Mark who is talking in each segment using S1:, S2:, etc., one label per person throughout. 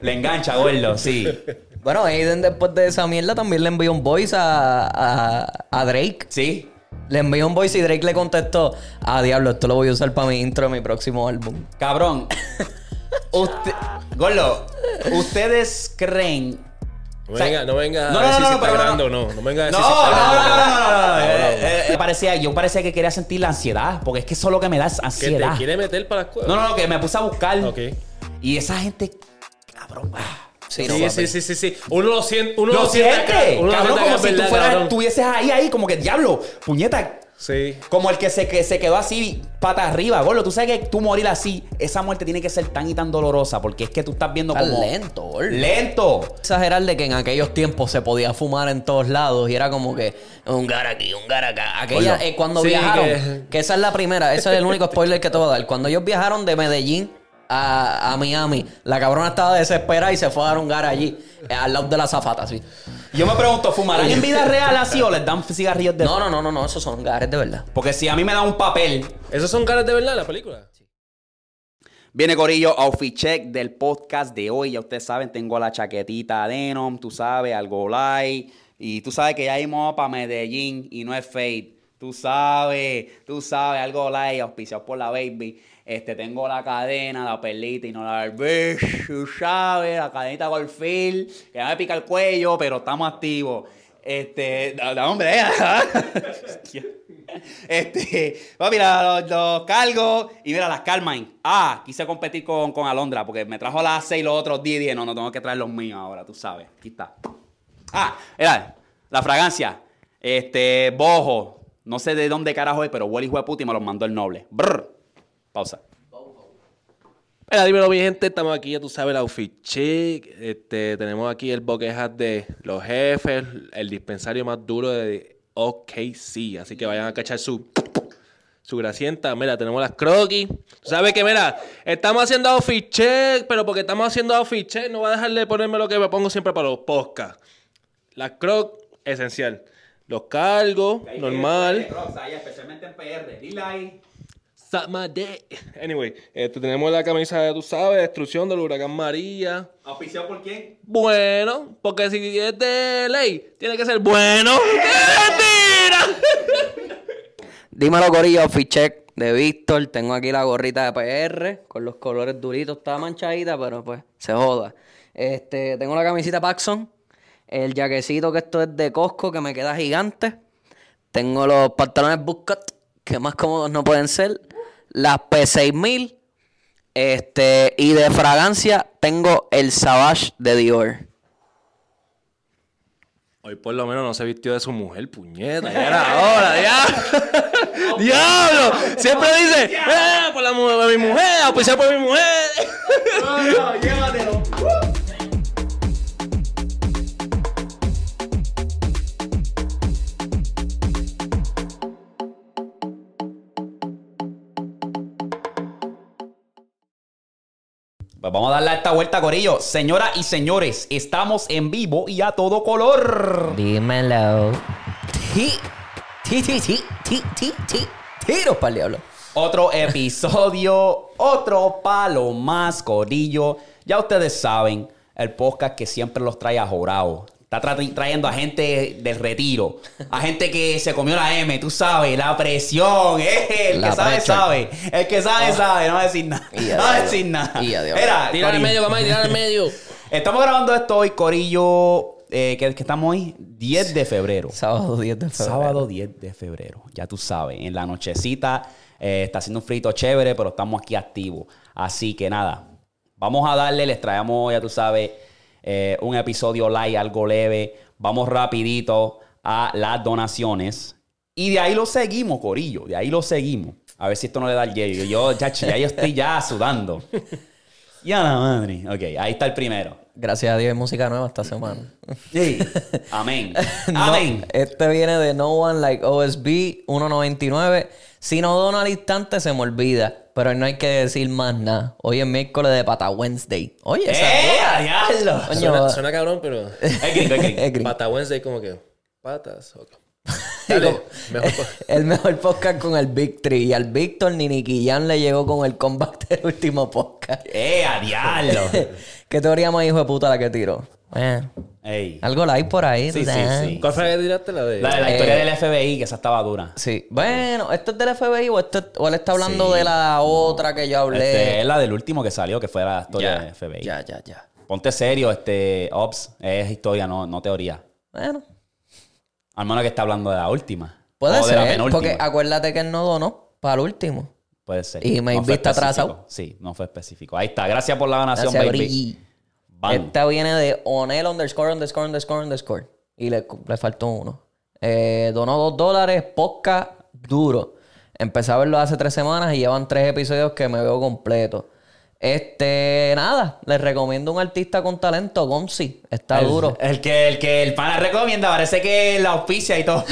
S1: Le engancha, gordo, sí.
S2: Bueno, Aiden después de esa mierda también le envió un voice a, a, a Drake.
S1: Sí.
S2: Le envió un voice y Drake le contestó, ah, diablo, esto lo voy a usar para mi intro de mi próximo álbum.
S1: Cabrón. Usted, gordo, ¿ustedes creen
S3: No
S1: O sea,
S3: venga, no venga
S1: no,
S3: a
S1: no,
S3: decir
S1: no,
S3: si
S1: no,
S3: Ah, está
S1: pero no,
S3: grabando o
S1: no.
S3: no. No venga a
S1: No, no,
S3: decir si está
S1: no,
S3: grabando.
S1: no, no, no, no, no.
S3: no, no.
S1: Eh, eh, parecía, yo parecía que quería sentir la ansiedad, porque es que eso es lo que me da es
S3: Que te
S1: ansiedad.
S3: quiere meter para las cuevas.
S1: No, no, no, que me puse a buscar.
S3: Ok.
S1: Y esa gente, cabrón. ah.
S2: Sí, no,
S3: Sí,
S2: papi.
S3: sí, sí, sí, sí. Uno lo siente. Uno
S1: Lo siente,
S3: uno lo
S1: cabrón,
S3: siente
S1: como
S3: que
S1: si tú
S3: es verdad,
S1: fueras,
S3: cabrón.
S1: estuvieses ahí, ahí, como que diablo, puñeta.
S3: Sí.
S1: Como el que se, que se quedó así, pata arriba, gordo. Tú sabes que tú morir así, esa muerte tiene que ser tan y tan dolorosa, porque es que tú estás viendo
S2: Está
S1: como.
S2: lento, gordo.
S1: Lento.
S2: exagerar de que en aquellos tiempos se podía fumar en todos lados y era como que un gar aquí, un gar acá. Aquella,
S1: Bueno,
S2: eh, cuando
S3: sí,
S2: viajaron, que...
S3: que-
S2: esa es la primera, ese es el único spoiler que te voy a dar. Cuando ellos viajaron de Medellín a, a Miami, la cabrona estaba desesperada y se fue a dar un gar allí, eh, al lado de la zafata, así.
S1: Yo me pregunto, ¿fumarán en vida real así o les dan cigarrillos de.?
S2: No, no, no, no, no, esos son gares de verdad.
S1: Porque si a mí me dan un papel,
S3: Esos son caras de verdad la película.
S1: Viene Corillo, outfit check del podcast de hoy. Ya ustedes saben, tengo la chaquetita Denom, tú sabes, algo light. Y tú sabes que ya íbamos para Medellín y no es fade. Tú sabes, tú sabes, algo light, auspiciado por la baby. Este, tengo la cadena, la perlita y no la del bicho, tú sabes, la cadenita golfil, que ya me pica el cuello, pero estamos activos. Este, no, no, hombre, Este, papi, la- los, los cargo y mira, las Carmine. Ah, quise competir con, con Alondra porque me trajo las 6 los otros días y dije, no, no, tengo que traer los míos ahora, tú sabes. Aquí está. Ah, mira, la fragancia. Este, bojo. No sé de dónde carajo es, pero huele hijo de puta y me los mandó el noble. Brr. Pausa.
S3: Mira, dímelo, mi gente. Estamos aquí, ya tú sabes, la outfit chic. Este, tenemos aquí el boquejas de los jefes, el dispensario más duro de OKC. Así que vayan a cachar su, su grasienta. Mira, tenemos las croquis. Tú sabes que, mira, estamos haciendo outfit check, pero porque estamos haciendo outfit check, no va a dejar de ponerme lo que me pongo siempre para los podcasts. Las croc, esencial. Los cargos, normal.
S1: este, Especialmente en PR. Dile ahí.
S3: Suck my dick. Anyway, este, tenemos la camisa de, tú sabes, destrucción del huracán María.
S1: ¿Auspiciado por quién?
S3: Bueno, porque si es de ley, tiene que ser bueno. ¡Es mentira!
S2: Dímelo, Corillo, Fichek de Víctor. Tengo aquí la gorrita de PR con los colores duritos. Está manchadita, pero pues se joda. Este, tengo la camisita Paxson. El jaquecito que esto es de Costco que me queda gigante. Tengo los pantalones Bootcut que más cómodos no pueden ser. Las P6000. Este, y de fragancia tengo el Savage de Dior.
S3: Hoy por lo menos no se vistió de su mujer, puñeta. Ya era hora, ya. ¡Diablo! Siempre dice, ¡eh! Por la mu- por mi mujer, auspiciar por mi mujer.
S1: llévatelo. Pues vamos a darle a esta vuelta, Corillo. Señoras y señores, estamos en vivo y a todo color.
S2: Dímelo. Ti, ti, ti, ti, ti, ti, ti. Tiros para el diablo.
S1: Otro episodio, otro palo más, Corillo. Ya ustedes saben, el podcast que siempre los trae a Jorao. Está tra- trayendo a gente del retiro, a gente que se comió la M, tú sabes, la presión, eh, el
S2: La
S1: que sabe,
S2: presión. Ah.
S1: sabe. El que sabe, sabe, no va a decir nada.
S2: Y adiós.
S1: No va a decir nada.
S2: Y adiós.
S1: Mira,
S3: Tirar al
S1: Corillo,
S3: medio, mamá, tirar al medio.
S1: estamos grabando esto hoy, Corillo, eh, que, que estamos hoy 10 de febrero.
S2: Sábado 10 de febrero.
S1: Sábado 10 de febrero, ya tú sabes, en la nochecita eh, está haciendo un frito chévere, pero estamos aquí activos. Así que nada, vamos a darle, les traemos, ya tú sabes, eh, un episodio live, algo leve. Vamos rapidito a las donaciones. Y de ahí lo seguimos, Corillo, de ahí lo seguimos. A ver si esto no le da el yello. Yo, chacho, ya yo estoy ya sudando. Ya la madre. Ok, ahí está el primero.
S2: Gracias a Dios hay música nueva esta semana.
S1: Sí. Amén.
S2: No,
S1: Amén.
S2: este viene de No One Like OSB 1.99. Si no dono al instante se me olvida, pero no hay que decir más nada. Hoy es miércoles de Pata Wednesday. Oye,
S1: ¡Eh,
S2: saluda.
S1: a diablo!
S2: Coño,
S3: Suena, suena cabrón, pero.
S1: Es gringo, es gringo.
S2: es gringo.
S3: Pata Wednesday, como que. Patas, ok. Dale, mejor po-
S2: el mejor podcast con el Big Three. Y al Víctor ni Nicky Jam le llegó con el comeback del último podcast.
S1: ¡Eh, a diablo!
S2: ¿Qué teoría más hijo de puta la que tiró? Eh,
S1: Ey.
S2: algo like por ahí.
S1: Sí, sí,
S2: ¿verdad?
S1: sí.
S3: ¿Cuál fue la que tiraste? La de...
S1: La de la historia
S2: Eh.
S1: del FBI, que esa estaba dura.
S2: Sí. Bueno, ¿esto es del FBI o, esto es- o él está hablando
S1: Sí.
S2: de la otra que yo hablé?
S1: Este, es la del último que salió, que fue la historia
S3: Ya,
S1: del FBI.
S2: Ya, ya, ya.
S1: Ponte serio, este, Ops, es historia, no, no teoría.
S2: Bueno,
S1: Al menos que está hablando de la última.
S2: puede
S1: o de la
S2: ser.
S1: penúltima.
S2: Porque acuérdate que él no donó para el último.
S1: Puede ser.
S2: Y me
S1: fue
S2: invita
S1: específico.
S2: atrasado.
S1: Sí, no fue específico. Ahí está. Gracias por la donación,
S2: Gracias,
S1: baby.
S2: Bri.
S1: Bam.
S2: Esta viene de Onel underscore underscore underscore underscore. Y le, le faltó uno. Eh, donó dos dólares, podcast duro. Empecé a verlo hace tres semanas y llevan tres episodios que me veo completo. Este, nada, les recomiendo un artista con talento, Gonzi. Está
S1: El-
S2: duro.
S1: El, que, el que el pana recomienda, parece que la auspicia y todo.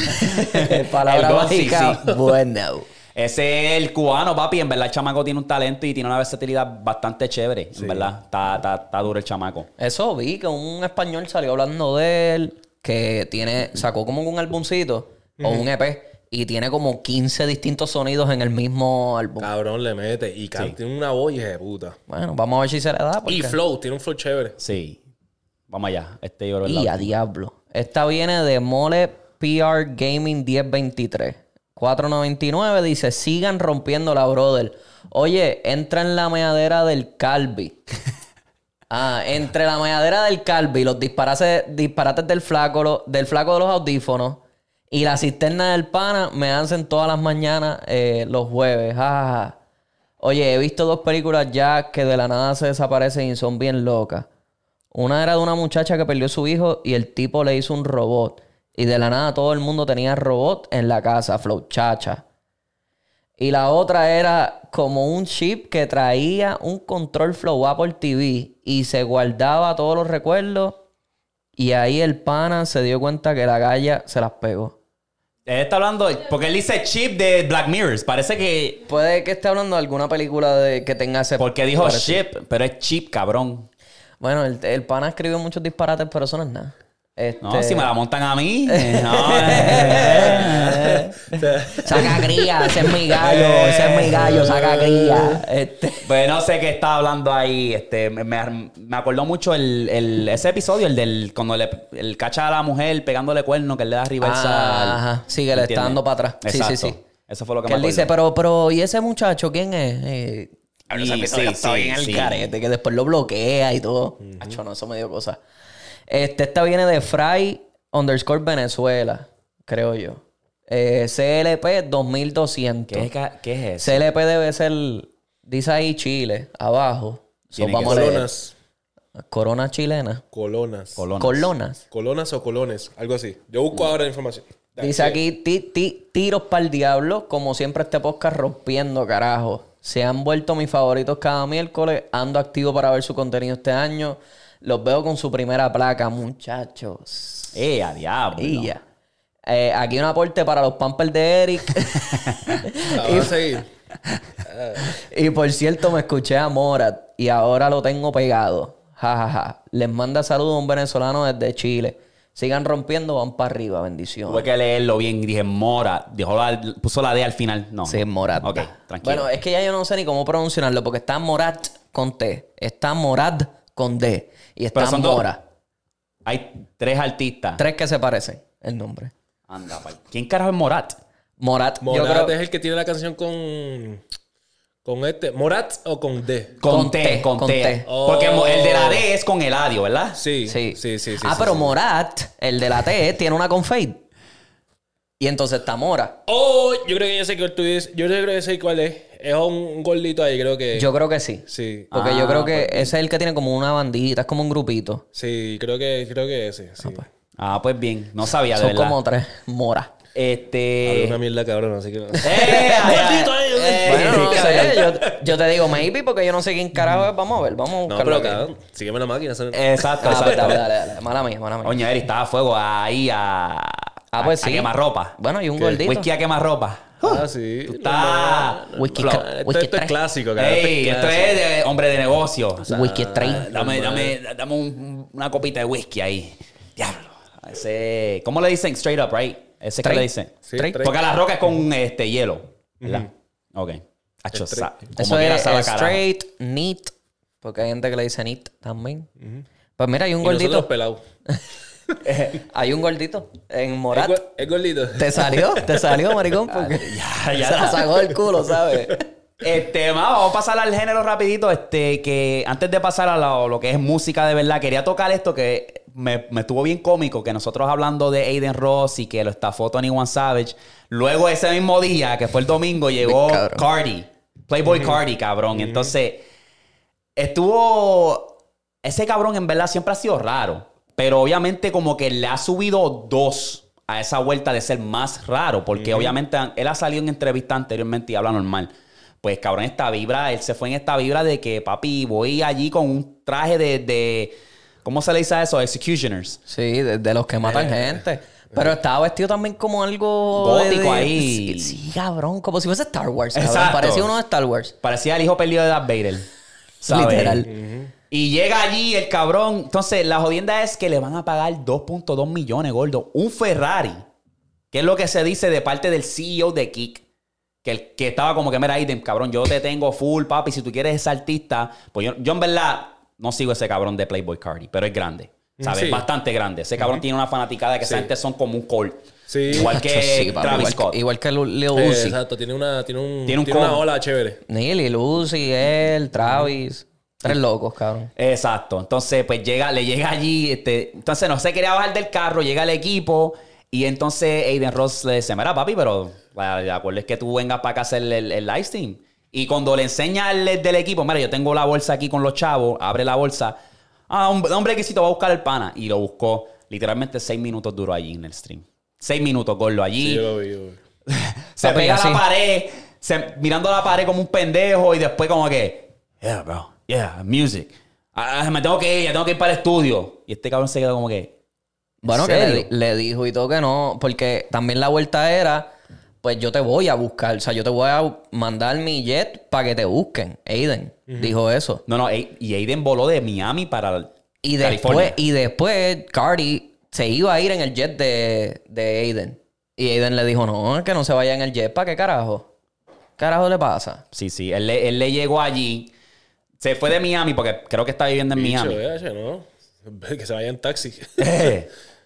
S2: Palabra
S1: El Gonzi,
S2: mágica.
S1: sí.
S2: Bueno.
S1: Ese es el cubano, papi. En verdad, el chamaco tiene un talento y tiene una versatilidad bastante chévere. En verdad, está, está, está duro el chamaco.
S2: Eso vi que un español salió hablando de él, que tiene, sacó como un albumcito o un EP y tiene como 15 distintos sonidos en el mismo álbum.
S3: Cabrón, le mete. Y can- tiene una voz hija de puta.
S2: Bueno, vamos a ver si se le da. Porque...
S3: Y flow, tiene un flow chévere.
S1: Sí. Vamos allá. Este yo creo que es la
S2: Y a
S1: última.
S2: diablo. Esta viene de Mole PR Gaming 1023. 499 dice, sigan rompiendo la brother. Oye, entra en la meadera del Calvi. Ah, entre la meadera del Calvi, los disparates, disparates del flaco, lo- del flaco de los audífonos y la cisterna del pana me hacen todas las mañanas eh, los jueves. Ja, ja, ja. Oye, he visto dos películas ya que de la nada se desaparecen y son bien locas. Una era de una muchacha que perdió a su hijo y el tipo le hizo un robot. Y de la nada todo el mundo tenía robot en la casa, flow chacha. Y la otra era como un chip que traía un control flow Apple TV y se guardaba todos los recuerdos. Y ahí el pana se dio cuenta que la galla se las pegó.
S1: Él está hablando, porque él dice chip de Black Mirrors. Parece que.
S2: Puede que esté hablando de alguna película de, que tenga ese...
S1: Porque dijo
S2: parecido.
S1: chip, pero es chip, cabrón.
S2: Bueno, el, el pana escribió muchos disparates, pero eso no es nada.
S1: No,
S2: Este-
S1: si me la montan a mí. eh, no, eh, eh.
S2: Saca cría, ese es mi gallo, ese es mi gallo, saca cría. Este,
S1: Pues no sé qué estaba hablando ahí. Este, me, me- me acordó mucho el, el- ese episodio, el del cuando le el cacha a la mujer pegándole cuerno que él le da reversa. al-
S2: Ah, Ajá, sí, que le está
S1: ¿entiendes?
S2: dando para atrás. Sí, sí,
S1: Exacto.
S2: sí.
S1: Eso fue lo que,
S2: que
S1: me
S2: él dice, pero, pero, ¿y ese muchacho quién es? Eh,
S1: Y
S2: ese episodio
S1: sí,
S2: está
S1: sí,
S2: bien al
S1: sí.
S2: carete, que después lo bloquea y todo. Acho, no, eso me dio cosa. Este, esta viene de Fry underscore Venezuela, creo yo. Eh, CLP 2200.
S1: ¿Qué, es ca- qué es eso?
S2: CLP debe ser, dice ahí Chile, abajo. So,
S1: Tiene que
S2: vamos a leer.
S3: Colonas.
S2: Corona chilena.
S3: Colonas.
S1: Colonas.
S2: Colonas.
S3: Colonas o colones. Algo así. Yo busco ahora la información. Dale,
S2: Dice
S3: sigue.
S2: aquí, ti- ti- tiros para el diablo, como siempre este podcast rompiendo, carajo. Se han vuelto mis favoritos cada miércoles, ando activo para ver su contenido este año. Los veo con su primera placa, muchachos.
S1: Eh, a diablo.
S2: Y ya. Eh, aquí un aporte para los Pampers de Eric.
S3: Ah, vamos a seguir.
S2: y por cierto, me escuché a Morat y ahora lo tengo pegado. Ja, ja, ja. Les manda saludos un venezolano desde Chile. Sigan rompiendo, van para arriba, bendiciones.
S1: Tuve que leerlo bien. Dije Mora. Dijo la- puso la D al final. No.
S2: Sí,
S1: no.
S2: es Morat.
S1: Ok, tranquilo.
S2: Bueno, es que ya yo no sé ni cómo pronunciarlo porque está Morat con T, está Morat con D y está
S1: Pero son dos. Ah.
S2: Mora.
S1: Hay tres artistas.
S2: Tres que se parecen el nombre.
S1: Anda, pal. ¿Quién carajo es Morat?
S2: Morat, yo
S3: Morat
S2: creo
S3: es el que tiene la canción con. Con este. ¿Morat o con D?
S2: Con
S1: Con
S2: T,
S1: T, con
S2: con T. Oh.
S1: T. Porque mo- el de la D es con Eladio, ¿verdad?
S3: Sí.
S2: sí.
S3: Sí, sí, sí.
S2: ah,
S3: sí,
S2: pero
S3: sí.
S2: Morat, el de la T, tiene una con Fade. Y entonces está Mora.
S3: Oh, yo creo que yo sé que tú dices. Yo creo que yo sé cuál es. Es un, un gordito ahí, creo que.
S2: Yo creo que sí.
S3: Sí.
S2: Porque
S1: Ah,
S2: yo creo que ese es el que tiene como una bandita, es como un grupito.
S3: oh, Sí, creo que, creo que ese. Sí.
S1: Ah, pues bien. No sabía, de
S2: Son
S1: verdad.
S2: como tres Mora.
S1: Este...
S3: Hablo una mierda cabrón, así que no.
S1: ¡Eh!
S3: Gordito ahí,
S1: Eh,
S2: Bueno, no
S1: sí,
S2: sé, yo, yo te digo maybe porque yo no sé quién carajo es. Vamos a ver, vamos a
S3: No,
S2: buscarlo.
S3: pero
S2: aquí.
S3: cabrón, sígueme la máquina. eso no-
S1: Exacto,
S2: Ah, pues, dale,
S1: exacto.
S2: dale, dale. Mala mía, mala mía.
S1: Oña, Eri, estaba a fuego ahí a...
S2: Ah, pues
S1: a-
S2: sí.
S1: A quemarropa.
S2: Bueno, y un
S3: ¿Qué?
S2: gordito.
S1: Whisky a quemarropa.
S3: Ah, sí.
S1: Tú
S3: No,
S1: estás...
S3: no, no.
S2: Whisky
S1: Flow.
S2: ca-
S3: Esto,
S2: Whisky
S3: esto es
S2: tres.
S3: clásico, cabrón. esto
S1: Ey, esto
S3: clásico.
S1: es de hombre de negocio.
S2: Whisky Strain.
S1: Dame, dame, dame un- una copita de whisky ahí. Diablo. Ese... ¿Cómo le dicen? Straight up, right? Ese es que
S2: Straight.
S1: le dicen.
S2: Sí, Straight.
S1: Porque a la roca es con este hielo. ¿Verdad? Ok. Hacho, sa- como
S2: Eso
S1: quiera
S2: es
S1: sabe a carajo.
S2: straight, neat. Porque hay gente que le dice neat también. Pues mira, hay un
S4: Y nosotros
S2: gordito.
S4: pelados.
S1: pues, eh,
S2: Hay un gordito en
S4: Es
S2: Morat.
S4: gor- es gordito.
S2: Te salió, te salió, maricón, porque
S1: Ya, ya.
S2: se la sacó del culo, ¿sabes?
S1: Este, ma, vamos a pasar al género rapidito. Este, que antes de pasar a lo, lo que es música de verdad, quería tocar esto que me, me estuvo bien cómico, que nosotros hablando de Aiden Ross y que lo estafó Tony One Savage. Luego ese mismo día, que fue el domingo, llegó
S2: cabrón.
S1: Cardi. Playboy Cardi, cabrón. Entonces, estuvo... Ese cabrón en verdad siempre ha sido raro. Pero obviamente como que le ha subido dos a esa vuelta de ser más raro. Porque obviamente él ha salido en entrevista anteriormente y habla normal. Pues cabrón, esta vibra, él se fue en esta vibra de que papi, voy allí con un traje de... de- ¿Cómo se le dice a eso? Executioners.
S2: Sí, de, de los que matan
S1: Eh,
S2: gente. Pero estaba vestido también como algo...
S1: Gótico
S2: de-
S1: ahí.
S2: Sí, sí, cabrón. Como si fuese Star Wars, cabrón.
S1: Exacto.
S2: Parecía uno de Star Wars.
S1: Parecía el hijo perdido de Darth Vader. ¿sabes?
S2: Literal.
S1: Y llega allí el cabrón. Entonces, la jodienda es que le van a pagar 2.2 millones, gordo. Un Ferrari. Que es lo que se dice de parte del CEO de Kik. Que, el, que estaba como que, mira, Aiden, cabrón, yo te tengo full, papi. Si tú quieres ese artista, pues yo, yo en verdad no sigo ese cabrón de Playboy Cardi, pero es grande.
S4: Mm,
S1: ¿Sabes?
S4: Sí.
S1: Es Bastante grande. Ese cabrón tiene una fanaticada que esa gente son como un Colt.
S4: Sí.
S1: Igual que
S2: Sí, papi,
S1: Travis
S2: igual,
S1: Scott.
S2: Igual que Lu- Lil
S4: Eh,
S2: Uzi.
S4: exacto, tiene una, tiene un,
S1: Tiene
S4: tiene
S1: un
S4: una
S1: combo.
S4: ola chévere.
S2: Neil, Lucy, él, Travis. Tres locos, cabrón.
S1: Exacto. Entonces, pues llega, le llega allí. Este, entonces, no se quería bajar del carro, llega el equipo. Y entonces Aiden Ross le dice: Mira, papi, pero la- de acuerdo es que tú vengas para acá a hacer el, el live stream. Y cuando le enseña al del equipo, mira, yo tengo la bolsa aquí con los chavos, abre la bolsa. Ah, un, un brequecito, va a buscar el pana. Y lo buscó. Literalmente seis minutos duró allí en el stream. Seis minutos, gordo, allí.
S4: Sí, yo lo vi. yo lo vi.
S1: Se
S2: Papi,
S1: pega a
S2: así.
S1: la pared, se- mirando a la pared como un pendejo y después como que, yeah, bro, yeah, music. Ah, ah, me tengo que ir, ya tengo que ir para el estudio. Y este cabrón se quedó como que,
S2: Bueno, que
S1: serio?
S2: le, le dijo y todo que no, porque también la vuelta era, pues yo te voy a buscar, o sea, yo te voy a mandar mi jet para que te busquen. Aiden dijo eso.
S1: no, no, Ay- y Aiden voló de Miami para
S2: Y después,
S1: California.
S2: y después Cardi se iba a ir en el jet de, de Aiden. Y Aiden le dijo, no, que no se vaya en el jet, ¿para qué carajo? ¿Qué carajo le pasa?
S1: Sí, sí, él le, él le llegó allí, se fue de Miami porque creo que está viviendo en
S4: Bicho,
S1: Miami.
S2: eh.
S1: Eh,
S4: VH, ¿no? Que se vaya en taxi.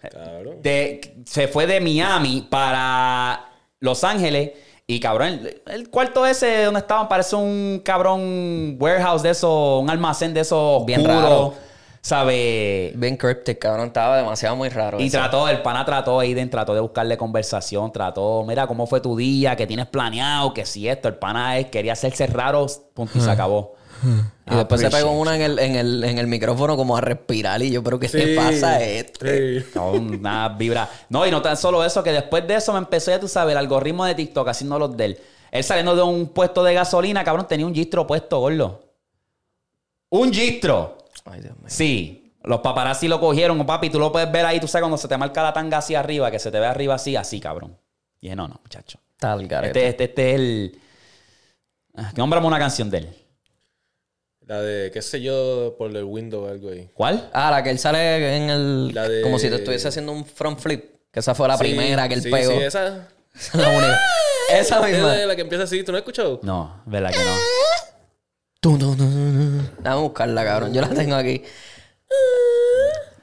S4: Cabrón.
S1: de- se fue de Miami para Los Ángeles. Y cabrón, el, el cuarto ese donde estaban parece un cabrón warehouse de eso, un almacén de esos
S2: Bien
S1: oscuro,
S2: raro.
S1: ¿sabe?
S2: Bien cryptic, cabrón, estaba demasiado muy raro.
S1: Y
S2: eso.
S1: trató, el pana trató, Aiden trató de buscarle conversación, trató, mira, ¿cómo fue tu día? ¿Qué tienes planeado? ¿Qué si esto? El pana eh, quería hacerse raro, punto, y se acabó.
S2: Y después se
S1: Ah, Appreciate.
S2: pegó una en el, en, el, en el micrófono como a respirar y yo, pero ¿qué le pasa a este?
S4: Sí.
S1: Cabrón, una vibra. No, y no tan solo eso, que después de eso me empezó, ya tú sabes, el algoritmo de TikTok haciendo los del. Él saliendo de un puesto de gasolina, cabrón, tenía un gistro puesto, gordo. Un gistro.
S2: Ay, Dios mío.
S1: Sí. Los paparazzi lo cogieron, papi, tú lo puedes ver ahí, tú sabes, cuando se te marca la tanga hacia arriba, que se te ve arriba así, así, cabrón. Y dije, no, no, muchacho.
S2: Está al garete.
S1: Este, este, este es el. Ah, Nómbrame una canción de él.
S4: La de, qué sé yo, por el window o algo ahí.
S1: ¿Cuál?
S2: Ah, la que él sale en el...
S4: La de-
S2: Como si te estuviese haciendo un front flip. Que esa fue la
S4: Sí,
S2: primera que él
S4: sí,
S2: pegó.
S4: Sí, esa.
S2: Esa es la única. Esa misma.
S4: Esa es la que empieza así. ¿Tú no has escuchado?
S1: No, ¿verdad que no?
S2: Dun, dun, dun, dun, dun. Dame a buscarla, cabrón. Yo la tengo aquí.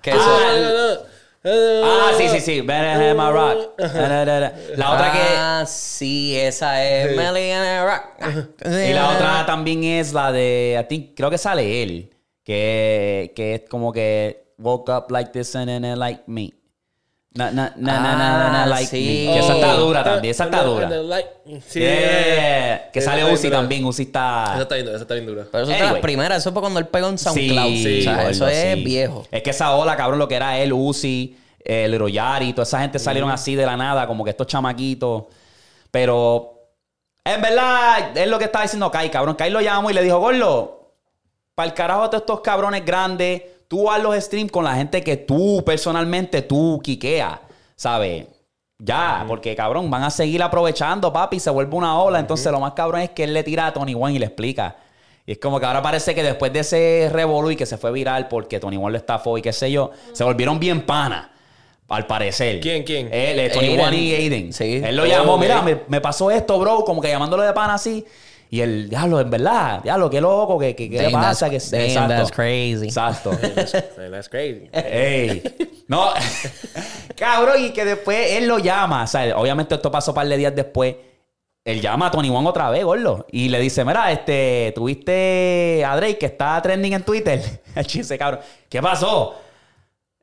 S2: Que eso...
S1: Ah,
S4: No, no, no.
S1: Ah, sí, sí, sí. Better Have My Rock. La otra que.
S2: Ah, sí, esa es Melly and the Rock.
S1: Y la otra también es la de. I think- creo que sale él. Que, que es como que. Woke up like this and then it like me. Na, na, na, na, na, na, na,
S2: Ah,
S1: like
S2: sí.
S1: me. Que esa está dura
S4: Ah,
S1: también. Esa está
S4: and the-
S1: dura.
S4: and the light. Sí.
S1: Yeah. Que
S4: Esa
S1: sale
S4: está
S1: Uzi
S4: bien dura.
S1: también. Uzi
S4: Esa
S1: está.
S4: está bien dura, esa está bien dura.
S2: Pero eso es de las
S1: Anyway.
S2: primeras. Eso fue cuando él pegó en SoundCloud. o sea,
S1: gordo,
S2: eso es
S1: sí.
S2: viejo.
S1: Es que esa ola, cabrón, lo que era él, Uzi, el Royari, toda esa gente salieron así de la nada, como que estos chamaquitos. Pero en verdad es lo que estaba diciendo Kai, cabrón. Kai lo llamó y le dijo, Gordo, para el carajo de todos estos cabrones grandes, tú haz los streams con la gente que tú personalmente tú quiqueas, ¿sabes? Ya, porque cabrón, van a seguir aprovechando, papi, se vuelve una ola. Entonces, lo más cabrón es que él le tira a Tony One y le explica. Y es como que ahora parece que después de ese revolú y que se fue viral porque Tony One lo estafó y qué sé yo, se volvieron bien panas. Al parecer.
S3: ¿Quién, quién?
S1: Él, eh, 21 y
S2: Aiden.
S1: Aiden.
S2: Sí.
S1: Él lo
S3: Oh,
S1: llamó,
S3: ok.
S1: mira, me, me pasó esto, bro, como que llamándolo de pan así. Y él, diablo, en verdad, diablo, qué loco, que, que, qué
S2: Damn,
S1: pasa. Que,
S2: that's- damn, that's crazy.
S1: Exacto.
S3: That's crazy.
S1: Ey. No, cabrón, y que después él lo llama. O sea, obviamente esto pasó un par de días después. Él llama a Tony Wong otra vez, gordo. Y le dice, mira, este, tuviste a Drake que está trending en Twitter. El chiste, cabrón. ¿Qué pasó?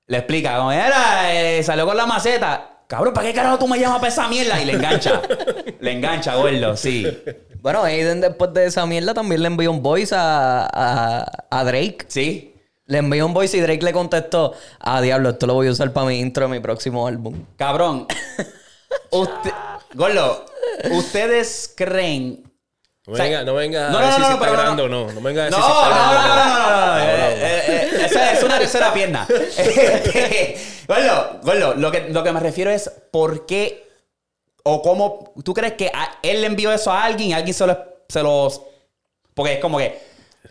S1: Le explica, como era, eh, salió con la maceta. Cabrón, ¿para qué carajo tú me llamas para esa mierda? Y le engancha. le engancha, gordo, sí.
S2: Bueno, Aiden después de esa mierda también le envió un voice a, a, a Drake.
S1: Sí.
S2: Le envió un voice y Drake le contestó, ah, diablo, esto lo voy a usar para mi intro de mi próximo álbum.
S1: Cabrón. Usted, gordo, ¿ustedes creen
S3: No
S1: O sea,
S3: venga, no venga
S1: no,
S3: a
S1: no,
S3: decir
S1: no,
S3: si
S1: no,
S3: está
S1: pero no, no.
S3: grande o no. No venga a
S1: No, no,
S3: decir si está
S1: no, no,
S3: grande o
S1: no, no, no. Eh, eh, eh, Esa es una tercera pierna. Gordo, gordo, lo que, lo que me refiero es por qué o cómo tú crees que a- él le envió eso a alguien y alguien se lo, se los. Porque es como que.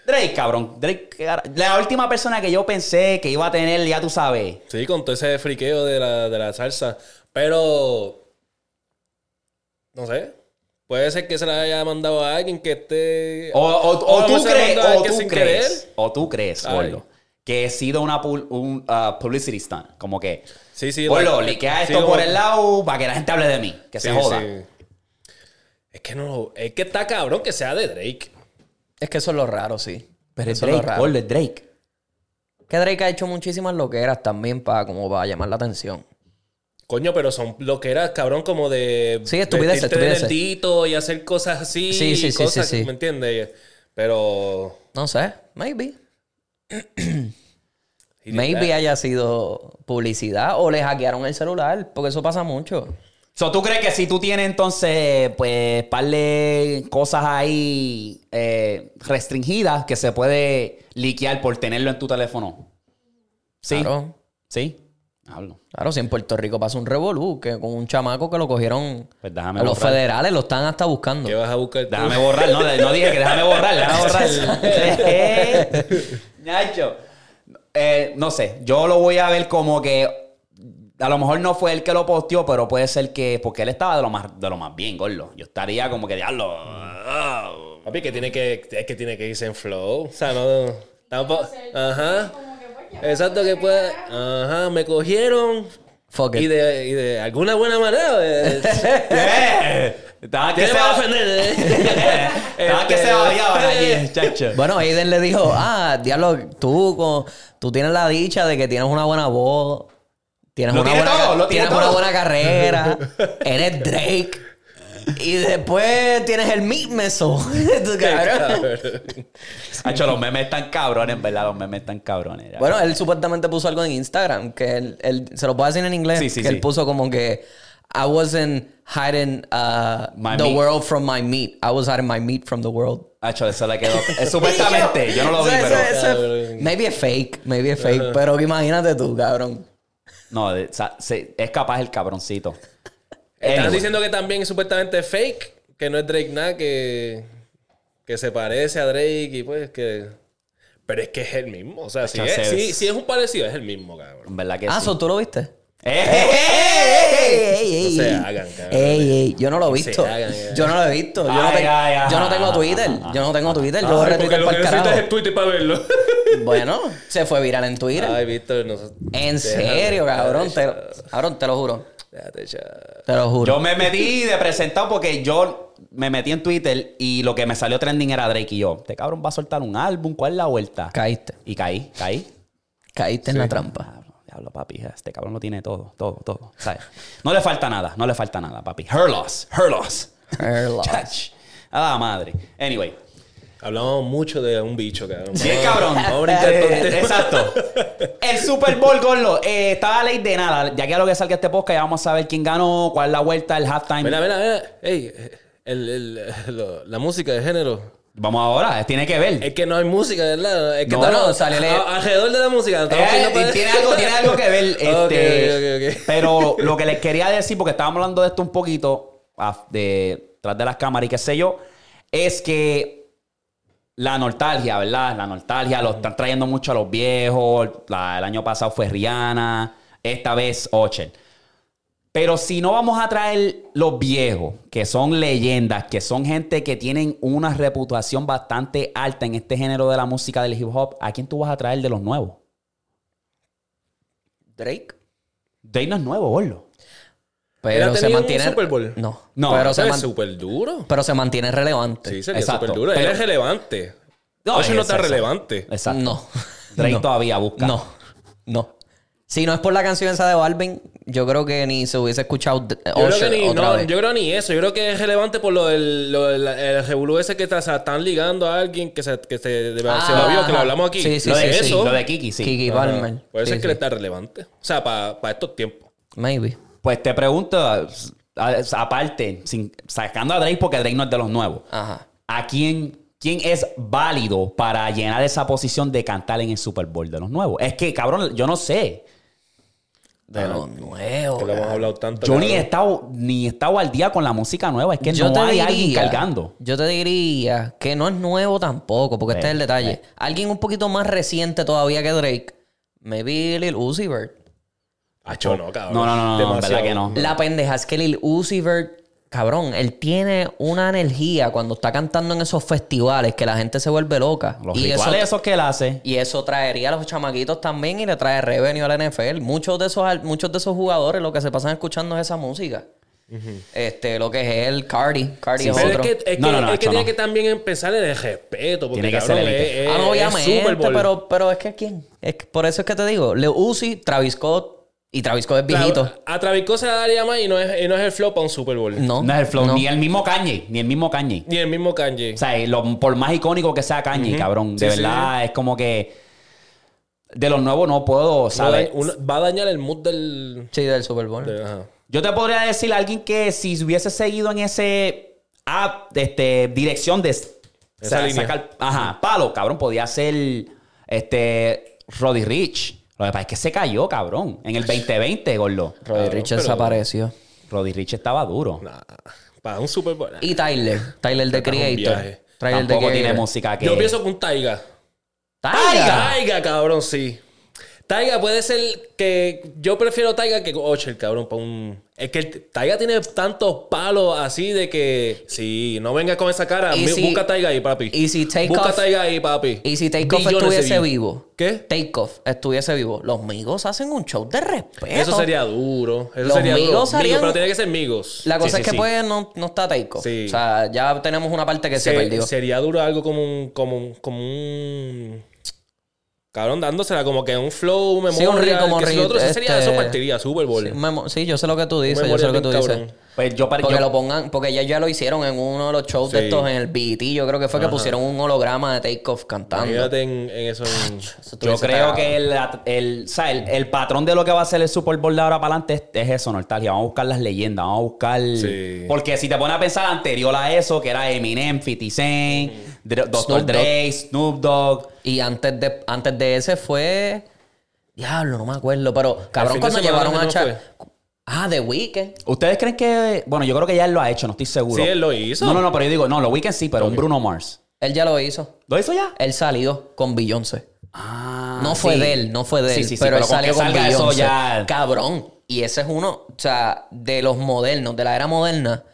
S1: Drake, cabrón. Drake, ¿qué cara- la última persona que yo pensé que iba a tener, ya tú sabes.
S3: Sí, con todo ese friqueo de la, de la salsa. Pero. No sé. Puede ser que se la haya mandado a alguien que esté.
S2: Oh.
S1: O, o- o
S3: O
S1: tú
S3: se
S1: crees,
S3: manda
S1: o
S3: que
S1: tú
S3: sin
S1: crees, o tú crees,
S3: Ay.
S1: gordo, que he sido una pul- un, ah, publicity stunt. Como que.
S3: Sí, sí.
S1: Gordo,
S3: like-
S1: liquea
S3: sí,
S1: esto
S3: como-
S1: por el lado para que la gente hable de mí. Que se
S3: sí,
S1: joda.
S3: sí. Es que no. Es que está cabrón que sea de Drake.
S2: Es que eso es lo raro, sí.
S1: Pero es
S2: Eso es lo
S1: Drake,
S2: raro.
S1: gordo, es Drake.
S2: Que Drake ha hecho muchísimas loqueras también para como para llamar la atención.
S3: Coño, pero son lo que era cabrón como de.
S2: Sí, estupideces,
S3: vestirte
S2: estupideces.
S3: de nerdito y hacer cosas así.
S2: Sí, sí,
S3: y
S2: sí,
S3: cosas,
S2: sí, sí.
S3: ¿Me entiendes? Pero.
S2: No sé, maybe.
S3: y-
S2: Maybe haya sido publicidad o le hackearon el celular, porque eso pasa mucho.
S1: So, ¿tú crees que si tú tienes entonces, pues, par de cosas ahí eh, restringidas que se puede liquear por tenerlo en tu teléfono? Sí.
S2: Claro,
S1: Sí. Hablo.
S2: claro, si en Puerto Rico pasa un revolú, que con un chamaco que lo cogieron
S1: Pues déjame
S2: a los
S1: borrar.
S2: federales, lo están hasta buscando.
S3: ¿Qué vas a buscar? tú?
S1: Déjame borrar. No, de- no dije que déjame borrar. Déjame borrar. Nacho. Eh, no sé. Yo lo voy a ver como que... A lo mejor no fue él que lo posteó, pero puede ser que... Porque él estaba de lo más, de lo más bien, gordo. Yo estaría como que, diablo... ah,
S3: Papi, que tiene que, es que tiene que irse en flow. O sea, no. Tampoco. Ajá. Ah, Exacto, que pueda. Ajá, me cogieron.
S2: Fuck it.
S3: Y de, y de alguna buena manera. eh,
S1: Eh, Estaba que
S3: ¿Qué
S1: se
S3: me va a
S1: va
S3: ofender? eh?
S1: Estaba que se odiaban allí, chacho.
S2: Este, Bueno, Aiden le dijo, ah, diablo, tú, con- tú tienes la dicha de que tienes una buena voz, tienes,
S1: Lo
S2: una,
S1: tiene
S2: buena,
S1: todo, lo tiene
S2: tienes
S1: todo.
S2: una buena carrera, eres Drake. Y después tienes el mismeso. Tú, cabrón.
S1: Chacho, los memes están cabrones, ¿verdad? Los memes están cabrones. ya.
S2: Bueno, él supuestamente puso algo en Instagram que él, él- se lo puedo decir en inglés,
S1: Sí, sí,
S2: que
S1: sí.
S2: él puso como que I wasn't hiding uh,
S1: My
S2: the
S1: meat.
S2: world from my meat. I was hiding my meat from the world.
S1: Hacho, eso le quedó. eh, supuestamente, yo no lo vi,
S2: Eso-
S1: pero.
S2: eso- eso-
S3: Cabrón.
S2: maybe es fake, maybe es fake, pero imagínate tú, cabrón.
S1: No, de- o sea, se- es capaz el cabroncito.
S3: Están
S1: Anyway.
S3: diciendo que también es supuestamente fake, que no es Drake nada, que, que se parece a Drake y pues que. Pero es que es el mismo. O sea, si
S1: Chance
S3: es, si,
S1: es.
S3: si es un parecido, es el mismo, cabrón.
S1: En verdad que
S2: ah,
S1: sí.
S2: so, ¿tú lo viste?
S1: ¡Eh, eh, eh, eh!
S2: ey,
S3: No se hagan, cabrón.
S2: Ey, ey, yo no lo he
S3: se
S2: visto.
S3: hagan, eh.
S2: Yo no lo he visto. Yo, no,
S1: Ay,
S2: tengo,
S1: ay, ajá,
S2: yo no tengo
S1: ajá,
S2: Twitter.
S1: ajá,
S2: yo no tengo Twitter. Yo
S3: Ay,
S2: lo
S3: porque
S2: retuiteo
S3: lo
S2: para
S3: que
S2: el
S3: necesitas
S2: carajo.
S3: es Twitter para verlo.
S2: Bueno, se fue viral en Twitter.
S3: Ay, Víctor, no.
S2: en
S3: déjalo,
S2: serio, cabrón. Te,
S3: déjalo,
S2: lo- cabrón, te lo juro.
S3: déjate echar.
S2: Te lo juro.
S1: Yo me metí de presentado porque yo me metí en Twitter y lo que me salió trending era Drake y yo. Este cabrón va a soltar un álbum, ¿cuál es la vuelta?
S2: Caíste.
S1: Y caí, caí.
S2: Caíste en la trampa.
S1: Diablo, diablo, papi. Este cabrón lo tiene todo, todo, todo. ¿sabes? No le falta nada, no le falta nada, papi. Her loss, her loss.
S2: Her loss.
S1: Chach. A la madre. Anyway.
S3: Hablamos mucho de un bicho, cabrón.
S1: Sí,
S3: Vamos-
S1: cabrón. Eh,
S3: Vamos a brincar todo el tema.
S1: Exacto. El Super Bowl, Gorlo, eh, estaba ley de nada. Ya que a lo que salga este podcast, ya vamos a saber quién ganó, cuál es la vuelta, el halftime.
S3: Mira, mira, mira. Ey, el- el- lo- la música de género.
S1: Vamos ahora, tiene que ver.
S3: Es que no hay música, ¿verdad? Es que
S1: No,
S3: estamos-
S2: no, sale el-
S3: a- alrededor de la música. estamos
S1: Eh,
S3: haciendo para-
S1: tiene, algo, tiene algo que ver. Este,
S3: Ok, ok, ok, ok.
S1: Pero lo que les quería decir, porque estábamos hablando de esto un poquito, af- de, tras de las cámaras y qué sé yo, es que la nostalgia, ¿verdad? La nostalgia, lo están trayendo mucho a los viejos. La- el año pasado fue Rihanna. esta vez Ochen. Pero si no vamos a traer los viejos, que son leyendas, que son gente que tienen una reputación bastante alta en este género de la música del hip hop, ¿a quién tú vas a traer de los nuevos?
S2: Drake.
S1: Drake no es nuevo, boludo.
S2: Pero
S3: ha
S2: se
S3: tenido un
S2: mantiene.
S3: Super Bowl?
S2: No.
S1: No,
S2: pero,
S1: pero
S2: se
S3: Eso
S2: man-
S3: es súper duro.
S2: pero se mantiene relevante.
S3: Sí, sería
S1: Exacto.
S3: súper duro. Él
S1: Pero-
S3: es relevante.
S1: No,
S3: No, no
S1: Pues es
S3: está
S1: eso.
S3: relevante.
S2: Eh,
S1: Exacto.
S2: No.
S1: Drake
S2: No.
S1: todavía busca.
S2: No. No. Si no es por la canción esa de Balvin, yo creo que ni se hubiese escuchado eh,
S3: Yo creo,
S2: Usher
S3: que ni,
S2: otra
S3: no,
S2: vez.
S3: yo creo ni eso. Yo creo que es relevante por lo del, lo del- el revolú ese que está- se están ligando a alguien que se, que se, de- se
S2: Ah,
S3: babió, que
S2: ajá.
S3: lo hablamos aquí.
S2: Sí, sí,
S1: lo,
S2: sí,
S1: de,
S2: sí.
S3: eso.
S1: lo de Kiki, sí.
S2: Kiki Palmer.
S3: Por eso
S2: Sí,
S3: es que
S2: sí.
S3: le está relevante. O sea, para estos tiempos.
S2: Maybe.
S1: Pues te pregunto, a- a- aparte, sin- sacando a Drake porque Drake no es de los nuevos,
S2: Ajá.
S1: ¿a quién, quién es válido para llenar esa posición de cantar en el Super Bowl de los nuevos? Es que, cabrón, yo no sé.
S2: De los nuevos.
S3: Que lo hemos hablado tanto.
S1: Yo ni he
S3: cabrón.
S1: estado, ni he estado al día con la música nueva. Es que
S2: Yo
S1: no
S2: te
S1: hay
S2: diría-
S1: alguien cargando.
S2: Yo te diría que no es nuevo tampoco, porque este
S1: Sí,
S2: es el detalle. Alguien un poquito más reciente todavía que Drake, maybe Lil Uzi Vert.
S3: Acho, no, cabrón.
S1: Oh, No, no, no, no, en
S3: Demasiado.
S1: verdad que no.
S2: La pendeja es que Lil Uzi Vert, cabrón, él tiene una energía cuando está cantando en esos festivales que la gente se vuelve loca.
S1: Los
S2: y, eso,
S1: rituales esos que él hace.
S2: y eso traería a los chamaquitos también y le trae revenue a la NFL. Muchos de esos, al- muchos de esos jugadores lo que se pasan escuchando es esa música. Este, lo que es el Cardi. Cardi es
S3: Pero
S2: otro.
S3: es que, es
S1: No,
S3: que-
S1: no, no,
S3: es que
S1: Acho,
S3: tiene
S1: no.
S3: que también empezar en el respeto. Porque,
S1: Tiene que
S3: cabrón,
S1: ser
S3: es,
S1: élite.
S3: es-
S2: Ah, no,
S3: es
S2: obviamente,
S3: Super Bowl.
S2: pero, pero es que ¿quién? Es que por eso es que te digo, Leo Uzi, Travis Scott, y Travis Scott es
S3: Tra-
S2: viejito.
S3: A Travis Scott se la daría más y no es, y no es el flop a un Super Bowl.
S2: no,
S1: No es el flow,
S2: no.
S1: ni el mismo Kanye, ni el mismo Kanye.
S3: Ni el mismo Kanye.
S1: O sea, lo- por más icónico que sea Kanye, cabrón, de
S3: Sí, sí.
S1: verdad es como que de los nuevos no puedo,
S3: Uno
S1: ¿sabes?
S3: da- uno- va a dañar el mood del.
S2: Sí, del Super Bowl.
S3: de- ajá.
S1: Yo te podría decir a alguien que si hubiese seguido en ese app, este, dirección de
S3: Esa línea.
S1: sacar, ajá, palo, cabrón, podía ser este Roddy Rich. Lo que pasa es que se cayó, cabrón, en el 2020, gordo.
S2: Roddy
S3: Cabrón,
S2: Rich
S3: pero-
S2: desapareció.
S1: Roddy Rich estaba duro.
S3: Nah, para un Super Bowl.
S2: Y Tyler, Tyler de
S3: Está un
S2: Creator.
S3: viaje.
S2: Tyler de
S1: Tampoco tiene
S2: Creator.
S1: música que
S3: Yo pienso que un Taiga.
S2: ¡Tyler!
S3: Taiga, cabrón, sí. Taiga puede ser que. Yo prefiero Taiga que Ocher, cabrón. Para un... Es que el- Taiga tiene tantos palos así de que. Sí, no venga con esa cara.
S2: Y
S3: Mi-
S2: si-
S3: busca Taiga ahí, papi.
S2: y si Take
S3: busca
S2: Off-
S3: Taiga ahí, papi.
S2: Y si Takeoff
S3: Billones de
S2: estuviese
S3: views.
S2: vivo.
S3: ¿Qué?
S2: Takeoff estuviese vivo. Los amigos hacen un show de respeto.
S3: Eso sería duro. Eso
S2: Los
S3: sería duro.
S2: Migos harían-
S3: Migos, pero tiene que ser Migos.
S2: La cosa
S3: Sí,
S2: es
S3: sí,
S2: que
S3: sí.
S2: pues no, no está Takeoff.
S3: Sí.
S2: O sea, ya tenemos una parte que se,
S3: Se-
S2: perdió.
S3: Sería duro algo como un, como un, como un. Cabrón, dándosela como que un flow, memoria.
S2: Sí, un ri- como
S3: que si
S2: ri-
S3: lo otro eso sería
S2: este-
S3: eso partiría, Super Bowl.
S2: Sí, memo- sí, yo sé lo que tú dices, yo sé
S3: memoria
S2: lo que tú
S3: bien
S2: dices.
S3: cabrón.
S1: Pues yo, pare-
S2: Porque
S1: yo-
S2: lo pongan, porque ya, ya lo hicieron en uno de los shows de
S3: Sí.
S2: estos en el BT. Yo creo que fue que pusieron un holograma de Takeoff cantando.
S3: Imagínate en, en eso.
S2: Ah,
S3: en-
S2: Eso
S1: Yo
S2: tuviese
S1: creo
S2: cagado.
S1: que el, el- o sea, el- el patrón de lo que va a ser el Super Bowl de ahora para adelante es, es eso, nostalgia. Vamos a buscar las leyendas, vamos a buscar.
S3: Sí.
S1: Porque si te pones a pensar anterior a eso, que era Eminem, 50 Cent, Dr.
S2: Snoop Dogg.
S1: Dre, Snoop Dogg.
S2: Y antes de, antes de ese fue. Diablo, no me acuerdo. Pero, cabrón,
S3: fin de
S2: cuando
S3: semana
S2: llevaron a
S3: no
S2: Cha- Ah, The Weeknd.
S1: ¿Ustedes creen que.? Bueno, yo creo que ya él lo ha hecho, no estoy seguro.
S3: Sí, él lo hizo.
S1: No, no, no, pero yo digo, no, los Weekends sí, pero un Bruno Mars.
S2: Él ya lo hizo.
S1: ¿Lo hizo ya?
S2: Él salió con Beyoncé.
S1: Ah,
S2: no fue
S1: sí.
S2: de él, no fue de él.
S1: Sí, sí, sí,
S2: pero, él
S1: con que
S2: salió con
S1: salga eso
S2: Beyoncé.
S1: ya-
S2: Cabrón. Y ese es uno, o sea, de los modernos, de la era moderna.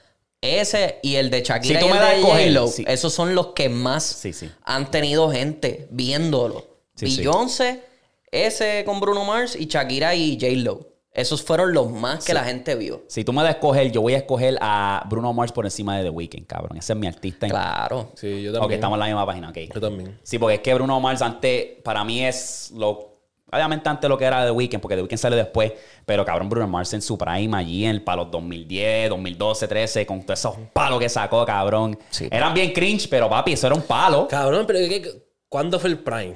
S2: Ese y el de Shakira
S1: Si tú
S2: y el
S1: me das a
S2: de
S1: escoger,
S2: J-Lo,
S1: sí.
S2: esos son los que más
S1: Sí, sí.
S2: han tenido gente viéndolo.
S1: Sí, sí.
S2: Beyoncé, ese con Bruno Mars y Shakira y J-Lo. Esos fueron los más que la gente vio.
S1: Si tú me das a escoger, yo voy a escoger a Bruno Mars por encima de The Weeknd, cabrón. Ese es mi artista. en-
S2: Claro.
S3: Sí, yo
S1: Ok,
S3: también.
S1: estamos en la misma página, ok.
S3: Yo también.
S1: Sí, porque es que Bruno Mars antes, para mí es lo. Obviamente antes lo que era The Weeknd, porque The Weeknd sale después. Pero cabrón, Bruno Mars en su prime allí, en para los 2010, 2012, 13, con todos esos palos que sacó, cabrón.
S2: Sí.
S1: Eran bien cringe, pero papi, eso era un palo.
S3: Cabrón, pero ¿qué- ¿cuándo fue el Prime?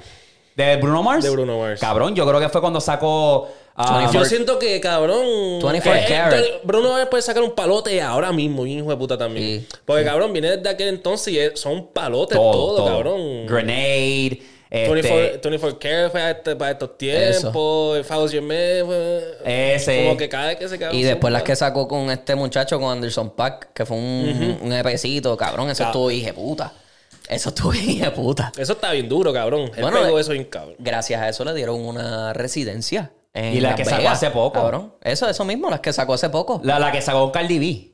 S1: ¿De Bruno Mars?
S3: De Bruno Mars.
S1: Cabrón, yo creo que fue cuando sacó. ah,
S3: Yo siento que, cabrón.
S2: 24
S3: eh,
S2: karat.
S3: entonces, Bruno Mars puede sacar un palote ahora mismo, bien hijo de puta también.
S2: Sí.
S3: Porque, cabrón, viene desde aquel entonces y es- son palotes todo, cabrón.
S1: Grenade. este,
S3: 24, 24 Karat fue a este- para estos tiempos. Faust Gemet fue.
S1: Ese.
S3: Como que cada vez que se cae.
S2: Y después las que sacó con este muchacho, con Anderson Pack, que fue un, un EPcito, cabrón. Eso
S3: Ca-
S2: estuvo hije puta. Eso estuvo hije puta.
S3: Eso está bien duro, cabrón. Él
S2: Bueno,
S3: pegó
S2: eh,
S3: eso bien, cabrón.
S2: Gracias a eso le dieron una residencia en
S1: Y la
S2: Las
S1: que sacó
S2: Vegas,
S1: hace poco.
S2: cabrón. Eso, eso mismo, las que sacó hace poco.
S1: La, la que sacó con Cardi B.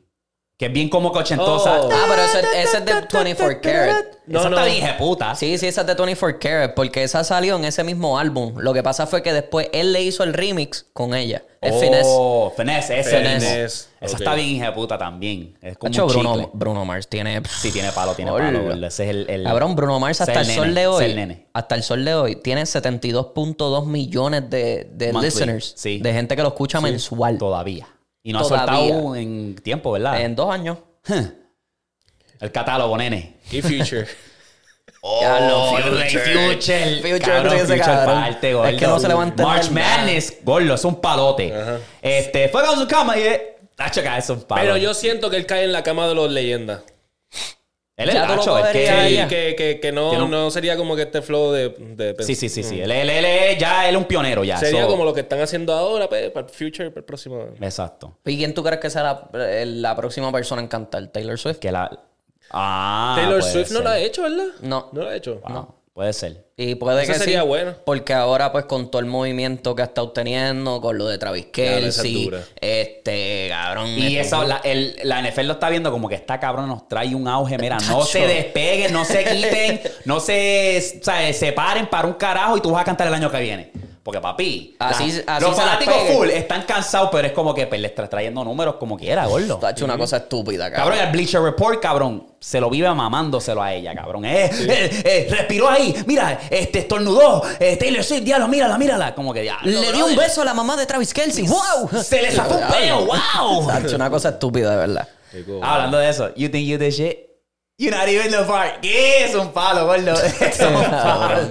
S1: Que es bien como que ochentosa.
S3: Oh.
S2: Ah, pero ese, ese es de 24 Karat.
S1: No,
S3: No,
S1: Esa
S3: no.
S1: está bien hijeputa.
S2: Sí, sí, esa es de 24 Karat, porque esa salió en ese mismo álbum. Lo que pasa fue que después él le hizo el remix con ella. El finesse.
S1: Oh, Finesse, ese
S3: Finesse.
S1: mismo. Esa
S3: Ok.
S1: está bien hijeputa también. Es como
S2: Hacho,
S1: un chicle.
S2: Bruno, Bruno Mars tiene.
S1: Sí, tiene palo, tiene
S2: Hola.
S1: palo. gordo. Ese es el... el-
S2: Cabrón, Bruno Mars
S1: ese es
S2: hasta el, sol
S1: nene,
S2: de
S1: ese
S2: hoy.
S1: es el nene.
S2: Hasta el sol de hoy tiene 72.2 millones de, de
S1: Monthly,
S2: listeners.
S1: sí.
S2: De gente que lo escucha mensual.
S1: Todavía. Y no ha
S2: Todavía.
S1: soltado en tiempo, ¿verdad?
S2: En dos años.
S1: El catálogo, nene.
S3: Y Future.
S1: Ya lo
S2: Oh, Future.
S1: Future.
S2: Future,
S1: cabrón,
S2: ese
S1: Future
S2: cabrón.
S1: parte,
S2: Es
S1: gordo.
S2: que no se levanta
S1: March
S2: nada.
S1: Madness, gordo, es un palote. Este, fue con su cama y... eh, Hacho, que es un palo.
S3: Pero yo siento que él cae en la cama de los leyendas.
S1: Él es
S2: Ya tú lo
S1: Hacho, es que...
S2: podrías-
S3: Sí,
S2: ya.
S3: que, que, que no,
S1: Que no-
S3: no... sería como que este flow de... de
S1: Sí, sí, sí, sí. Él, él- él es- ya él es un pionero ya.
S3: Sería
S1: so-
S3: como lo que están haciendo ahora, pues, para el future, para el próximo...
S1: Exacto.
S2: Pues, ¿Y quién tú crees que sea la, eh, la próxima persona en cantar? ¿Taylor Swift?
S1: Que la... Ah,
S3: Taylor
S1: puede
S3: Swift no
S1: ser.
S3: lo ha hecho, ¿verdad?
S2: No.
S3: No lo ha hecho.
S1: Wow, Puede ser.
S2: Y puede
S3: Esa
S2: que
S3: sería
S2: sí,
S3: buena.
S2: Porque ahora, pues, con todo el movimiento que ha estado teniendo, con lo de Travis
S3: Claro, esa es
S2: Kelce,
S3: dura.
S2: este, cabrón.
S1: Y
S2: esto-
S1: eso, la, el- la NFL lo está viendo como que esta cabrón nos trae un auge. Mira, no
S2: Tacho.
S1: se despeguen, no se quiten, no se o sea, separen para un carajo y tú vas a cantar el año que viene. Porque, papi,
S2: Así- así
S1: los
S2: se las
S1: fanáticos
S2: peguen.
S1: full están cansados, pero es como que pues, le está trayendo números como quiera, gordo.
S2: Esto ha hecho una cosa estúpida, cabrón.
S1: Cabrón, el Bleacher Report, cabrón, se lo vive mamándoselo a ella, cabrón. Eh, eh, eh, respiró ahí, mira, este estornudó, eh, Taylor Swift, diablo, mírala, mírala. Como que ya.
S2: Le dio un beso a la mamá de Travis Kelce. ¡Wow!
S1: Se le sacó un peo, wow.
S2: Esto ha hecho una cosa estúpida, de verdad.
S1: Hablando de eso, you think you the shit? You're not even the part. ¿Qué es un palo, gordo? Es un palo.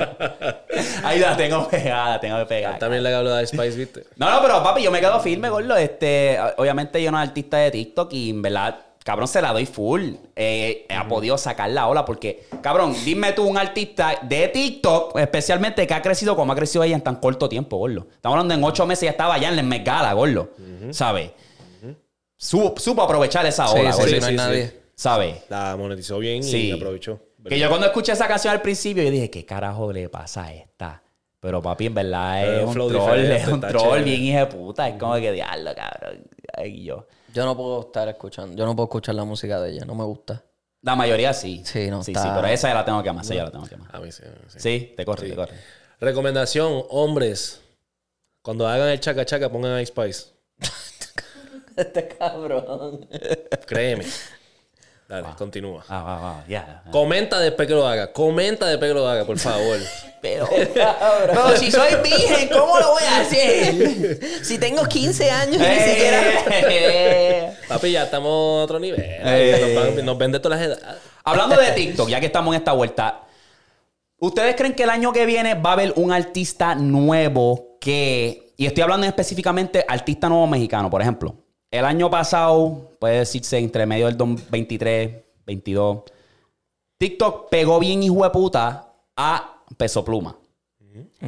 S1: Ahí la tengo pegada, la tengo pegada.
S3: También le hablo de Ice Spice, ¿viste?
S1: No, no, pero papi, yo me quedo firme, gordo. Este, obviamente yo no soy artista de TikTok y en verdad, cabrón, se la doy full. Eh, ha podido sacar la ola porque, cabrón, dime tú un artista de TikTok, especialmente que ha crecido como ha crecido ella en tan corto tiempo, gordo. Estamos hablando en ocho meses ya estaba allá en la Met Gala, gordo. ¿Sabes? Supo, supo aprovechar esa
S2: Sí,
S1: ola,
S2: sí,
S1: gordo.
S2: sí, no
S3: sí,
S2: hay
S3: sí.
S2: nadie.
S1: ¿Sabes?
S3: La monetizó bien
S1: Sí.
S3: y la aprovechó.
S1: Que yo cuando escuché esa canción al principio, yo dije, ¿qué carajo le pasa a esta? Pero papi, en verdad
S3: Pero
S1: es
S3: un
S1: un
S3: flow
S1: troll, es
S3: diferente,
S1: un
S3: está
S1: troll
S3: chévere.
S1: bien hijo de puta. Es como que diablo, cabrón. Ay, yo.
S2: Yo no puedo estar escuchando, yo no puedo escuchar la música de ella, no me gusta.
S1: La mayoría sí.
S2: Sí, no,
S1: Sí,
S2: está-
S1: sí, pero esa ya la tengo que amar, esa ya la tengo que amar.
S3: A mí sí, a mí sí.
S1: Sí, te corre, te corre.
S3: Recomendación, hombres. Cuando hagan el chaca chaca, pongan Ice Spice.
S2: Este cabrón.
S3: Créeme. Dale, continúa.
S1: Ah, va, va, ya.
S3: Comenta después que lo haga. Comenta después que lo haga, por favor.
S2: Pero, pero si soy virgen, ¿cómo lo voy a hacer? Si tengo 15 años,
S1: Eh.
S3: Papi, ya estamos a otro nivel.
S1: Eh.
S3: Nos, van- nos vende todas las edades.
S1: Hablando de TikTok, ya que estamos en esta vuelta, ¿ustedes creen que el año que viene va a haber un artista nuevo que, y estoy hablando específicamente artista nuevo mexicano, por ejemplo, el año pasado, puede decirse entre medio del 23, 22, TikTok pegó bien hijo de puta a Peso Pluma.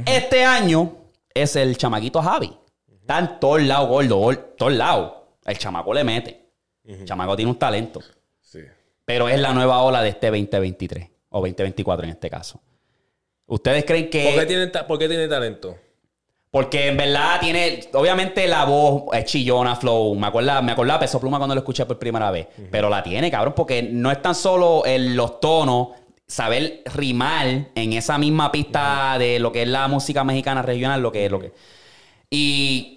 S1: Este año es el chamaquito Javi. Está en todos lados, gordo, gol- todos lados. El chamaco le mete. El chamaco tiene un talento.
S3: Sí.
S1: Pero es la nueva ola de este 2023 o 2024 en este caso. ¿Ustedes creen que.?
S3: ¿Por qué, tiene, ta- por qué tiene talento?
S1: Porque en verdad tiene. Obviamente la voz es chillona, flow. Me acuerda, me acordaba Peso Pluma cuando lo escuché por primera vez. Pero la tiene, cabrón, porque no es tan solo el- los tonos, saber rimar en esa misma pista de lo que es la música mexicana regional, lo que es lo que. Y.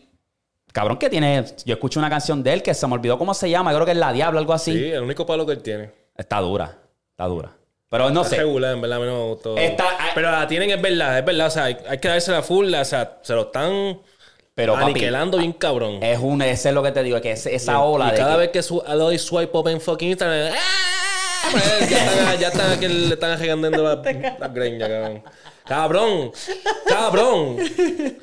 S1: Cabrón, que tiene. Yo escuché una canción de él que se me olvidó cómo se llama, creo que es La Diablo, algo así.
S3: Sí, el único palo que él tiene.
S1: Está dura, está dura. Pero no
S3: Está
S1: sé.
S3: regular, en verdad, a mí no me gustó.
S1: Está-
S3: Pero la tienen, es verdad, es verdad. O sea, hay, hay que darse la full. O sea, se lo están
S1: Pero papi, eh,
S3: aniquilando bien cabrón.
S1: es un, ese es lo que te digo, que es esa ola
S3: y
S1: de
S3: cada
S1: que-
S3: vez que su, le doy swipe up en fucking Instagram, ¡ah! Pues, ya están, ya están aquí, le están regañando la, la greña, cabrón. Cabrón, cabrón.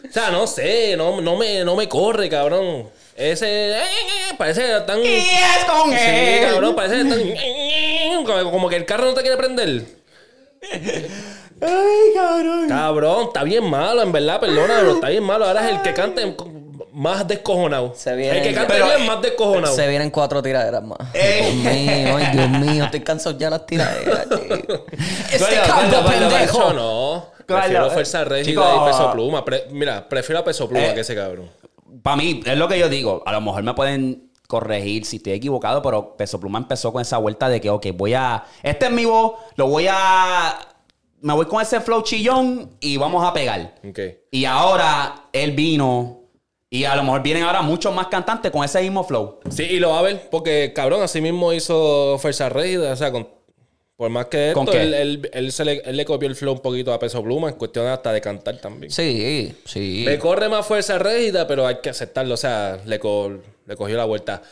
S3: O sea, no sé, no, no, me, no me corre, cabrón. Ese, eh, eh, parece que están...
S1: Y
S3: Sí,
S1: es con él.
S3: cabrón, parece que están... como- Como que el carro no te quiere prender.
S1: Ay, cabrón.
S3: Cabrón, está bien malo, en verdad, perdona, pero está bien malo. Ahora es el que cante. más descojonado.
S2: Se viene-
S3: el que cante
S2: pero-
S3: bien, más descojonado. Eh.
S2: Se vienen cuatro tiraderas más. Dios mío, ay, Dios mío, estoy cansado ya de las tiraderas. tío. este
S1: Gordo,
S2: campo,
S1: gordo, gordo,
S2: pendejo.
S3: Yo no.
S1: Claro.
S3: Prefiero fuerza rígida
S1: Chico.
S3: y peso pluma. Pre- mira, prefiero a peso pluma
S1: Eh.
S3: que ese cabrón.
S1: Para mí, es lo que yo digo. A lo mejor me pueden corregir si estoy equivocado, pero Peso Pluma empezó con esa vuelta de que, ok, voy a. Este es mi voz, lo voy a. Me voy con ese flow chillón y vamos a pegar.
S3: Ok.
S1: Y ahora él vino. Y a lo mejor vienen ahora muchos más cantantes con ese mismo flow.
S3: Sí, y lo va a ver, porque cabrón, así mismo hizo fuerza rígida. O sea, con, por más que esto,
S1: ¿Con qué?
S3: Él, él- él se le, él le copió el flow un poquito a peso pluma, en cuestión hasta de cantar también.
S2: Sí, sí.
S3: Le corre más fuerza rígida, pero hay que aceptarlo. O sea, le, co- le cogió la vuelta.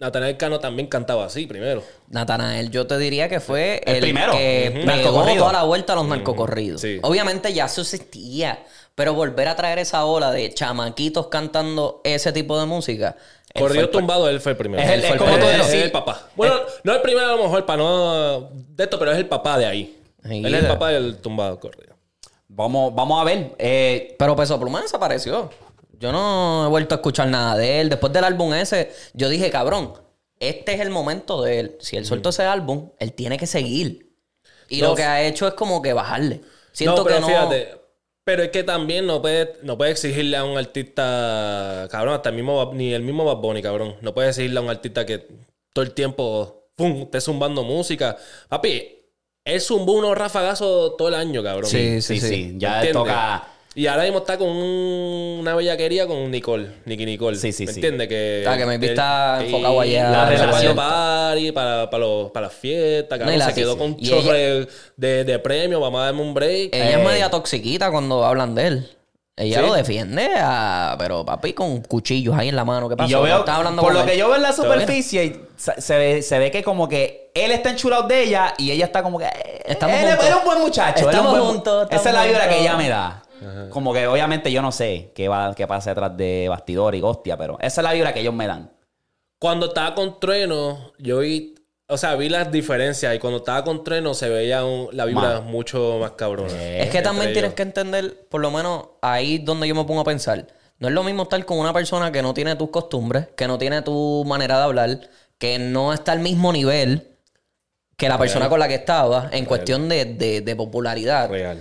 S3: Natanael Cano también cantaba así primero.
S2: Natanael, yo te diría que fue
S1: El
S2: el,
S1: primero.
S2: que
S1: Ujú.
S2: pegó
S1: Narcocorrido.
S2: toda la vuelta a los narcocorridos.
S3: Sí.
S2: Obviamente ya eso existía, pero volver a traer esa ola de chamaquitos cantando ese tipo de música. él fue
S3: Corrió
S2: el-
S3: tumbado, él fue el primero.
S1: Es el-
S3: Él
S1: es
S3: fue
S1: como
S3: primero.
S1: tú decís-
S3: Es el papá. Bueno, no el primero a lo mejor para no de esto, pero es el papá de ahí.
S2: Sí.
S3: Él es el papá del tumbado corrido.
S1: Vamos, vamos a ver. Eh,
S2: Pero Peso Pluma desapareció. Yo no he vuelto a escuchar nada de él. Después del álbum ese, yo dije, cabrón, este es el momento de él. Si él suelto ese álbum, él tiene que seguir. Y
S3: No,
S2: lo que ha hecho es como que bajarle. Siento
S3: no, pero
S2: que no.
S3: fíjate. Pero es que también no puede, no puede exigirle a un artista, cabrón, hasta el mismo, Bad- ni el mismo Bad Bunny, cabrón. No puede exigirle a un artista que todo el tiempo, pum, esté zumbando música. Papi, él zumbó unos rafagazos todo el año, cabrón.
S2: Sí,
S1: sí, sí, Ya
S3: ¿Entiendes?
S1: toca.
S3: Y ahora mismo está con un- una bellaquería con Nicole, Nicky Nicole.
S1: Sí, sí,
S3: ¿Me
S1: sí.
S3: entiendes? Que,
S2: Está, Ah, que maybe
S3: él-
S2: está enfocado allá
S1: la
S3: La
S1: relación.
S3: relación. Para party, para, para, los- para las fiestas, cabrón.
S2: No, y la-
S3: se quedó
S2: sí,
S3: con un
S2: sí. Y
S3: chorro de, de, de premio. Vamos a darme un break.
S2: Ella
S1: Ey.
S2: es media toxiquita cuando hablan de él. Ella
S3: Sí.
S2: lo defiende, a- pero papi, con cuchillos ahí en la mano. ¿Qué
S1: Y
S2: pasa?
S1: yo veo,
S2: Estás hablando
S1: por
S2: con
S1: lo
S2: él.
S1: que yo veo en la
S2: Pero mira,
S1: superficie, se, se ve, se ve que como que él está enchulado de ella y ella está como que... eh,
S2: Estamos
S1: él, es-
S2: juntos.
S1: él es un buen muchacho. él es un
S2: Estamos
S1: buen mu-
S2: juntos, estamos
S1: Esa es la vibra que
S2: juntos.
S1: ella me da. Como que obviamente yo no sé qué, va, qué pasa detrás de bastidor y hostia, pero esa es la vibra que ellos me dan.
S3: Cuando estaba con Trueno, yo vi... O sea, vi las diferencias. Y cuando estaba con Trueno se veía un- la vibra
S1: Más. Eh.
S3: mucho más cabrona.
S2: Es que también
S3: entre
S2: tienes que entender, por lo menos ahí es donde yo me pongo a pensar. No es lo mismo estar con una persona que no tiene tus costumbres, que no tiene tu manera de hablar, que no está al mismo nivel que la persona con la que estaba en cuestión de, de- de popularidad.
S3: Real.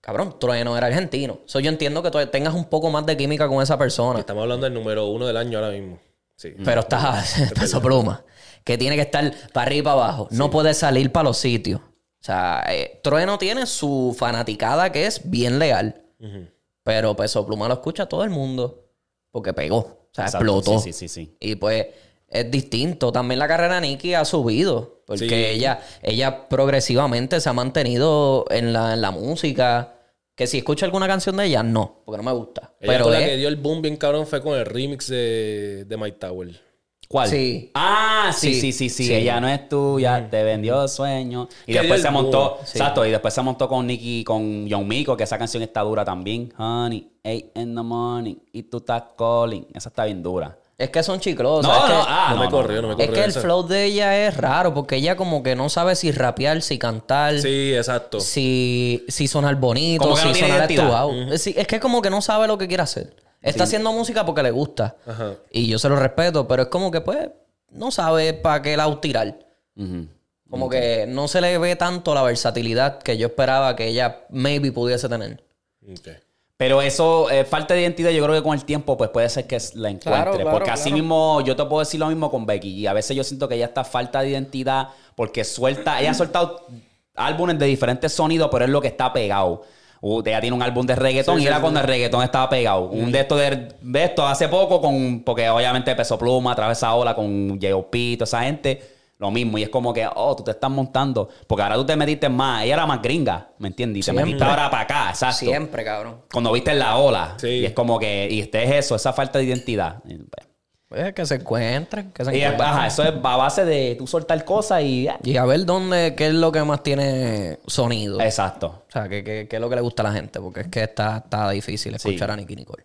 S2: Cabrón, Trueno era argentino. So, yo entiendo que tú tengas un poco más de química con esa persona.
S3: Estamos hablando del número uno del año ahora mismo. Sí.
S2: Pero está peso pluma. Que tiene que estar para arriba y para abajo. No puede salir para los sitios. O sea, eh, Trueno tiene su fanaticada que es bien leal.
S1: Mm.
S2: Pero peso pluma lo escucha todo el mundo. Porque pegó. O sea,
S1: Exacto,
S2: explotó.
S1: Sí, sí, sí, sí.
S2: Y pues es distinto. También la carrera de Nicki ha subido. Porque
S3: Sí.
S2: ella, ella progresivamente se ha mantenido en la, en la música. Que si escucho alguna canción de ella, no. Porque no me gusta.
S3: Ella
S2: pero
S3: con la
S2: es-
S3: que dio el boom bien cabrón fue con el remix de, de My Tower.
S1: ¿Cuál?
S2: Sí.
S1: Ah, sí, sí,
S2: Sí,
S1: sí, sí,
S2: sí. Mm.
S1: Ella no es tuya, te vendió sueño. Y
S3: Que
S1: después
S3: dio
S1: se
S3: el
S1: montó,
S3: boom,
S2: sí.
S1: exacto, y después se montó con Nicky, con John Mico, que esa canción está dura también. Honey, 8 in the morning, y tú estás calling. Esa está bien dura.
S2: es que son chiclosas.
S1: No,
S2: es
S1: no,
S2: que-
S1: ah,
S3: no,
S1: no,
S3: me
S1: no,
S3: corrió, no, me
S2: Es
S3: corrió.
S2: que el
S3: esa.
S2: flow de ella es raro, porque ella como que no sabe si rapear, si cantar,
S3: Sí, exacto.
S2: si, si sonar bonito,
S1: Como que
S2: si
S1: no tiene
S2: sonar
S1: identidad.
S2: actuado. Sí, es que como que no sabe lo que quiere hacer. Está haciendo música porque le gusta.
S3: Ajá.
S2: Y yo se lo respeto, pero es como que pues no sabe para qué lado tirar.
S1: Ujú.
S2: Como que no se le ve tanto la versatilidad que yo esperaba que ella maybe pudiese tener.
S3: Ok.
S1: Pero eso, eh, falta de identidad, yo creo que con el tiempo, pues puede ser que la encuentre.
S2: Claro, claro,
S1: porque así
S2: claro.
S1: mismo, yo te puedo decir lo mismo con Becky. Y a veces yo siento que ella está falta de identidad porque suelta, ella ha soltado álbumes de diferentes sonidos, pero es lo que está pegado. Uh, ella tiene un álbum de reggaetón y era cuando el reggaetón estaba pegado. Un de estos de, de estos hace poco, con porque obviamente Peso Pluma, Travesa Ola, con J.O.P., toda esa gente, lo mismo. Y es como que, oh, tú te estás montando. Porque ahora tú te metiste más. Ella era más gringa, ¿me entiendes? Y te
S2: Siempre.
S1: metiste ahora para acá, exacto
S2: Siempre, cabrón.
S1: cuando viste en la ola.
S3: Sí.
S1: Y es como que, y este es eso, esa falta de identidad. Y, pues,
S2: Pues, que se encuentren, que se
S1: y es-
S2: encuentren.
S1: ajá, eso es a base de tú soltar cosas y. ah,
S2: Y a ver dónde, qué es lo que más tiene sonido.
S1: Exacto.
S2: O sea, ¿qué, qué, qué es lo que le gusta a la gente? Porque es que está, está difícil escuchar a Nicky Nicole.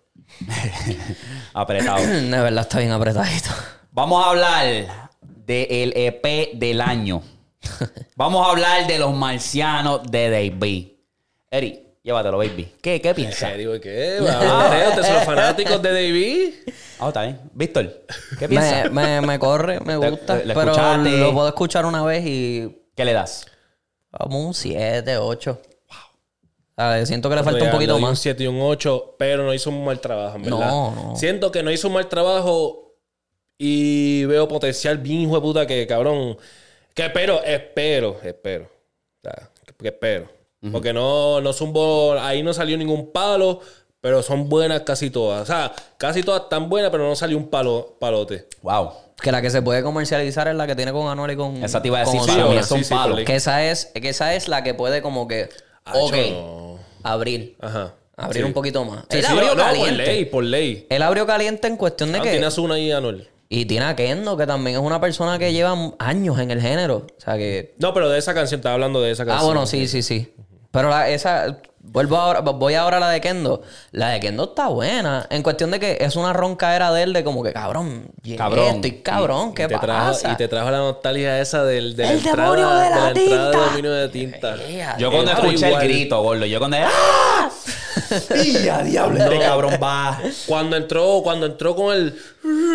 S1: Apretado.
S2: De verdad está bien apretadito.
S1: Vamos a hablar del EP del año. Vamos a hablar de los marcianos de David. Eri, Llévatelo, baby. ¿Qué, qué piensas?
S3: Eh, digo, ¿qué? Va, ustedes, ustedes son los fanáticos de David.
S1: Ah, está bien. Víctor, ¿qué
S2: Me,
S1: piensas?
S2: me, me corre, me
S1: Te-
S2: gusta.
S1: te- la
S2: pero
S1: escuchaste.
S2: lo puedo escuchar una vez y
S1: ¿Qué le das?
S2: vamos un 7, 8. siento que le falta
S3: Le-
S2: un poquito
S3: le di Un
S2: más.
S3: 7 y un 8, pero no hizo un mal trabajo, en
S2: No,
S3: verdad.
S2: no.
S3: Siento que no hizo un mal trabajo y veo potencial bien hijo de puta que, cabrón. Que espero, espero, espero. O sea, que- que espero. Porque no, no zumbó, ahí no salió ningún palo, pero son buenas casi todas. O sea, casi todas tan buenas, pero no salió un palo, palote.
S1: Wow.
S2: Que la que se puede comercializar es la que tiene con Anuel y con.
S1: Esa te iba a decir,
S2: con
S1: para
S2: Ozuna.
S1: mí
S3: ahora
S1: son
S3: sí, sí,
S1: palos.
S3: por
S2: Que esa es, que esa es la que puede como que.
S3: Ah,
S2: Ok,
S3: yo no.
S2: abrir.
S3: Ajá.
S2: Abrir
S3: Sí.
S2: un poquito más.
S3: Sí,
S2: él
S3: sí,
S2: abrió
S3: no, por
S2: caliente.
S3: ley, por ley.
S2: Él abrió caliente en cuestión de
S3: Ah,
S2: que.
S3: tiene a Zuna y a Anuel.
S2: Y Tina Kendo, que también es una persona que lleva años en el género. O sea que.
S3: No, pero de esa canción, estaba hablando de esa
S2: Ah,
S3: canción.
S2: bueno, sí, sí, sí. Pero la- esa. Vuelvo ahora, voy ahora a la de Kendo. La de Kendo está buena. En cuestión de que es una ronca era de él de como que, cabrón, llegué,
S1: Cabrón.
S2: estoy cabrón, ¿qué
S3: y te
S2: pasa?
S3: Trajo, y te trajo la nostalgia esa del, de la
S2: ¡El
S3: entrada,
S2: demonio de la
S3: entrada
S2: tinta!
S3: de dominio de tinta.
S2: Yeah,
S1: Yo cuando
S3: Eh,
S1: escuché
S3: igual.
S1: el grito, gordo, yo cuando. ¡Ah! ¡Y a diablo! Este cabrón va.
S3: Cuando entró, cuando entró con el.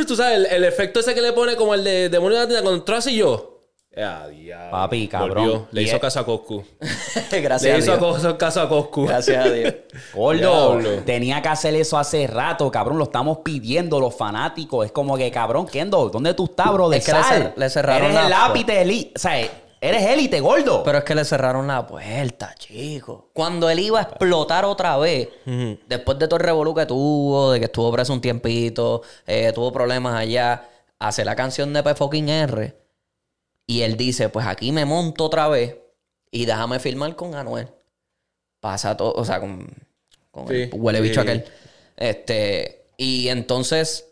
S3: Tú sabes, el, el efecto ese que le pone como el de demonio de la tinta, cuando entró así yo. Ah, diablo.
S1: Papi, cabrón.
S3: Volvió. Le
S1: Y
S3: hizo
S1: es-
S3: caso a Coscu.
S2: Gracias
S3: Le
S2: a
S3: hizo
S2: Dios.
S3: co- caso a Coscu.
S2: Gracias a Dios.
S1: Gordo,
S3: Diablo.
S1: tenía que hacer eso hace rato, cabrón. Lo estamos pidiendo los fanáticos. Es como que, cabrón, Kendo, ¿dónde tú estás, bro? De
S2: Es que le
S1: sal.
S2: cer- le cerraron
S1: Eres
S2: la
S1: el
S2: puerta.
S1: lápiz élite. O sea, eres élite, gordo.
S2: Pero es que le cerraron la puerta, chico. Cuando él iba a explotar otra vez, después de todo el revolú que tuvo, de que estuvo preso un tiempito, eh, tuvo problemas allá, hace la canción de P fucking R. Y él dice, pues aquí me monto otra vez y déjame firmar con Anuel. Pasa todo, o sea, con, con el
S3: Sí,
S2: huele bicho
S3: sí.
S2: aquel. Este, y entonces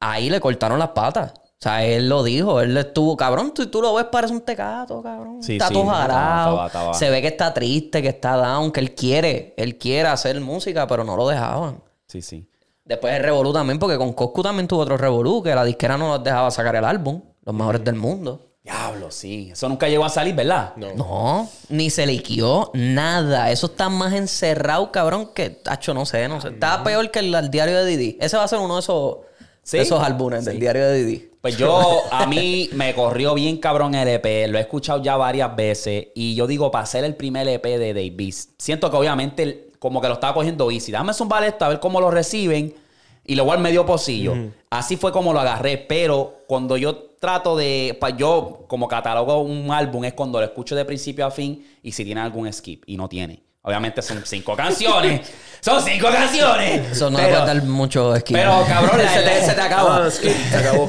S2: ahí le cortaron las patas. O sea, él lo dijo, él estuvo, cabrón, tú, tú lo ves, parece un tecato, cabrón.
S1: Sí,
S2: está
S1: sí,
S2: todo
S1: estaba,
S2: jarado.
S1: estaba, estaba.
S2: Se ve que está triste, que está down, que él quiere, él quiere hacer música, pero no lo dejaban.
S1: Sí, sí.
S2: Después el Revolú también, porque con Coscu también tuvo otro Revolú, que la disquera no los dejaba sacar el álbum, los mejores del mundo.
S1: Diablo, sí. Eso nunca llegó a salir, ¿verdad?
S3: No.
S2: No, ni se liquió nada. Eso está más encerrado, cabrón, que, tacho, no sé, no sé. Está peor que el, el diario de Didi. Ese va a ser uno de esos,
S1: ¿Sí?
S2: de esos álbumes del diario de Didi.
S1: Pues yo, a mí me corrió bien cabrón el EP, lo he escuchado ya varias veces y yo digo, para ser el primer EP de Davis, siento que obviamente el- como que lo estaba cogiendo easy, dame zumbar esto a ver cómo lo reciben y luego al medio pocillo. Así fue como lo agarré, pero cuando yo trato de, pa- yo como catalogo un álbum es cuando lo escucho de principio a fin y si tiene algún skip y no tiene. Obviamente son cinco canciones, son cinco canciones.
S2: Eso no le
S1: pero-
S2: puede dar mucho esquina.
S1: Pero cabrón, la-
S2: se, te, se te acaba.
S3: Ah, sí, se acabó.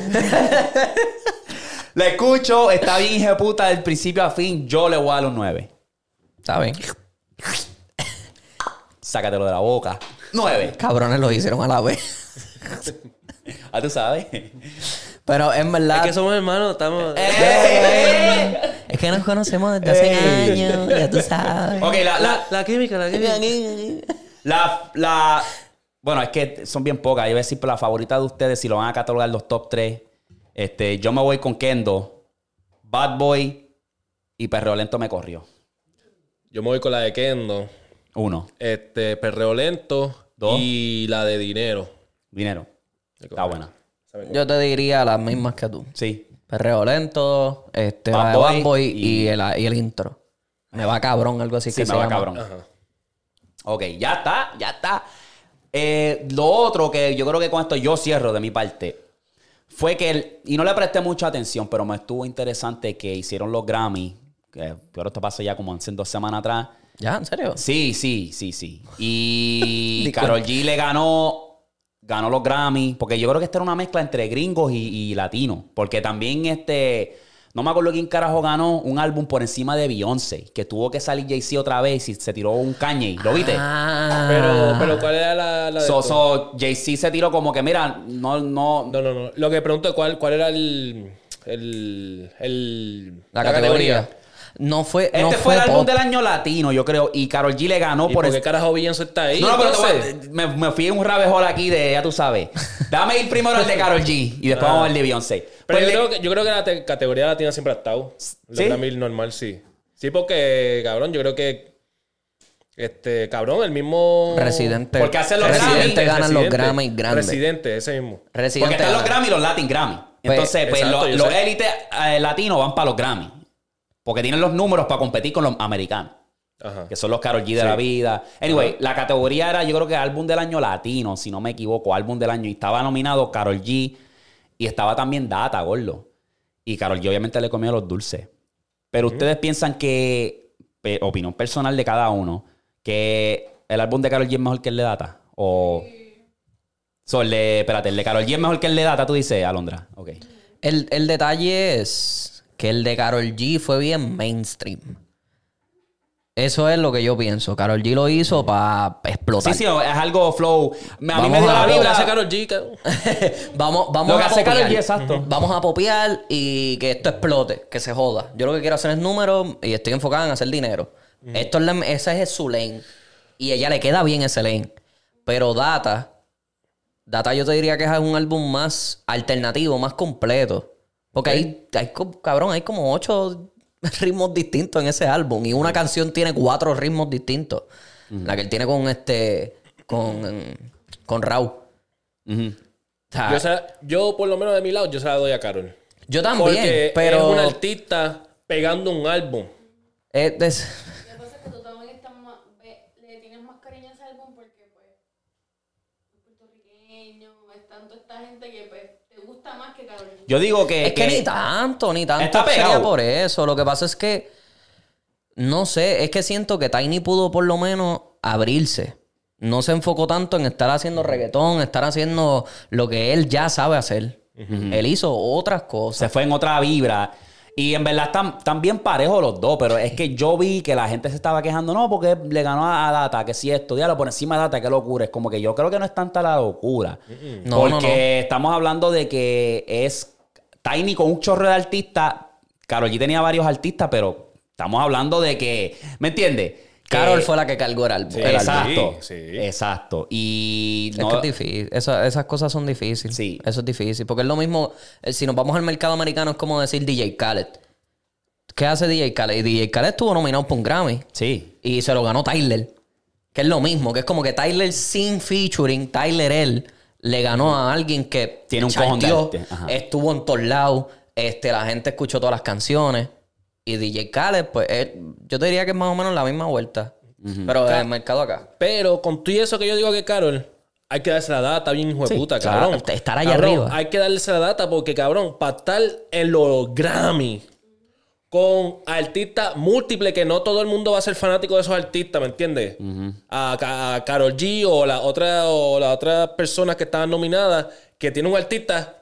S1: La escucho, está bien hija de puta del principio a fin. Yo le voy a dar un 9.
S2: Está bien.
S1: Sácatelo de la boca. 9.
S2: Cabrones lo hicieron a la vez.
S1: Ah, tú sabes.
S2: Pero en
S3: es
S2: verdad.
S3: que somos hermanos, estamos.
S1: Eh.
S2: Es que nos conocemos desde hace
S1: Ey.
S2: años, ya tú sabes.
S1: Ok, la, la,
S3: La química, la química.
S1: la, la- Bueno, es que son bien pocas. Yo voy a decir, pero la favorita de ustedes, si lo van a catalogar los top 3, este, yo me voy con Kendo, Bad Boy y Perreo Lento me corrió.
S3: Yo me voy con la de Kendo,
S1: Uno,
S3: este, Perreo Lento
S1: Dos.
S3: y la de Dinero.
S1: dinero. Está buena.
S2: Yo te diría las mismas que tú.
S1: Sí.
S2: Perreo lento, este,
S1: Bad
S2: la de
S1: Boy
S2: Bad Boy
S1: y-
S2: y, el, y el intro. Me va cabrón, algo así
S1: Sí,
S2: que
S1: me
S2: se
S1: va
S2: llama.
S1: cabrón.
S3: Ajá.
S1: Ok, ya está, ya está. Eh, lo otro que yo creo que con esto yo cierro de mi parte fue que, el- y no le presté mucha atención, pero me estuvo interesante que hicieron los Grammy, que pero esto pasó ya como hace dos semanas atrás.
S2: ¿Ya? ¿En serio?
S1: Sí, sí, sí, sí. Y Carol G le ganó, ganó los Grammy, porque yo creo que esta era una mezcla entre gringos y, y latinos, porque también este, no me acuerdo quién carajo ganó un álbum por encima de Beyoncé, que tuvo que salir Jay-Z otra vez y se tiró un Kanye, ¿lo viste?
S2: Ah.
S3: Pero, pero ¿cuál era la, la de
S1: So,
S3: esto?
S1: so, Jay-Z se tiró como que, mira, no, no.
S3: No, no, no. Lo que pregunto es cuál, cuál era el. el, el-
S2: la categoría. No fue.
S1: Este
S2: no
S1: fue el álbum
S2: pop.
S1: del año latino, yo creo. Y Carol G le ganó
S3: ¿Y
S1: por
S3: por qué
S1: eso.
S3: carajo Beyoncé está ahí?
S1: No, no, pero te voy a-
S3: entonces?
S1: me, me fui en un rabejol aquí de, ya tú sabes. Dame ir primero al de Carol G y después vamos al de Beyoncé. Pues
S3: Pero yo,
S1: le-
S3: creo que, yo creo que la te- categoría latina siempre ha estado. La
S1: ¿Sí?
S3: Grammy normal, sí. Sí, porque, cabrón, yo creo que Este, cabrón, el mismo.
S2: Residente.
S1: Porque hace los
S2: Residente
S1: Grammys.
S2: ganan los
S3: Residente.
S2: Grammys grandes.
S3: Residente, ese mismo.
S2: Residente
S1: Porque están los
S2: gana.
S1: Grammy y los Latin Grammy. Entonces, pues,
S3: exacto,
S1: los-
S3: yo
S1: los
S3: sé.
S1: élites eh, latinos van para los Grammy. Porque tienen los números para competir con los americanos.
S3: Ajá.
S1: Que son los Carol G de la vida. Anyway, la categoría era, yo creo que álbum del año latino, si no me equivoco, álbum del año. Y estaba nominado Carol G. Y estaba también Data, gordo. Y Carol G obviamente le comió los dulces. Pero ustedes piensan que, pe- opinión personal de cada uno, que el álbum de Carol G es mejor que el de Data. O. So, el de, espérate, el de Carol G es mejor que el de Data, tú dices, Alondra. Ok.
S2: El, el detalle es que el de Carol G fue bien mainstream. Eso es lo que yo pienso. Carol G lo hizo para
S1: Sí,
S2: explotar.
S1: sí, es algo flow. Me- A mí
S2: Vamos
S1: me dio
S2: a
S1: la
S2: ver.
S1: vibra.
S4: Gracias, Karol G. cabrón.
S2: vamos, vamos
S1: Lo que
S2: a
S1: hace Karol
S2: popear.
S1: G, exacto.
S2: Vamos a popear y que esto explote, que se joda. Yo lo que quiero hacer es números y estoy enfocado en hacer dinero. Esto es la- ese es su lane. Y ella le queda bien ese lane. Pero Data, Data yo te diría que es un álbum más alternativo, más completo. Porque hay, hay co- cabrón, hay como ocho ritmos distintos en ese álbum. Y una canción tiene cuatro ritmos distintos. La que él tiene con este. con. con Raúl.
S1: Ujú.
S2: O sea,
S3: Yo, se la- yo, por lo menos de mi lado, yo se la doy a Carol.
S2: yo también,
S3: Porque
S2: pero.
S3: es un artista pegando un álbum.
S2: Eh, des-
S5: Lo que pasa es que tú también estás más, ve- le tienes más cariño a ese álbum porque, pues, es puertorriqueño, es tanto esta gente que, pues, te gusta más que Carol G.
S1: Yo digo que.
S2: es que
S1: que-
S2: ni tanto, ni tanto.
S1: Está
S2: sería
S1: pegado.
S2: por eso. Lo que pasa es que. No sé, es que siento que Tiny pudo por lo menos abrirse. No se enfocó tanto en estar haciendo reggaetón, estar haciendo lo que él ya sabe hacer. Él hizo otras
S1: se
S2: cosas.
S1: fue en otra vibra. Y en verdad están, están bien parejos los dos, pero es que yo vi que la gente se estaba quejando, no, porque le ganó a, a Data, que si esto, diablo, por encima de Data, qué locura. Es como que yo creo que no es tanta la locura.
S2: No,
S1: porque
S2: no, no.
S1: estamos hablando de que es Tiny con un chorro de artistas. Carol G tenía varios artistas, pero estamos hablando de que, ¿me entiendes?
S2: Carol
S1: Que-
S2: fue la que cargó el álbum. el álbum.
S1: Exacto.
S3: sí.
S1: Exacto. Y
S2: Es
S1: no,
S2: que es difícil. Esa- esas cosas son difíciles.
S1: Sí.
S2: Eso es difícil. Porque es lo mismo. eh, Si nos vamos al mercado americano, es como decir DJ Khaled. ¿Qué hace DJ Khaled? Y DJ Khaled estuvo nominado por un Grammy.
S1: sí.
S2: Y se lo ganó Tyler. Que es lo mismo. Que es como que Tyler sin featuring, Tyler él, le ganó a alguien que.
S1: Tiene un cojón de
S2: charteó,
S1: arte. Ajá.
S2: Estuvo en todos lados. Este, la gente escuchó todas las canciones. Y DJ Khaled, pues él- yo te diría que es más o menos la misma vuelta. Pero en el mercado acá.
S3: Pero con tú y eso que yo digo que Carol, hay que darse la data bien, hijo de puta,
S2: claro,
S3: cabrón.
S2: estar allá
S3: Cabrón,
S2: arriba.
S3: Hay que darse la data porque, cabrón, para estar en los Grammy con artistas múltiples que no todo el mundo va a ser fanático de esos artistas, ¿me entiendes? a, Ca- a Karol G o la otra o la otra persona que estaban nominadas que tiene un artista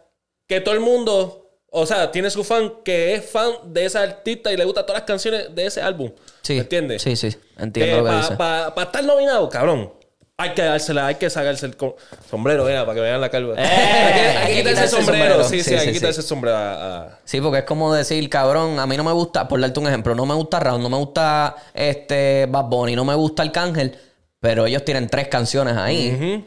S3: que todo el mundo, o sea, tiene su fan que es fan de ese artista y le gusta todas las canciones de ese álbum.
S2: Sí.
S3: ¿Me entiendes? Eh,
S2: Sí, sí. Entiendo lo que dice.
S3: Para estar nominado, cabrón. Hay que dársela, hay que sacarse el co- sombrero, vea, para que vean la calva.
S2: Eh,
S3: hay, que, hay que quitarse el sombrero. Sí, sí, hay que
S2: sí,
S3: quitarse el sombrero. a- a-
S2: Sí, porque es como decir, cabrón, a mí no me gusta, por darte un ejemplo, no me gusta Round, no me gusta este Bad Bunny, no me gusta Arcángel, pero ellos tienen tres canciones ahí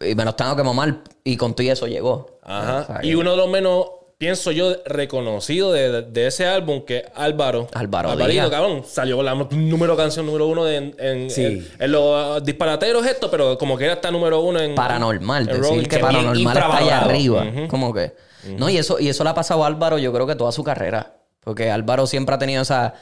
S2: y me los tengo que mamar y con todo y eso llegó. O
S3: Ajá.
S2: sea,
S3: Y uno de los menos, pienso yo, reconocido de, de ese álbum que es Álvaro.
S2: Álvaro
S3: Alvarito,
S2: Díaz.
S3: cabrón. Salió con la número canción número uno en, en,
S1: Sí.
S3: en- en los ah, disparateros esto, pero como que era hasta número uno en...
S2: paranormal,
S3: en
S2: decir
S3: Rolling
S2: que
S3: Stone.
S1: bien
S2: paranormal está allá
S1: infravalorado.
S2: arriba, como que. No, y eso y eso le ha pasado a Álvaro, yo creo que toda su carrera, porque Álvaro siempre ha tenido esa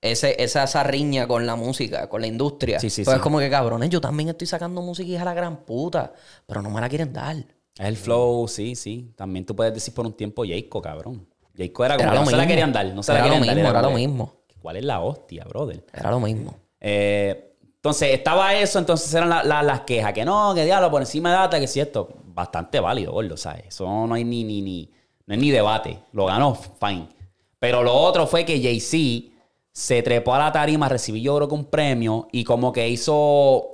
S2: ese, esa, esa riña con la música, con la industria.
S1: Sí, sí,
S2: Entonces
S1: sí.
S2: es como que, cabrones, yo también estoy sacando música hija de la gran puta, pero no me la quieren dar.
S1: Es el flow, sí, sí. También tú puedes decir por un tiempo Jayco, cabrón. Jayco era como
S2: Era
S1: que
S2: lo
S1: no se la
S2: mismo.
S1: querían dar. No se la
S2: Era lo
S1: querían dar.
S2: mismo, era
S1: como
S2: lo
S1: que,
S2: mismo.
S1: ¿Cuál es la hostia, brother?
S2: Era lo mismo.
S1: Eh, entonces, estaba eso, entonces eran la- la- las quejas. Que no, que diablo, por encima de data, que si esto. Bastante válido, gordo, ¿sabes? Eso no hay ni, ni, ni, no hay ni debate. Lo ganó, fine. Pero lo otro fue que Jay-Z se trepó a la tarima, recibió yo creo que un premio y como que hizo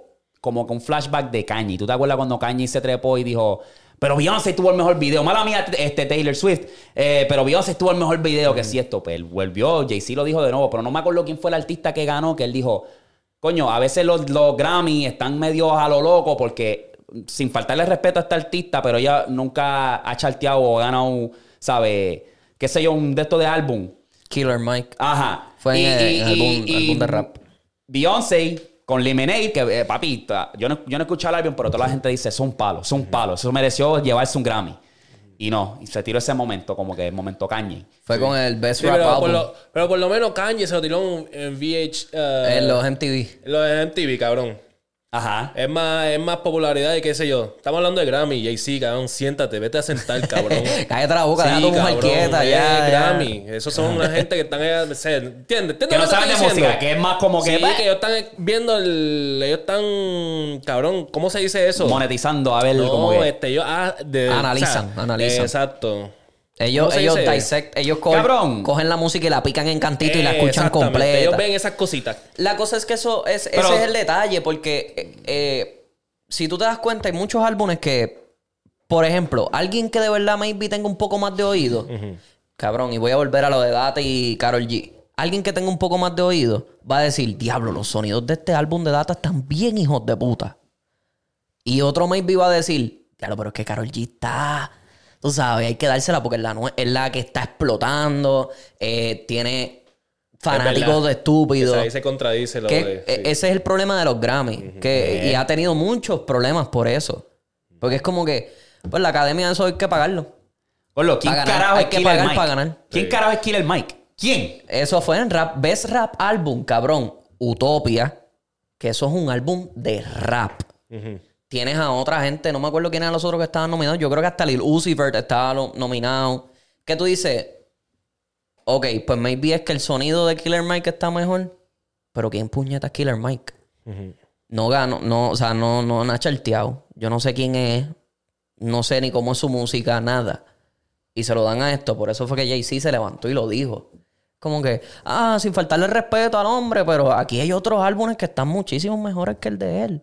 S1: como que un flashback de Kanye. ¿Tú te acuerdas cuando Kanye se trepó y dijo, pero Beyoncé tuvo el mejor video? Mala mía, este Taylor Swift, eh, pero Beyoncé tuvo el mejor video que si esto. Pues él volvió, Jay-Z lo dijo de nuevo, pero no me acuerdo quién fue el artista que ganó, que él dijo, coño, a veces los, los Grammy están medio a lo loco porque sin faltarle respeto a esta artista, pero ella nunca ha charteado o ganado, ¿sabes? qué sé yo, un de estos de álbum.
S2: Killer Mike.
S1: Ajá.
S2: Fue en el álbum- álbum de rap.
S1: Beyoncé Con Lemonade, que eh, papi, ta- yo no, yo no escuché el álbum, pero toda la gente dice, es un palo, es un palo. Eso mereció llevarse un Grammy. Y no, y se tiró ese momento, como que el momento Kanye.
S2: Fue con el Best
S3: Sí,
S2: Rap
S3: pero, por
S2: Album
S3: lo, pero por lo menos Kanye se lo tiró en VH. eh,
S2: en los MTV.
S3: lo de MTV, cabrón.
S1: Ajá.
S3: Es más, es más popularidad y qué sé yo. Estamos hablando de Grammy, Jay-Z, cabrón. Siéntate, vete a sentar, cabrón.
S2: Cállate la boca, deja a tu
S3: Sí,
S2: mujer
S3: cabrón,
S2: quieta
S3: eh,
S2: ya. ya.
S3: Grammy. Esos son una gente que están. allá, o sea, ¿Entiendes? ¿Entiendes
S1: Que no
S3: lo te
S1: saben de
S3: estoy diciendo?
S1: música, que es más como que... pues,
S3: Sí, que ellos están viendo el. Ellos están. Cabrón, ¿cómo se dice eso?
S1: monetizando, a ver, como
S3: No,
S1: que...
S3: este, ellos. ah, de-
S2: Analizan, analizan.
S3: Exacto. ¿Cómo
S2: Ellos,
S3: se
S2: ellos
S3: dice?
S2: dissect, ellos cogen,
S1: Cabrón.
S2: cogen la música y la pican en cantito y la
S3: Eh,
S2: escuchan
S3: exactamente.
S2: completa.
S3: Ellos ven esas cositas.
S2: La cosa es que eso es,
S1: Pero-
S2: ese es el detalle, porque eh, eh, si tú te das cuenta, hay muchos álbumes que, por ejemplo, alguien que de verdad maybe tenga un poco más de oído, cabrón, y voy a volver a lo de Data y Carol G. Alguien que tenga un poco más de oído va a decir, diablo, los sonidos de este álbum de Data están bien hijos de puta. Y otro maybe va a decir, claro, pero es que Carol G está. Tú sabes, hay que dársela porque es la, nue- es la que está explotando. eh, tiene fanáticos
S3: verdad.
S2: de
S3: Que
S2: estúpidos.
S3: ahí se contradice lo
S2: Que
S3: de.
S2: e- Ese es el problema de los Grammy. que, y ha tenido muchos problemas por eso. Porque es como que, pues la academia eso hay que pagarlo.
S1: Gordo, ¿quién
S2: Pa' ganar,
S1: carajo
S2: hay
S1: es
S2: que
S1: Killer
S2: pagar
S1: Mike?
S2: pa' ganar.
S1: ¿Quién
S3: Sí.
S1: carajo es Killer Mike? ¿Quién?
S2: Eso fue en rap, Best Rap Album, cabrón. Utopia, que eso es un álbum de rap. Tienes a otra gente, no me acuerdo quién eran los otros que estaban nominados. Yo creo que hasta Lil Uzi Vert estaba lo- nominado. ¿Qué tú dices? Ok, pues maybe es que el sonido de Killer Mike está mejor. Pero ¿quién puñeta es Killer Mike? No gano, no, o sea, no, no, no ha charteado. Yo no sé quién es, no sé ni cómo es su música, nada. Y se lo dan a esto. Por eso fue que Jay-Z se levantó y lo dijo. Como que, ah, sin faltarle el respeto al hombre, pero aquí hay otros álbumes que están muchísimo mejores que el de él.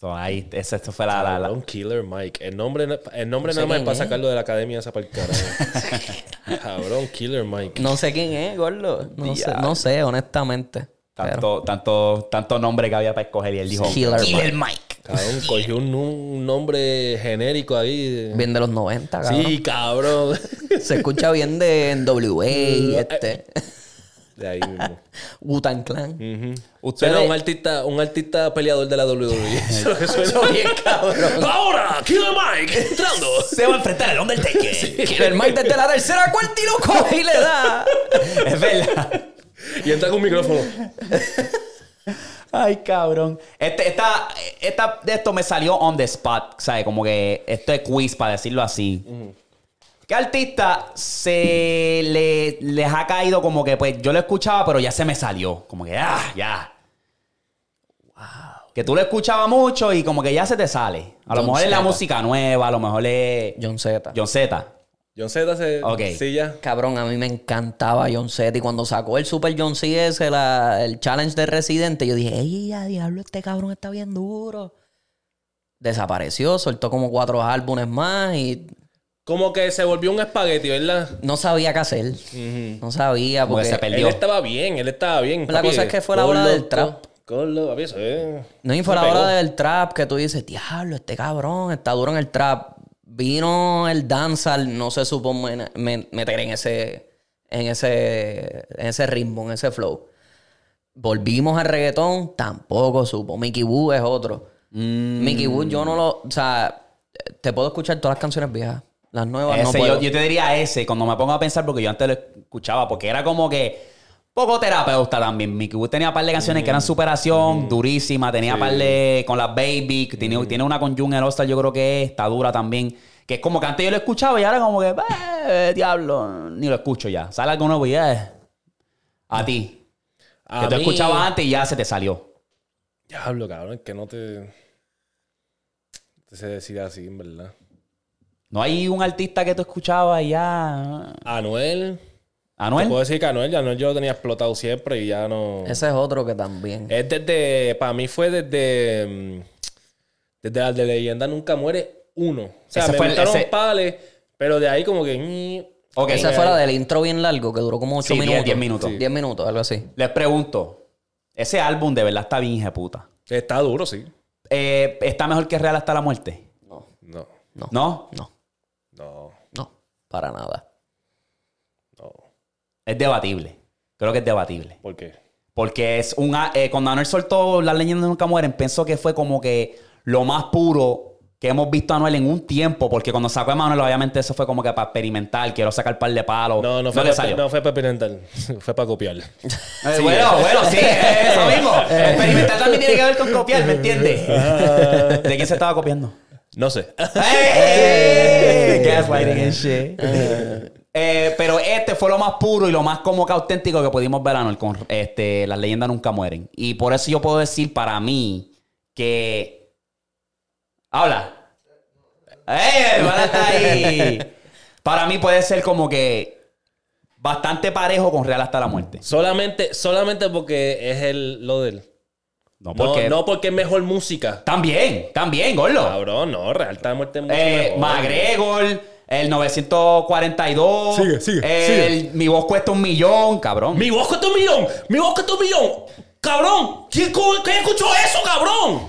S1: So, ahí, esa esto fue la... la- la-
S3: Un killer Mike. El nombre, el nombre nada más es
S2: quién
S3: para
S2: es.
S3: sacarlo de la academia esa para el carajo. Cabrón, killer Mike.
S2: No sé quién es, gordo. No, sé, no sé, honestamente. Pero-
S1: Tanto, tanto, tanto nombre que había para escoger y él dijo...
S2: Killer Mike.
S3: Cabrón, cogió un, un nombre genérico ahí.
S2: Bien de los 90, cabrón.
S3: Sí, cabrón.
S2: Se escucha bien de NWA, este,
S3: De ahí mismo.
S2: Wu-Tang Clan.
S3: Suena
S1: Ustedes...
S3: un artista, un artista peleador de la WWE. Eso es lo que suena bien, cabrón. Ahora, Killer Mike, entrando.
S1: Se va a enfrentar al Undertaker.
S2: Killer Mike desde la tercera cuarta y lo coge y le da.
S1: Es verdad.
S3: Y entra con un micrófono.
S1: Ay, cabrón. Este, esta, esta, de esto me salió on the spot, ¿sabes? Como que esto es quiz, para decirlo así. ¿Qué artista se le, les ha caído como que, pues, yo lo escuchaba, pero ya se me salió? Como que, ah, ya. Que tú lo escuchabas mucho y como que ya se te sale. A lo
S2: John
S1: mejor es la
S2: Zeta.
S1: música nueva, a lo mejor es
S2: John Z.
S1: John Z.
S3: John Z se
S1: Ok.
S3: sí ya.
S2: Cabrón, a mí me encantaba John Z. Y cuando sacó el Super John C ese, la- el challenge de Residente, yo dije, ¡ey, a diablo, este cabrón está bien duro! Desapareció, soltó como cuatro álbumes más y
S3: Como que se volvió un espagueti, ¿verdad?
S2: no sabía qué hacer. No sabía
S1: Como que
S2: porque...
S1: se perdió.
S3: Él estaba bien, él estaba bien.
S2: La cosa es que fue la
S3: Con
S2: ola
S3: lo-
S2: del trap.
S3: Con lo, papi, eso es-
S2: No, y fue
S3: se
S2: la hora
S3: pegó.
S2: del trap que tú dices, diablo, este cabrón está duro en el trap. Vino el danzal, no se supo men- men- meter en ese, en ese, en ese ritmo, en ese flow. Volvimos al reggaetón, tampoco supo. Mickey Woo es otro.
S1: Mm.
S2: Mickey Woo, yo no lo. O sea, te puedo escuchar todas las canciones viejas. Las nuevas no
S1: Ese,
S2: puedo.
S1: yo, yo te diría ese, cuando me pongo a pensar, porque yo antes lo escuchaba, porque era como que poco terapeuta también. Mickey Wood tenía un par de canciones que
S3: Mm.
S1: eran superación, durísima, tenía par de con las baby, que
S3: Mm.
S1: tiene, tiene una con Junior All-Star, yo creo que es, está dura también. Que es como que antes yo lo escuchaba y ahora como que, "Eh, diablo, ni lo escucho ya. Sale algo nuevo y ya es. A ti.
S3: A
S1: que tú
S3: mí-
S1: escuchabas antes y ya se te salió.
S3: Diablo, cabrón, es que no te. Te sé decir así, en verdad.
S1: No hay un artista que tú escuchabas y ya.
S3: Anuel. Te puedo
S1: Anuel.
S3: decir que Anuel, Anuel yo lo tenía explotado siempre y ya no.
S2: Ese es otro que también.
S1: Eh,
S3: Es desde. Para mí fue desde. mm, Desde la de Leyenda Nunca Muere uno. O sea,
S1: Ese
S3: me
S1: fue el-
S3: gustaron
S1: ese-
S3: pales, pero de ahí como que. mm,
S1: Ok.
S2: esa fue la del intro bien largo que duró como 8
S1: eh, Sí, diez-
S2: minutos.
S1: diez minutos.
S2: 10 minutos, algo así.
S1: Les pregunto, ese álbum de verdad está bien hijeputa.
S3: Está duro, sí.
S1: Eh, ¿Está mejor que Real hasta la muerte?
S3: No,
S1: ¿No?
S2: No,
S3: no,
S2: no, para nada.
S3: no.
S1: Es debatible. Creo que es debatible.
S3: ¿Por qué?
S1: Porque es un... a- eh, cuando Anuel soltó Las leyendas nunca mueren, pensó que fue como que lo más puro que hemos visto a Anuel en un tiempo. Porque cuando sacó a Manuel, obviamente eso fue como que para experimentar. Quiero sacar par de palos.
S3: No, no fue,
S1: le
S3: pa-
S1: salió.
S3: no fue para experimentar. fue para copiar.
S1: Eh, bueno, bueno, sí, es eso mismo. Experimentar también tiene que ver con copiar, ¿me entiendes?
S3: Ah.
S1: ¿De quién se estaba copiando?
S3: No sé.
S1: ¡Ey! Gaslighting and shit. Eh, pero este fue lo más puro y lo más como que auténtico que pudimos ver a Anuel con este, Las leyendas nunca mueren. Y por eso yo puedo decir para mí que. Habla. ¡Ey! El pana está ahí. Para mí puede ser como que bastante parejo con Real hasta la muerte.
S3: solamente, solamente porque es el, lo del.
S1: No,
S3: No,
S1: porque.
S3: no porque es mejor música.
S1: También, también, gordo.
S3: Cabrón, no, Real está muerte es mucho
S1: Eh,
S3: mejor.
S1: McGregor, el 942.
S3: Sigue, sigue,
S1: el- Mi voz cuesta un millón, cabrón.
S3: ¡Mi voz cuesta un millón! ¡Mi voz cuesta un millón! ¡Cabrón! ¿Quién, co- quién escuchó eso, cabrón?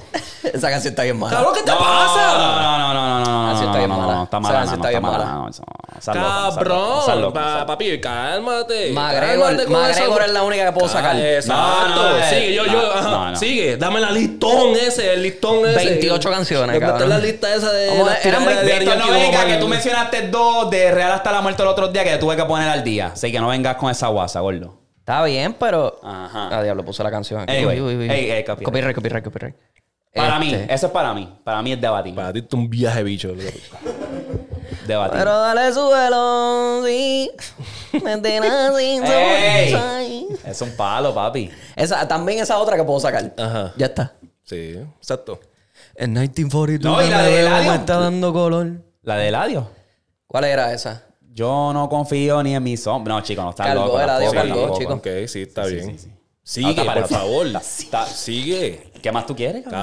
S2: Esa canción está bien mala.
S3: ¡Cabrón, qué te
S1: No,
S3: pasa!
S1: No, no, no, no, no, no.
S2: Así está
S1: no,
S2: bien
S1: no, no,
S2: mala.
S1: no, Está
S2: O sea,
S1: mala,
S2: así
S1: no,
S2: está
S1: está
S2: bien
S1: mala.
S2: mala.
S1: no, eso no, está loco, está loco, está
S3: Cabrón,
S1: loco,
S3: pa-
S1: está loco.
S3: papi, cálmate.
S2: McGregor,
S3: Cálmate con eso.
S2: McGregor es la única que puedo sacar.
S3: Ah, Exacto.
S1: No, no, eh,
S3: sigue, yo,
S1: no,
S3: yo, ajá.
S1: no, no.
S3: Sigue, dame la listón ese, el listón ese.
S2: 28 canciones,
S3: Dame
S2: cabrón.
S3: la lista esa de.
S2: ¿Cómo
S3: las
S2: es? Eran
S3: tiraderas de
S2: 20,
S1: Víctor, no
S3: Ariel Quiroga,
S1: venga, que
S3: man.
S1: tú mencionaste dos de Real hasta la muerte el otro día que yo tuve que poner al día. Así que no vengas con esa guasa, gordo.
S2: Está bien, pero.
S1: Ajá.
S2: Ah, diablo, puse la canción aquí.
S1: Anyway,
S2: Uy, uy, uy.
S1: ey, ey, copyright.
S2: copyright, copyright, copyright.
S1: Para
S2: Este,
S1: mí, eso es para mí. Para mí es debatir.
S3: Para ti, esto es un viaje, bicho. bro.
S1: Debatir.
S2: Pero dale su velo, sí. Me tiene así,
S1: Ey.
S2: ay.
S1: Es un palo, papi.
S2: Esa, también esa otra que puedo sacar.
S3: Ajá.
S2: Ya está.
S3: Sí, exacto.
S2: En 1942
S1: No, y la de
S2: me veo,
S1: Eladio.
S2: me está dando color.
S1: La de Eladio.
S2: ¿Cuál era esa?
S1: Yo no confío ni en mis hombres. No, chico, no está
S2: Cargó,
S1: loco.
S2: el adiós
S1: tampoco,
S2: cargó,
S1: tampoco.
S2: chico.
S3: Ok, sí, está
S1: sí,
S3: bien.
S1: sí. Ah,
S3: Sigue,
S1: está
S3: por
S1: parejo.
S3: favor.
S1: Está-
S3: Sigue,
S1: ¿Qué más tú quieres, cabrón?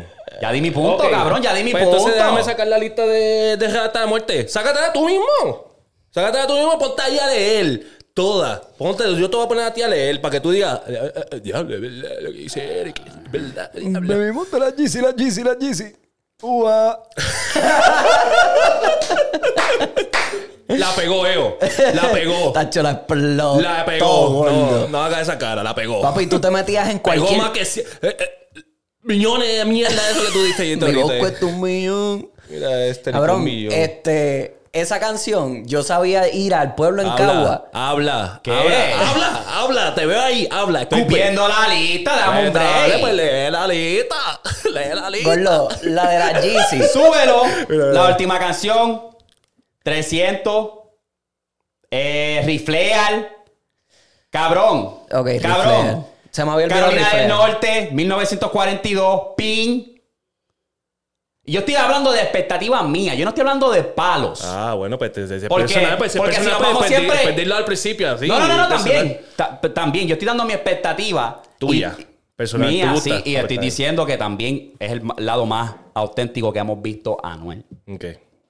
S3: cabrón.
S1: Ya di mi punto,
S3: Ok.
S1: cabrón. Ya di mi
S3: Pues
S1: punto.
S3: Entonces déjame sacar la lista de, de rata de muerte. Sácatela tú mismo. Sácatela tú mismo, ponte ahí a leer. Toda. Ponte, yo te voy a poner a ti a leer para que tú digas. "Eh, eh, eh, Diablo, es verdad lo que dice Eric. Es verdad. diablo".
S2: vimos de la GC, la GC, la GC. Ua.
S3: La pegó, Eo. La pegó.
S2: Oh. Tacho, la explotó.
S3: La pegó. No,
S2: gordo.
S3: no haga esa cara, la pegó.
S2: Papi, tú te metías en
S3: Pegó
S2: cualquier...
S3: más que. cien- eh, eh, millones de mierda, eso que tú dices. ahorita,
S2: Me digo,
S3: ahorita.
S2: cuesta un millón.
S3: Mira este
S2: Cabrón,
S3: colmillo.
S2: este... Esa canción, yo sabía ir al pueblo en Cagua.
S3: Habla,
S1: ¿Qué?
S3: habla, habla, habla, te veo ahí, habla,
S1: Estoy
S3: escupe.
S1: viendo la lista, dame
S3: Pues
S1: un
S3: dale,
S1: break.
S3: pues lee la lista, lee la lista.
S2: Gordo, la de la GC.
S1: Súbelo. La última canción. 300. Eh, rifleal. Cabrón.
S2: Ok,
S1: Cabrón.
S2: Rifleal. Se me había olvidado
S1: Carolina del
S2: Rifleal.
S1: Norte, 1942. Pin. Y Yo estoy hablando de expectativas mías. Yo no estoy hablando de palos.
S3: Ah, bueno, pues te te-
S1: ¿Por qué?
S3: personal, pues,
S1: Porque si
S3: personal,
S1: nos
S3: pues,
S1: vamos
S3: perdi-
S1: siempre-
S3: perdirlo al principio, así.
S1: no, no, no, no,
S3: personal.
S1: también. Ta- p- también. Yo estoy dando mi expectativa.
S3: Tuya,
S1: y-
S3: personal,
S1: mía,
S3: tu
S1: sí,
S3: gusta,
S1: y estoy
S3: correcto.
S1: diciendo que también es el ma- lado más auténtico que hemos visto a Anuel.
S3: Ok,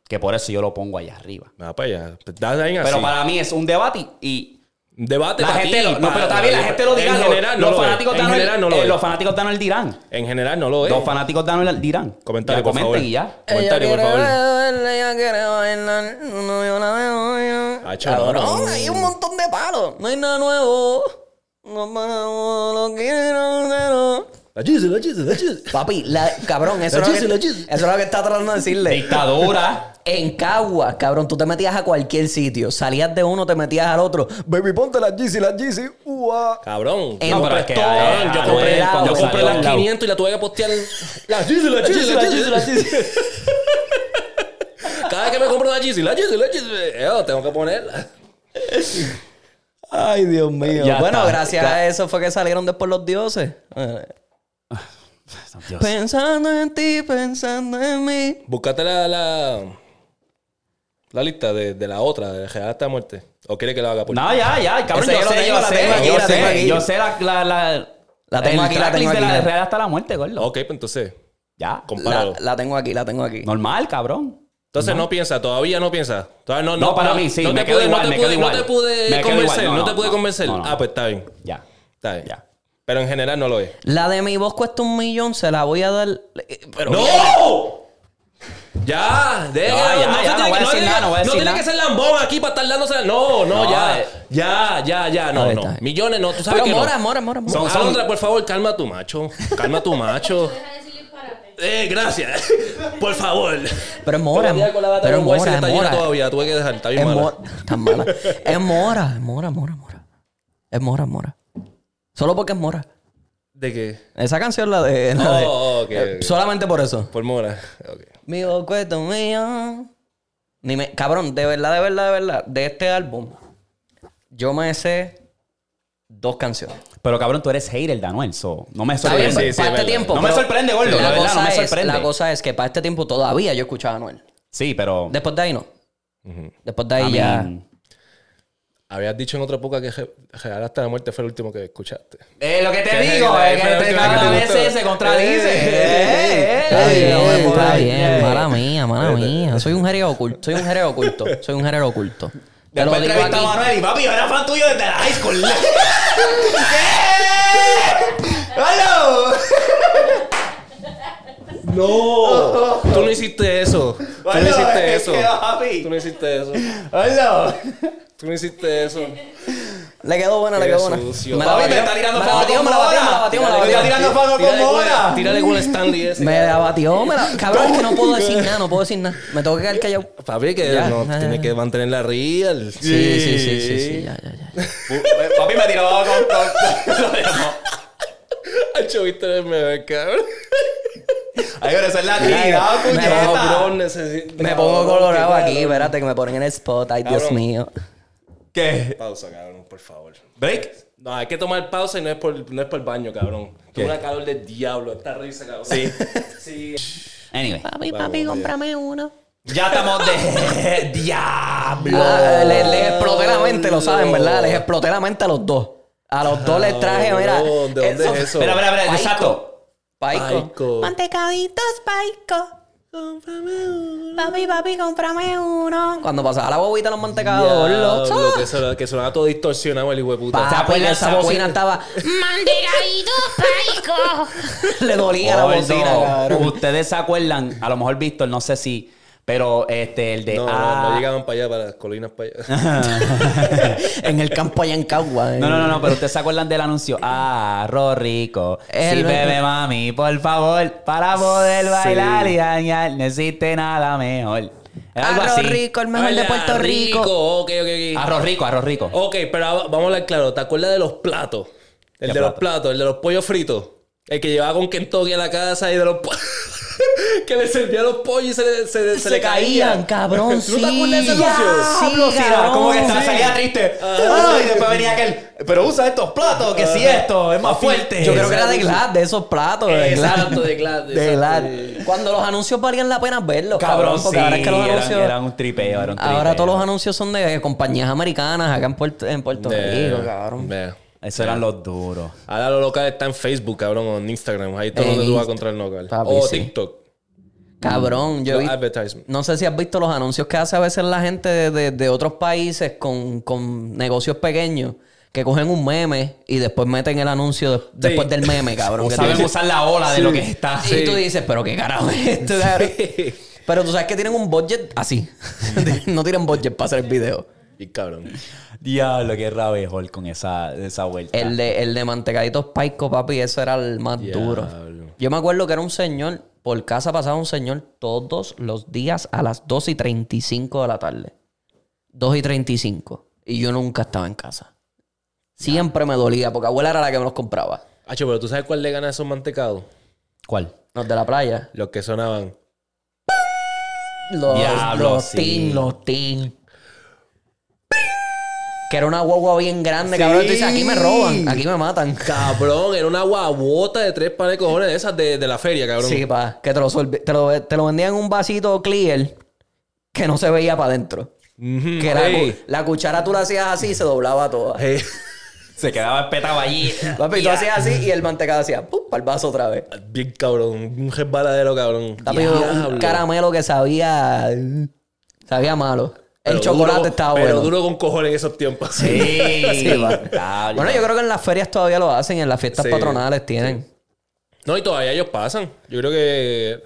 S1: Que por eso yo lo pongo allá arriba.
S3: nada, pues ya, pues, dale ahí
S1: Pero
S3: así.
S1: para mí es un debate y
S3: Debate
S1: la
S3: para
S1: gente
S3: ti,
S1: lo, no,
S3: para-
S1: pero está bien, la gente lo dirá.
S3: En
S1: lo-
S3: general no
S1: los
S3: lo es.
S1: fanáticos de
S3: En
S1: Anuel-
S3: general no lo
S1: eh,
S3: es.
S1: los fanáticos de Anuel dirán.
S3: En general no lo es.
S1: Los fanáticos de Anuel dirán.
S3: Comentario,
S1: Ya
S3: por
S1: comenten
S3: favor.
S1: y ya.
S3: Comentario, por
S2: quiere
S3: favor.
S2: beberle, ella quiere bailar, no, yo la veo, ya.
S3: Ah, chaval.
S2: Cabrón, hay un montón de palos. No hay nada nuevo. No pagamos lo que no cero.
S3: La Jesus, la Jesus, la Jesus.
S2: Papi, la- cabrón, eso,
S3: La
S2: es
S3: chis,
S2: lo
S3: la
S2: que,
S3: chis.
S2: eso es lo que está tratando de decirle.
S1: Dictadura.
S2: En Cagua, cabrón, tú te metías a cualquier sitio. Salías de uno, te metías al otro. Baby, ponte las Yeezy, las Yeezy. Uah.
S3: Cabrón,
S2: En
S3: yo
S2: No, pero
S3: compré
S1: es que,
S3: todo,
S1: eh,
S3: yo
S1: Anuel,
S3: compré,
S2: cuando
S3: yo compré
S2: salió,
S3: las
S2: la-
S3: 500 y la tuve que postear. en- La Jesus, la Jesus, la Jesus, la Jesus. Cada vez que me compro una Yeezy, la Jesus, la Jesus, yo tengo que ponerla.
S2: Ay, Dios mío.
S1: Ya
S2: bueno,
S1: está.
S2: gracias a eso fue que salieron después los dioses. Eh,
S1: Dios.
S3: Pues,
S2: Pensando en ti, pensando en mí.
S3: Búscate la, la, la lista de, de la otra, de Real hasta muerte. ¿O quiere que la haga por
S1: No, ya, ya, cabrón,
S2: Esa
S1: yo
S2: yo la
S1: sé,
S2: tengo,
S1: yo sé, yo
S2: la tengo aquí, la tengo
S1: sé,
S2: aquí.
S1: yo sé la, la, la,
S2: La tengo
S1: el
S2: aquí, la
S1: tracklist
S2: tengo
S1: de la
S2: aquí.
S1: de Real hasta la muerte, gordo.
S3: Ok, pues entonces,
S1: Ya,
S2: La,
S3: compáralo.
S2: la tengo aquí, la tengo aquí.
S1: normal, cabrón.
S3: Entonces no piensa, todavía no piensa. Todavía no,
S1: No, para mí sí,
S3: no te
S1: me quedo
S3: pude-
S1: igual,
S3: no te
S1: me quedo
S3: pude-
S1: igual.
S3: No te pude
S1: Me quedo igual,
S3: convencer,
S1: no,
S3: no,
S1: no,
S3: te pude
S1: no,
S3: convencer.
S1: no, no.
S3: Ah, pues está bien,
S1: Ya.
S3: está bien.
S1: Ya.
S3: Pero en general no lo es.
S2: La de mi voz cuesta un millón, se la voy a dar. eh, Pero
S3: ¡No! Ya, deja,
S1: Ya, ya, ya,
S3: no se
S2: no voy a decir nada, no voy a decir
S3: tiene
S2: nada.
S3: que ser lambón aquí para estar dándose. No, no,
S1: No,
S3: ya.
S1: eh.
S3: Ya, ya, ya. No,
S2: Ahí
S3: no.
S2: está.
S3: Millones, no. Tú sabes
S2: Pero
S3: que
S2: mora,
S3: no.
S2: mora, mora, mora.
S3: Son, Alondra, por favor, calma tu macho. Calma tu macho.
S5: Deja de decirle disparate.
S3: Eh, gracias. Por favor.
S2: Pero es mora.
S3: Todavía con la data
S2: Pero es
S3: con Wesley
S2: mora, es
S3: está llena
S2: mora.
S3: todavía. Tuve que dejar. Está bien
S2: Es
S3: mala.
S2: mora. Tan mala. Es mora, es mora, mora, mora. Es mora, mora. Solo porque es mora.
S3: ¿De qué?
S2: Esa canción la de. la de-
S3: Oh, ok,
S2: eh,
S3: ok.
S2: Solamente por eso.
S3: Por mora. Ok.
S2: Mi cuento mío. Ni me- Cabrón, de verdad, de verdad, de verdad. De este álbum, yo me sé dos canciones.
S1: Pero cabrón, tú eres hater de Anuel, so no me
S2: Está bien,
S1: sorprende.
S2: para este
S3: verdad.
S2: tiempo.
S1: No me
S2: pero
S1: sorprende, gordo, la verdad, no me
S2: cosa es-
S1: sorprende.
S2: la cosa es que para este tiempo todavía yo escuchaba a Anuel.
S1: Sí, pero.
S2: Después de ahí no. Después de
S1: I
S2: ahí ya.
S1: mean,
S3: Habías dicho en otra época que Ge- Real hasta la muerte fue el último que escuchaste.
S1: Eh, lo que te
S3: Que
S1: digo
S3: es
S1: es que
S3: el-
S1: este
S3: el-
S1: cabrón a
S3: el-
S1: veces se contradice.
S3: Eh,
S1: Eh, eh,
S2: Está
S1: eh,
S2: bien,
S1: eh,
S2: está
S1: eh, eh.
S2: bien. Mala mía, mala mía. Soy un género oculto. Soy un género oculto. Soy un género oculto. Te lo
S1: Después
S2: digo
S1: entrevistaba a
S2: aquí.
S1: Manuel y papi, yo era fan tuyo desde la high school. ¿Qué? ¡Halo!
S3: ¡No! Tú no hiciste eso. Tú no
S1: Bueno,
S3: hiciste
S1: es
S3: eso.
S1: que, papi.
S3: Tú no hiciste eso.
S1: ¡Halo!
S3: Tú no hiciste eso.
S2: Le quedó buena, le
S3: Qué
S2: quedó buena.
S3: sucio.
S2: Me la
S1: Papi, me
S2: batió.
S1: está tirando
S2: Me la
S1: fango
S2: batió,
S1: con
S2: me la batió, me la
S1: mora.
S2: batió, me la
S1: Me está
S2: batió.
S1: tirando fango con
S3: Tírale con-
S1: mora.
S3: Tírale con el Stanley ese.
S2: Me la batió, me la... Cabrón, es que no puedo decir nada, no puedo decir nada. Me tengo que quedar callado.
S3: Papi, que
S2: Ya.
S3: Eh, no tiene que mantener la real.
S2: Sí, sí, sí, sí, sí, ya, ya, ya.
S1: Papi me tiró con.
S3: El chovito de me cabrón.
S1: Ay, pero esa es la
S2: Ay,
S1: trinidad,
S2: me
S1: puñeta.
S3: Cabrón, necesito.
S2: Me pongo colorado aquí, espérate que me ponen en el spot. Ay, Dios
S3: Cabrón.
S2: mío.
S1: ¿Qué?
S3: Pausa, cabrón, por favor.
S1: ¿Break?
S3: No, hay que tomar pausa y no es por, no es por el baño, cabrón. Tuve una calor del diablo, esta risa, cabrón. Sí. sí.
S1: Anyway.
S2: Papi, papi, cómprame uno.
S1: Ya estamos
S3: Eh,
S1: de. ¡Diablo!
S2: Ah, les, les exploté la mente, lo saben, ¿verdad? Les exploté la mente a los dos. A los dos les traje, mira.
S3: Cabrón, ¿de dónde es eso?
S1: Espera, espera, espera,
S2: Paico.
S1: exacto.
S2: Paico.
S3: Paico.
S2: Mantecaditos, Paico. Papi, papi, cómprame uno. Cuando pasaba la bobita los mantecados, los
S3: Diablo, que, sonaba, que sonaba todo distorsionado el hijo de puta.
S2: Papi,
S1: ¿Te acuerdas
S2: esa
S1: esa
S2: bocina
S1: voz?
S2: estaba...
S6: Michael.
S2: Le dolía la
S1: Gordo,
S2: bocina, cabrón.
S1: Ustedes se acuerdan, a lo mejor Víctor, no sé si, pero este, el de.
S3: No,
S1: ah,
S3: no, no llegaban para allá, para las colinas para allá.
S2: en el campo allá en Cagua. eh.
S1: No, no, no, no, pero ustedes se acuerdan del anuncio. Ah, rico.
S2: El-
S1: sí, bebe mami, por favor, para poder
S3: Sí.
S1: bailar y dañar, no existe nada mejor. Era algo
S2: Arroz
S1: así.
S2: rico, el mejor de
S3: Hola,
S2: Puerto Rico.
S3: Ok, ok, ok.
S1: Arroz rico, arroz rico.
S2: Oh,
S3: Ok, pero ahora vamos a hablar claro. ¿Te acuerdas de los platos? El de
S1: ¿Qué
S3: los
S1: plato?
S3: platos, el de los pollos fritos. El que llevaba con Kentucky a la casa y de los po- que le servía los pollos y se le, se, le- se
S2: Se
S3: le caían.
S2: caían, cabrón,
S3: ¿Tú no te
S2: sí.
S3: acuerdas de ese
S2: Ya,
S3: anuncio?
S1: Diablo,
S2: sí,
S1: sí,
S2: cabrón, Ah.
S1: como que estaba
S2: sí.
S1: salía triste. Ay, y después venía aquel. Pero usa estos platos, que si esto es más fuerte.
S2: Yo creo que era de Glad, de esos platos. De Glad.
S3: Exacto, de Glad,
S2: De Glad. Cuando los anuncios valían la pena verlos,
S1: Cabrón,
S2: cabrón.
S1: sí,
S2: porque ahora es que los
S1: eran-
S2: anuncios.
S1: eran un tripeo, era un
S2: Ahora
S1: tripeo.
S2: todos los anuncios son de compañías americanas acá en Puerto, en Puerto
S3: De-
S2: Rico, cabrón.
S3: de-
S1: Eso eran los duros.
S3: Ahora lo local está en Facebook, cabrón, o en Instagram. Ahí todo
S2: En
S3: donde tú vas a
S2: Insta-
S3: encontrar el local.
S2: Papi,
S3: o
S2: sí.
S3: TikTok.
S2: Cabrón, yo
S3: Los
S2: vi.
S3: advertisements.
S2: No sé si has visto los anuncios que hace a veces la gente de, de- de otros países con, con negocios pequeños que cogen un meme y después meten el anuncio de- después del meme, cabrón. que tú
S1: Saben
S2: dices-
S1: usar la ola de lo que está.
S2: Y tú dices, pero qué carajo es esto, cabrón? Pero tú sabes que tienen un budget así. no tienen budget para hacer el video.
S3: Y cabrón.
S1: Diablo, qué rabejol con esa, esa vuelta.
S2: El de, el de mantecaditos paico, papi, eso era el más duro. Yo me acuerdo que era un señor, por casa pasaba un señor todos los días a las 2 y 35 de la tarde. 2 y 35. Y yo nunca estaba en casa. Siempre me dolía, porque abuela era la que me los compraba.
S3: Acho, pero ¿tú sabes cuál le gana a esos mantecados?
S1: ¿Cuál?
S2: Los de la playa.
S3: Los que sonaban.
S2: Los,
S1: Diablo,
S2: los
S1: sí.
S2: tin, los tin. Que era una guagua bien grande, cabrón. Tú dices, aquí me roban, aquí me matan.
S3: Cabrón, era una guabota de tres pares de cojones de esas de, de la feria, cabrón.
S2: Sí, pa, que te lo, solvi- te lo, te lo vendían en un vasito clear que no se veía para adentro.
S3: Ujú,
S2: Que la, cu-
S3: ey,
S2: la cuchara tú la hacías así y se doblaba toda.
S3: ey.
S1: Se quedaba espetado allí.
S2: Papi, tú hacías así y el mantecado hacía ¡pum! para el vaso otra vez.
S3: Bien cabrón, un resbaladero, cabrón.
S2: Papi, un caramelo que sabía. Sabía malo. El
S3: Pero
S2: chocolate
S3: duro-
S2: estaba
S3: Pero
S2: bueno.
S3: duro con cojones en esos tiempos.
S1: Sí. Diablo.
S2: Bueno, yo creo que en las ferias todavía lo hacen, en las fiestas
S3: Sí.
S2: patronales tienen.
S3: No, y todavía ellos pasan. Yo creo que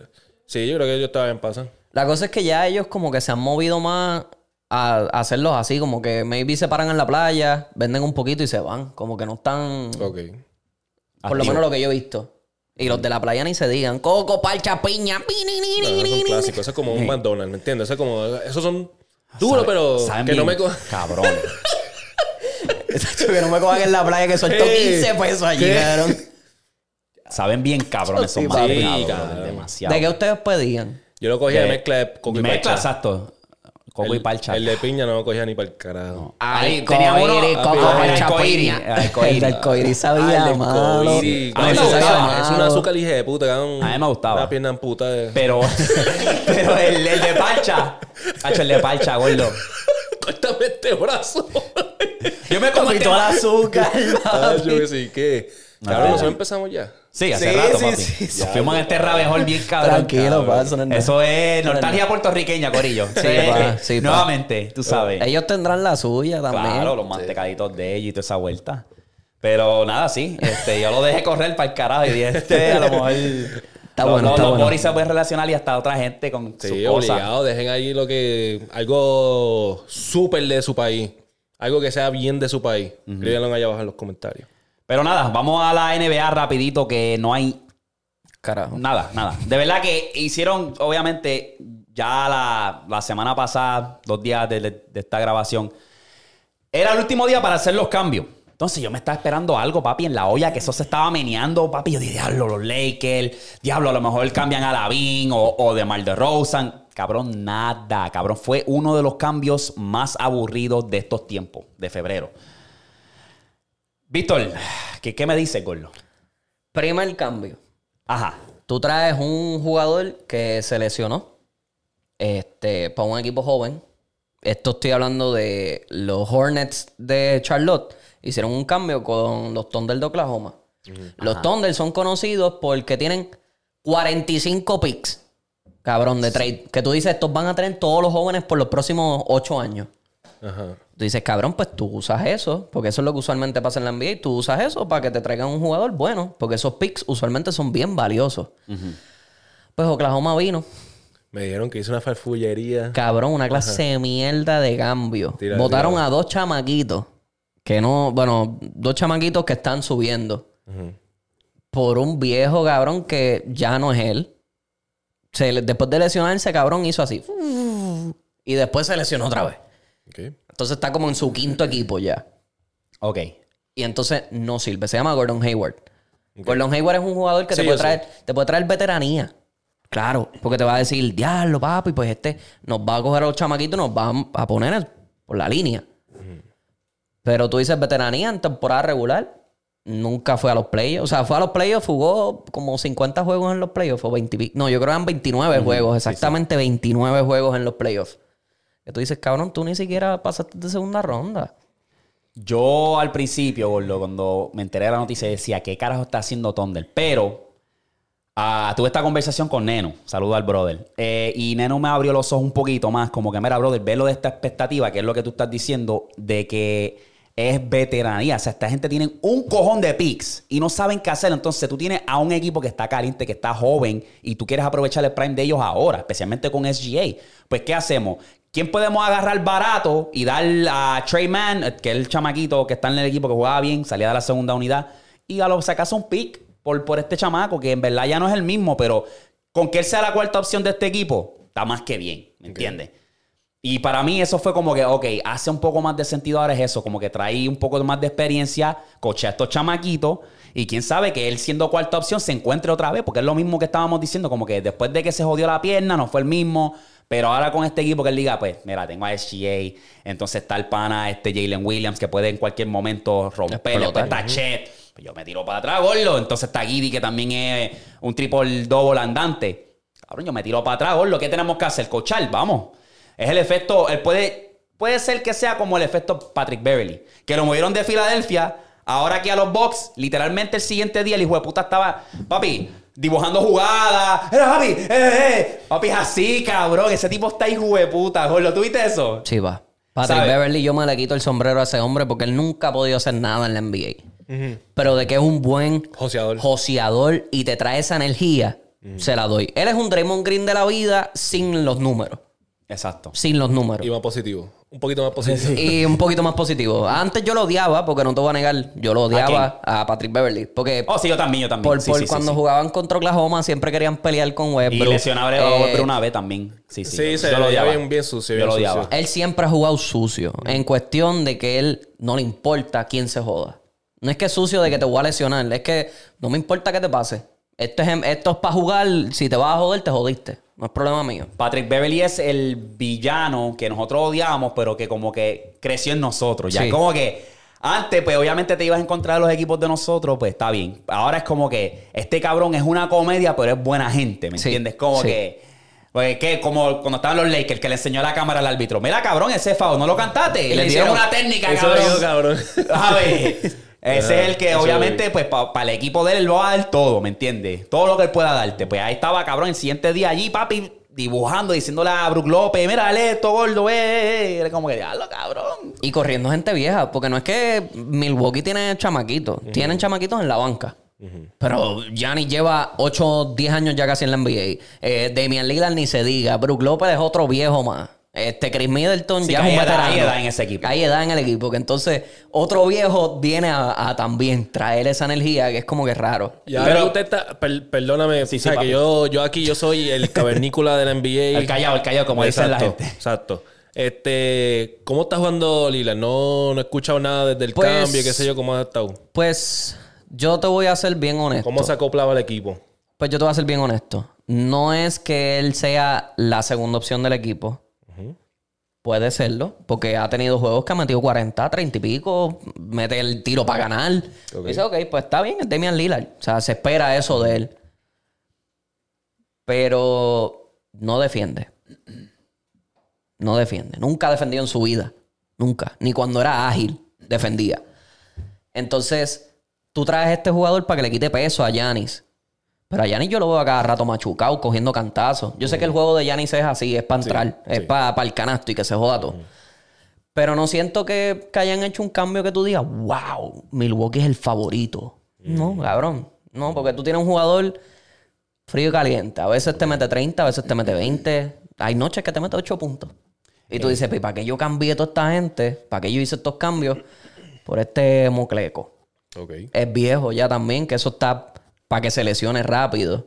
S3: Sí, yo creo que ellos estaban en pasan.
S2: La cosa es que ya ellos como que se han movido más a a hacerlos así, como que maybe se paran en la playa, venden un poquito y se van. Como que no están, por
S3: Ok.
S2: lo
S1: Activo.
S2: menos lo que yo he visto. Y los de la playa ni se digan, coco, parcha, piña, pi, ni, ni,
S3: Claro,
S2: ni,
S3: eso es
S2: ni,
S3: un
S2: ni".
S3: clásico. Eso es como un McDonald's, ¿me entiendes? Eso es como... Esos son duros,
S1: Ah, Sabe-
S3: pero...
S1: saben
S3: Que no me...
S1: bien,
S3: co-
S1: Cabrón.
S2: que no me cojan en la playa que soltó
S3: Ey,
S2: 15 pesos allí,
S3: ¿qué?
S2: cabrón.
S1: Saben bien cabrones. Son
S2: Sí,
S1: más
S3: papi.
S1: pegados,
S3: cabrón.
S1: cabrón, demasiado.
S2: ¿De qué ustedes pedían?
S3: Yo lo cogía de
S1: De-
S3: mezcla de coco y
S1: Mezcla,
S3: parcha.
S1: exacto. Coco y
S3: El-
S1: parcha.
S3: El de piña no lo cogía ni para el carajo.
S1: Ahí tenía uno-
S2: Alcohiri, coco,
S1: Ah, el
S2: parcha,
S1: alcohiri,
S2: piña.
S1: el alcohiri.
S2: El alcohiri sabía
S3: Ah, el de
S2: malo.
S3: Coiri.
S1: Ah,
S3: No,
S1: eso
S3: me
S1: sabe
S3: gustaba.
S2: malo.
S3: Es un azúcar hija de puta. cabrón.
S1: A mí me gustaba.
S3: Una pierna en puta. de-
S1: Pero, pero el, el de parcha. Hacho, el de parcha, gordo.
S3: Córtame este brazo.
S1: Yo me comí todo el azúcar.
S3: Ah, yo que sí, ¿qué? Cabrón,
S1: Ah.
S3: nosotros empezamos ya.
S1: Sí, hace
S2: Sí,
S1: rato,
S2: sí,
S1: papi.
S2: sí,
S1: Nos fuimos en este rabejón bien cabrón.
S2: Tranquilo,
S1: cabrón.
S2: pa, eso no es nada.
S1: Eso es nostalgia puertorriqueña, corillo.
S2: Sí,
S1: Eh,
S2: pa, sí, pa.
S1: Nuevamente, tú sabes.
S2: Ellos tendrán la suya también.
S1: Claro, los mantecaditos de ella y toda esa vuelta. Pero nada, sí. Este, yo lo dejé correr para el carajo y dije, este, a lo mejor... Está
S2: bueno, está bueno.
S1: se pueden relacionar y hasta otra gente con sus
S3: Sí,
S1: cosas.
S3: obligado. Dejen ahí lo que... Algo súper de su país. Algo que sea bien de su país. Escríbanlo allá abajo en los comentarios.
S1: Pero nada, vamos a la NBA rapidito que no hay
S2: Carajo.
S1: Nada, nada. De verdad que hicieron, obviamente, ya la, la semana pasada, dos días de, de- de esta grabación, era el último día para hacer los cambios. Entonces yo me estaba esperando algo, papi, en la olla, que eso se estaba meneando, papi. Yo dije, diablo, los Lakers, diablo, a lo mejor cambian a Lavín o, o de Mar de Rosen. Cabrón, nada, cabrón. Fue uno de los cambios más aburridos de estos tiempos, de febrero. Víctor, ¿qué, qué me dices, Gordo?
S2: Primer cambio.
S1: Ajá.
S2: Tú traes un jugador que se lesionó este, para un equipo joven. Esto estoy hablando de los Hornets de Charlotte. Hicieron un cambio con los Thunder de Oklahoma. Los Thunder son conocidos porque tienen 45 picks, cabrón, de trade. Que tú dices, estos van a tener todos los jóvenes por los próximos 8 años.
S3: Ajá.
S2: Tú dices, cabrón, pues tú usas eso, porque eso es lo que usualmente pasa en la NBA, y tú usas eso para que te traigan un jugador bueno, porque esos picks usualmente son bien valiosos. Pues Oklahoma vino,
S3: Me dijeron que hice una farfullería.
S2: cabrón, una clase de mierda de cambio.
S3: Tira,
S2: Votaron
S3: tira.
S2: a dos chamaquitos, que no, bueno, dos chamaquitos que están subiendo,
S3: Ujú.
S2: por un viejo cabrón que ya no es él. Se le- después de lesionarse, cabrón, hizo así. Y después se lesionó otra vez.
S3: Ok.
S2: Entonces está como en su quinto equipo ya.
S1: Ok.
S2: y entonces no sirve. Se llama Gordon Hayward. Gordon Hayward es un jugador que
S3: Sí,
S2: te, puede
S3: yo
S2: traer, te puede traer veteranía. Claro, porque te va a decir, diablo, papi, pues este nos va a coger a los chamaquitos, nos va a poner en- por la línea. Pero tú dices veteranía en temporada regular. Nunca fue a los playoffs. O sea, fue a los playoffs, jugó como 50 juegos en los playoffs. O 20, y- no, yo creo que eran 29 juegos. Exactamente 29 juegos en los playoffs. Que tú dices, cabrón, tú ni siquiera pasaste de segunda ronda.
S1: Yo al principio, gordo, cuando me enteré de la noticia, decía, ¿qué carajo está haciendo Thunder? Pero ah, tuve esta conversación con Neno, saludo al brother, Eh, y Neno me abrió los ojos un poquito más, como que, mira, brother, verlo de esta expectativa, que es lo que tú estás diciendo, de que es veteranía. O sea, esta gente tiene un cojón de picks y no saben qué hacer. Entonces tú tienes a un equipo que está caliente, que está joven, y tú quieres aprovechar el prime de ellos ahora, especialmente con SGA. Pues, ¿qué hacemos? ¿Quién podemos agarrar barato y dar a Trey Mann, eh, que es el chamaquito que está en el equipo que jugaba bien, salía de la segunda unidad, y a lo sacas un pick por, por este chamaco, que en verdad ya no es el mismo, pero con que él sea la cuarta opción de este equipo, está más que bien, ¿me entiendes? Y para mí eso fue como que, ok, hace un poco más de sentido ahora es eso, como que traí un poco más de experiencia, coche a estos chamaquitos, y quién sabe que él siendo cuarta opción se encuentre otra vez, porque es lo mismo que estábamos diciendo, como que después de que se jodió la pierna, no fue el mismo, pero ahora con este equipo que él diga, pues, mira, tengo a SGA, entonces está el pana, este Jalen Williams, que puede en cualquier momento romper, después está Chet, pues yo me tiro para atrás, gordo, entonces está Giddy, que también es un triple double andante. Cabrón, yo me tiro para atrás, gordo, ¿qué tenemos que hacer? Cochar, vamos. Es el efecto, él puede, puede ser que sea como el efecto Patrick Beverly, que lo movieron de Filadelfia, ahora aquí a los Bucks, literalmente el siguiente día el hijo de puta estaba, papi, dibujando jugadas, era papi, eh, eh". papi es así, cabrón, ese tipo está hijo de puta, ¿lo tuviste eso?
S2: Sí, va. Patrick
S1: ¿Sabe?
S2: Beverly, yo me le quito el sombrero a ese hombre porque él nunca ha podido hacer nada en la NBA. Pero de que es un buen
S3: Joseador.
S2: joseador y te trae esa energía, se la doy. Él es un Draymond Green de la vida sin los números.
S1: Exacto.
S2: Sin los números.
S3: Y más positivo. Un poquito más positivo.
S2: Y un poquito más positivo. Antes yo lo odiaba, porque no te voy a negar, yo lo odiaba a, Patrick Beverly. Porque
S1: Oh, sí, yo también, yo también.
S2: por,
S1: Sí,
S2: por
S1: sí, sí,
S2: cuando
S1: sí.
S2: jugaban contra Oklahoma siempre querían pelear con
S1: Y
S2: Westbrook.
S1: lesionaba a
S2: Eh,
S1: Westbrook una vez también. Sí, sí.
S3: Sí,
S1: yo,
S3: se
S1: yo
S3: veía
S1: lo odiaba.
S3: bien- bien sucio,
S1: Yo
S3: bien
S1: lo
S3: sucio.
S1: odiaba.
S2: Él siempre ha jugado sucio. En cuestión de que él no le importa quién se joda. No es que es sucio de que te voy a lesionar. Es que no me importa qué te pase. Esto es, em, esto es para jugar. Si te vas a joder, te jodiste. No es problema mío.
S1: Patrick Beverly es el villano que nosotros odiamos, pero que como que creció en nosotros. Ya
S2: Sí.
S1: como que antes, pues obviamente te ibas a encontrar a los equipos de nosotros, pues está bien. Ahora es como que este cabrón es una comedia, pero es buena gente, ¿me
S2: Sí,
S1: entiendes? Como
S2: sí.
S1: que. Pues que como cuando estaban los Lakers, que le enseñó la cámara al árbitro. Mira, cabrón, ese FAO, no lo cantaste. Y le dieron
S2: hicieron-
S1: una técnica,
S3: Eso
S1: Eh, cabrón.
S3: lo digo, cabrón.
S1: A ver, Ese es el que
S3: Eso
S1: obviamente, pues para el equipo de él, él va a dar todo, ¿me entiendes? Todo lo que él pueda darte. Pues ahí estaba, cabrón, el siguiente día allí, papi, dibujando, diciéndole a Brook López, mira, dale esto, gordo, eh, eh. eh". Era como que, diablo, cabrón.
S2: Y corriendo gente vieja, porque no es que Milwaukee tiene chamaquitos, tienen chamaquitos en la banca. Pero Gianni lleva 8 o 10 años ya casi en la NBA. Eh, Damian Lillard ni se diga. Brook López es otro viejo más. Este Chris Middleton
S1: Sí,
S2: ya
S1: que
S2: es un
S1: hay edad-
S2: veterano.
S1: hay edad en ese equipo.
S2: Hay edad en el equipo. Que entonces otro viejo viene a, a también traer esa energía que es como que raro.
S3: Y ahora usted está. per- perdóname, o sea,
S1: sí,
S3: que
S1: papi.
S3: yo, yo aquí yo soy el cavernícola de la NBA.
S1: El callado, el callado, como dicen la gente.
S3: Exacto. Este, ¿cómo está jugando Lila? No, no he escuchado nada desde el
S2: Pues-
S3: cambio, qué sé yo, cómo ha estado.
S2: Pues yo te voy a ser bien honesto.
S3: ¿Cómo se acoplaba el equipo?
S2: Pues yo te voy a ser bien honesto. No es que él sea la segunda opción del equipo. Puede serlo, porque ha tenido juegos que ha metido 40, 30 y pico, mete el tiro para ganar.
S3: Ok.
S2: Dice, ok, pues está bien, es Damian Lillard. O sea, se espera eso de él. Pero no defiende. No defiende. Nunca ha defendido en su vida. Nunca. Ni cuando era ágil, defendía. Entonces, tú traes a este jugador para que le quite peso a Yanis. Pero a Yanis yo lo veo a cada rato machucado, cogiendo cantazos. Yo sé que el juego de Yanis es así, es para entrar, es para el canasto y que se joda todo. Pero no siento que, que hayan hecho un cambio que tú digas, wow, Milwaukee es el favorito. No, cabrón. No, porque tú tienes un jugador frío y caliente. A veces te mete 30, a veces te mete 20. Hay noches que te mete 8 puntos. Y tú dices, "Pi, ¿para qué yo cambié toda esta gente? ¿Para qué yo hice estos cambios? Por este mocleco
S3: Ok.
S2: es viejo ya también, que eso está para que se lesione rápido.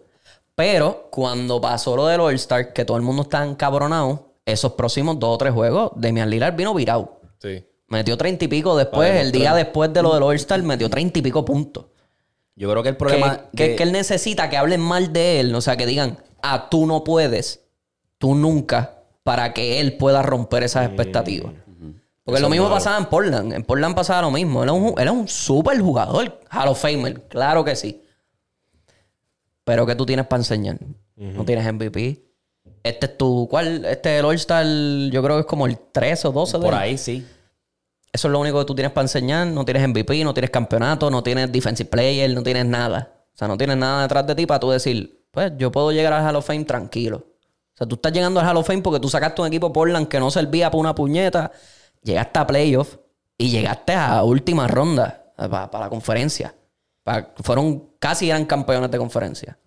S2: Pero cuando pasó lo del All-Star, que todo el mundo está encabronado, esos próximos dos o tres juegos, Demian Lillard vino virado.
S3: Sí.
S2: Metió treinta y pico después, el día después de lo del All-Star, metió treinta y pico puntos.
S1: Yo creo que el
S2: Que,
S1: problema.
S2: que-
S1: de-
S2: que él necesita que hablen mal de él, o sea, que digan, ah, tú no puedes, tú nunca, para que él pueda romper esas expectativas. Porque lo mismo pasaba en Portland. En Portland pasaba lo mismo. Él era un, ju- era un super jugador. Hall of Famer, claro que sí. Pero ¿qué tú tienes para enseñar? No tienes MVP. Este es tu... ¿Cuál? Este el All-Star yo creo que es como el 13 o 12 de
S1: por
S2: él.
S1: ahí, sí.
S2: Eso es lo único que tú tienes para enseñar. No tienes MVP, no tienes campeonato, no tienes defensive player, no tienes nada. O sea, no tienes nada detrás de ti para tú decir, pues yo puedo llegar al Hall of Fame tranquilo. O sea, tú estás llegando al Hall of Fame porque tú sacaste un equipo Portland que no servía para una puñeta, llegaste a playoff y llegaste a última ronda para, la conferencia. Pa- fueron casi eran campeones de conferencia.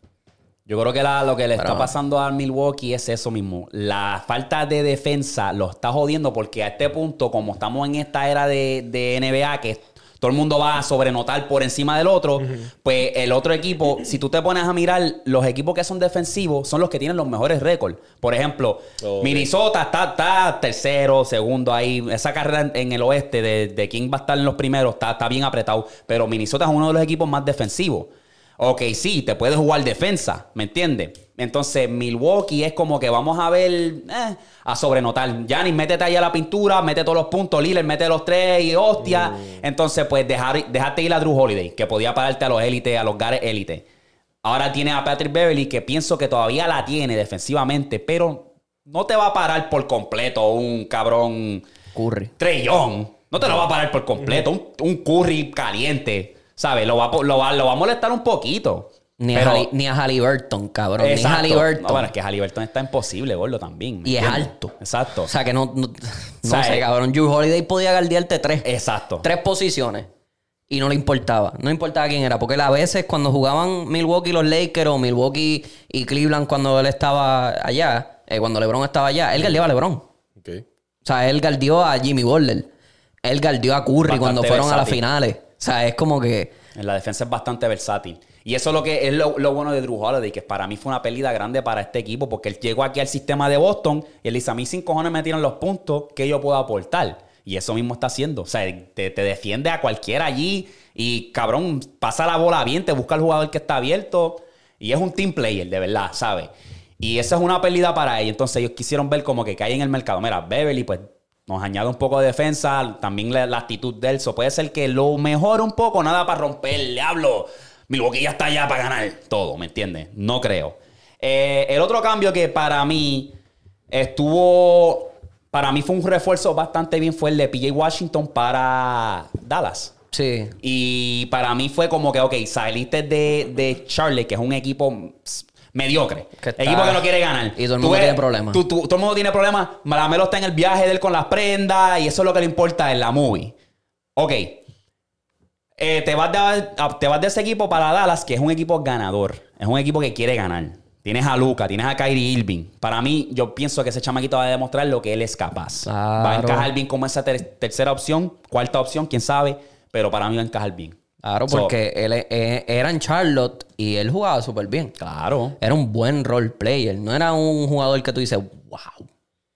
S1: Yo creo que la- lo que le
S2: Pero-
S1: está pasando a Milwaukee es eso mismo. La falta de defensa lo está jodiendo porque a este punto, como estamos en esta era de, de NBA, que todo el mundo va a sobrenotar por encima del otro, pues el otro equipo, si tú te pones a mirar, los equipos que son defensivos son los que tienen los mejores récords. Por ejemplo,
S3: Ok.
S1: Minnesota está, está tercero, segundo ahí. Esa carrera en, en el oeste de, de quién va a estar en los primeros está, está bien apretado. Pero Minnesota es uno de los equipos más defensivos. Ok, sí, te puedes jugar defensa, ¿me entiendes? Entonces, Milwaukee es como que vamos a ver eh, a sobrenotar. Giannis, métete ahí a la pintura, mete todos los puntos. Lillard, mete los tres y hostia. Entonces, pues, dejar, dejaste ir a Drew Holiday, que podía pararte a los élites, a los gares élites. Ahora tiene a Patrick Beverly, que pienso que todavía la tiene defensivamente, pero no te va a parar por completo un cabrón
S2: Curry.
S1: trellón. No te lo va a parar por completo. Un, un curry caliente, ¿sabes? Lo va, a po- lo, va, lo va a molestar un poquito.
S2: Ni,
S1: Pero-
S2: a, Halli- ni a Halliburton, cabrón.
S1: Exacto.
S2: Ni a Halliburton.
S1: No, bueno, es que Halliburton está imposible, gordo, también. ¿me
S2: Y es
S1: entiendes?
S2: alto.
S1: Exacto.
S2: O sea, que no... No, no
S1: sea,
S2: sé,
S1: eh,
S2: cabrón. Drew Holiday podía guardiarte tres.
S1: Exacto.
S2: tres posiciones. y no le importaba. No importaba quién era, porque él a veces cuando jugaban Milwaukee los Lakers o Milwaukee y Cleveland cuando él estaba allá, eh, cuando LeBron estaba allá, él galdeaba a LeBron. O
S3: Ok.
S2: sea, él galdeó a Jimmy Butler. Él galdeó a Curry
S1: Bastante
S2: cuando fueron a las
S1: versátil.
S2: finales. O sea, es como que...
S1: En la defensa es bastante versátil. Y eso es lo que es lo, lo bueno de Drew Holiday, que para mí fue una pérdida grande para este equipo, porque él llegó aquí al sistema de Boston y él dice, a mí sin cojones me tiran los puntos que yo puedo aportar. Y eso mismo está haciendo. O sea, te, te defiende a cualquiera allí y, cabrón, pasa la bola bien, te busca el jugador que está abierto. Y es un team player, de verdad, ¿sabes? Y esa es una pérdida para ellos. Entonces ellos quisieron ver como que cae en el mercado. Mira, Beverly, pues nos añade un poco de defensa, también la, la actitud de él. So, puede ser que lo mejore un poco, nada para romper, le hablo. Milwaukee ya está allá para ganar todo, ¿me entiendes? No creo. Eh, el otro cambio que para mí estuvo. Para mí fue un refuerzo bastante bien fue el de PJ Washington para Dallas.
S2: Sí,
S1: Y para mí fue como que, ok, saliste de, de Charlotte, que es un equipo pss, mediocre.
S2: Que está-
S1: equipo que no quiere ganar.
S2: Y todo el
S1: Tú
S2: mundo
S1: ves-
S2: tiene problemas.
S1: tú- tú- todo el mundo tiene problemas. Maramelo está en el viaje de él con las prendas y eso es lo que le importa en la movie. Ok. Eh, te, vas de, a- te vas de ese equipo para Dallas, que es un equipo ganador. Es un equipo que quiere ganar. Tienes a Luca, tienes a Kyrie Irving. Para mí, yo pienso que ese chamaquito va a demostrar lo que él es capaz. Va a
S2: Claro.
S1: encajar bien como esa ter- tercera opción, cuarta opción, quién sabe. Pero para mí va a encajar bien.
S2: claro,
S1: So,
S2: porque él, eh, era en Charlotte y él jugaba súper bien.
S1: claro.
S2: Era un buen role player. No era un jugador que tú dices, wow.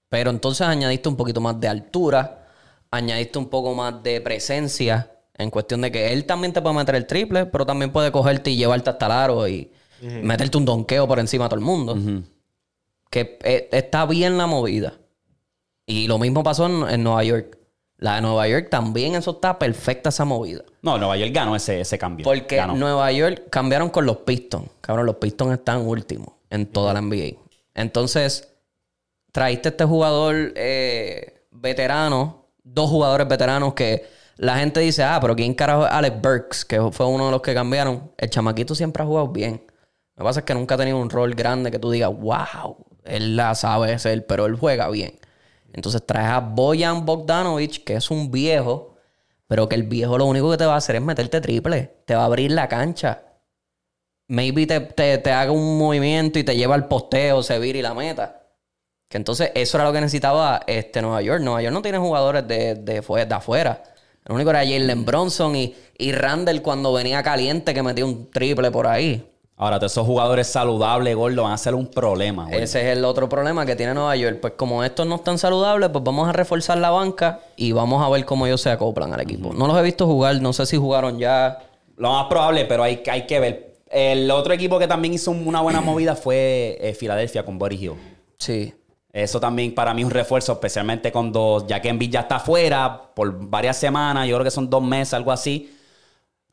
S2: Pero entonces añadiste un poquito más de altura, añadiste un poco más de presencia, en cuestión de que él también te puede meter el triple, pero también puede cogerte y llevarte hasta el aro y meterte un donqueo por encima a todo el mundo. Que eh, está bien la movida. Y lo mismo pasó en, en Nueva York. La de Nueva York también, eso está perfecta esa movida.
S1: No, Nueva York ganó ese, ese cambio.
S2: Porque
S1: Ganó.
S2: Nueva York cambiaron con los Pistons. Cabrón, los Pistons están últimos en toda la NBA. Entonces, traíste este jugador eh, veterano, dos jugadores veteranos que la gente dice, ah, pero ¿quién carajo es Alex Burks? Que fue uno de los que cambiaron. El chamaquito siempre ha jugado bien. Lo que pasa es que nunca ha tenido un rol grande que tú digas, wow, él la sabe hacer, pero él juega bien. Entonces traes a Boyan Bogdanovich, que es un viejo, pero que el viejo lo único que te va a hacer es meterte triple. Te va a abrir la cancha. Maybe te, te- te haga un movimiento y te lleva al posteo, se vira y la meta. Que entonces eso era lo que necesitaba este Nueva York. Nueva York no tiene jugadores de, de, fue- de afuera. Lo único era Jalen Bronson y, y Randall cuando venía caliente que metía un triple por ahí.
S1: Ahora, todos esos jugadores saludables, gordo, van a ser un problema. güey.
S2: Ese es el otro problema que tiene Nueva York. Pues como estos no están saludables, pues vamos a reforzar la banca y vamos a ver cómo ellos se acoplan al equipo. No los he visto jugar, no sé si jugaron ya.
S1: Lo más probable, pero hay, hay que ver. El otro equipo que también hizo una buena movida fue eh, Filadelfia con Boris Hill.
S2: Sí.
S1: Eso también para mí es un refuerzo, especialmente cuando ya que Embiid ya está afuera por varias semanas, yo creo que son dos meses, algo así.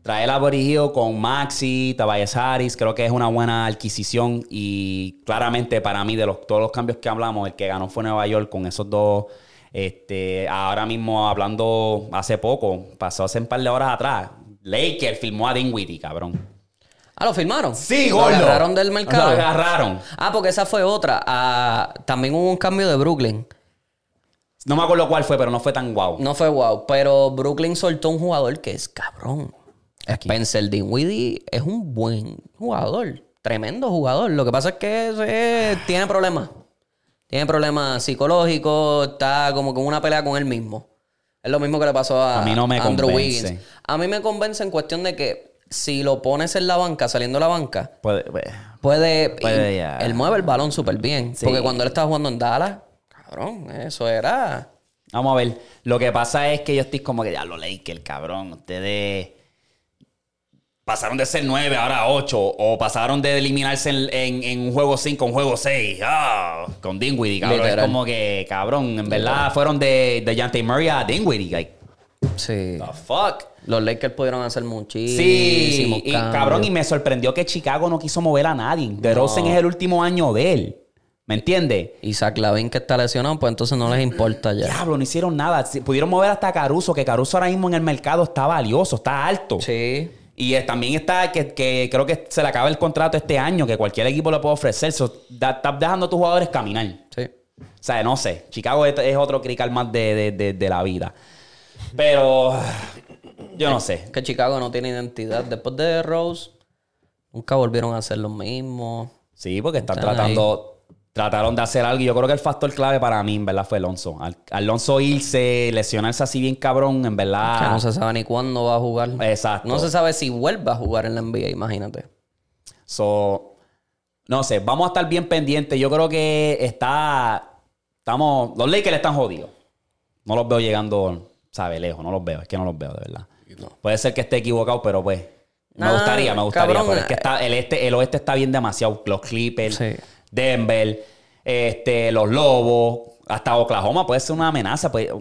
S1: Traer a Boris Hill con Maxi, Tabayes Harris, creo que es una buena adquisición y claramente para mí de los, todos los cambios que hablamos, el que ganó fue Nueva York con esos dos. Este, ahora mismo hablando hace poco, pasó hace un par de horas atrás, Laker firmó a Dinwiddie, cabrón.
S2: Ah, lo firmaron.
S1: Sí,
S2: Lo
S1: gordo.
S2: agarraron del mercado.
S1: Lo agarraron.
S2: Ah, porque esa fue otra. Ah, también hubo un cambio de Brooklyn.
S1: No me acuerdo cuál fue, pero no fue tan guau.
S2: No fue wow, pero Brooklyn soltó un jugador que es cabrón. Spencer Dinwiddie es un buen jugador, tremendo jugador. Lo que pasa es que ese tiene problemas. Tiene problemas psicológicos, está como con una pelea con él mismo. Es lo mismo que le pasó a,
S1: A mí no me
S2: Andrew
S1: convence.
S2: Wiggins. A mí me convence en cuestión de que si lo pones en la banca, saliendo de la banca,
S1: Puede- puede-
S2: Puede.
S1: Puede,
S2: y
S1: ya.
S2: Él mueve el balón súper bien.
S1: Sí.
S2: Porque cuando él estaba jugando en Dallas, cabrón, eso era.
S1: Vamos a ver. Lo que pasa es que yo estoy como que ya lo leí, que el cabrón, ustedes pasaron de ser 9 ahora a 8 o pasaron de eliminarse en, en- en un juego 5 a un juego 6. Ah, con Dinwiddie, cabrón.
S2: Literal.
S1: Es como que, cabrón, en verdad fueron de, de Jante Murray a Dinwiddie. Like,
S2: Sí.
S1: the fuck.
S2: Los Lakers pudieron hacer muchísimo.
S1: Sí, y, cabrón, y me sorprendió que Chicago no quiso mover a nadie. De Rosen es el último año de él. ¿Me entiendes?
S2: Isaac Lavin que está lesionado, pues entonces no les importa ya.
S1: Diablo, no hicieron nada. Si- Pudieron mover hasta Caruso, que Caruso ahora mismo en el mercado está valioso, está alto.
S2: Sí.
S1: Y eh, también está que, que creo que se le acaba el contrato este año, que cualquier equipo le puede ofrecer. So, da- estás dejando a tus jugadores caminar.
S2: Sí.
S1: O sea, no sé. Chicago es, es otro crical más de, de- de- de la vida. Pero Yo no sé.
S2: Que Chicago no tiene identidad. Después de Rose, nunca volvieron a hacer lo mismo.
S1: Sí, porque están
S2: Están
S1: tratando, trataron de hacer algo. y Yo creo que el factor clave para mí, en verdad, fue Alonso. Al- Alonso irse, lesionarse así bien cabrón, en
S2: O sea,
S1: verdad.
S2: no se sabe ni cuándo va a jugar.
S1: Ah. Exacto.
S2: No se sabe si vuelve a jugar en la NBA, imagínate.
S1: So, no sé, vamos a estar bien pendientes. Yo creo que está. Estamos. Los Lakers están jodidos. No los veo llegando, sabe, lejos. No los veo. Es que no los veo, de verdad. Puede ser que esté equivocado, pero pues. Me
S2: Nah,
S1: gustaría, me gustaría.
S2: cabrón,
S1: pero es que está, el, este, el oeste está bien demasiado. Los Clippers,
S2: Sí.
S1: Denver, este, los Lobos, hasta Oklahoma puede ser una amenaza. Puede,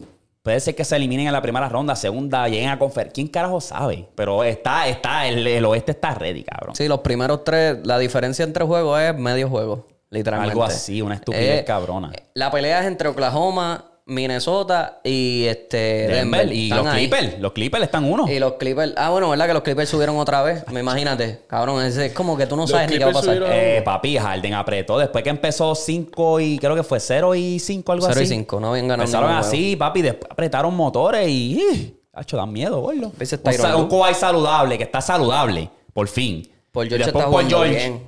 S1: puede ser que se eliminen en la primera ronda, segunda, lleguen a confer. ¿Quién carajo sabe? Pero está, está, el, el oeste está ready, cabrón.
S2: Sí, los primeros tres, la diferencia entre juegos es medio juego, literalmente.
S1: Algo así, una estupidez
S2: Eh,
S1: cabrona.
S2: La pelea es entre Oklahoma, Minnesota y este
S1: Denver, y
S2: Están
S1: los
S2: ahí.
S1: Clippers, los Clippers están uno.
S2: Y los Clippers. Ah, bueno, ¿verdad? Que los Clippers subieron otra vez. Me imagínate, cabrón. ese Es como que tú no sabes ni qué va a pasar.
S3: Clippers
S1: Eh, papi, Harden apretó después que empezó 5 y creo que fue 0 y 5, algo
S2: 0 y
S1: así.
S2: 5, no habían ganado.
S1: Empezaron
S2: ningún juego.
S1: así, papi, después apretaron motores y. ¡ih! Hacho, dan miedo, boludo. Un,
S2: Ese es Tyronn
S1: sa-
S2: Lue.
S1: un Kawhi saludable, que está saludable, por fin. Y
S2: Paul George
S1: después
S2: está
S1: Paul
S2: jugando
S1: George.
S2: bien.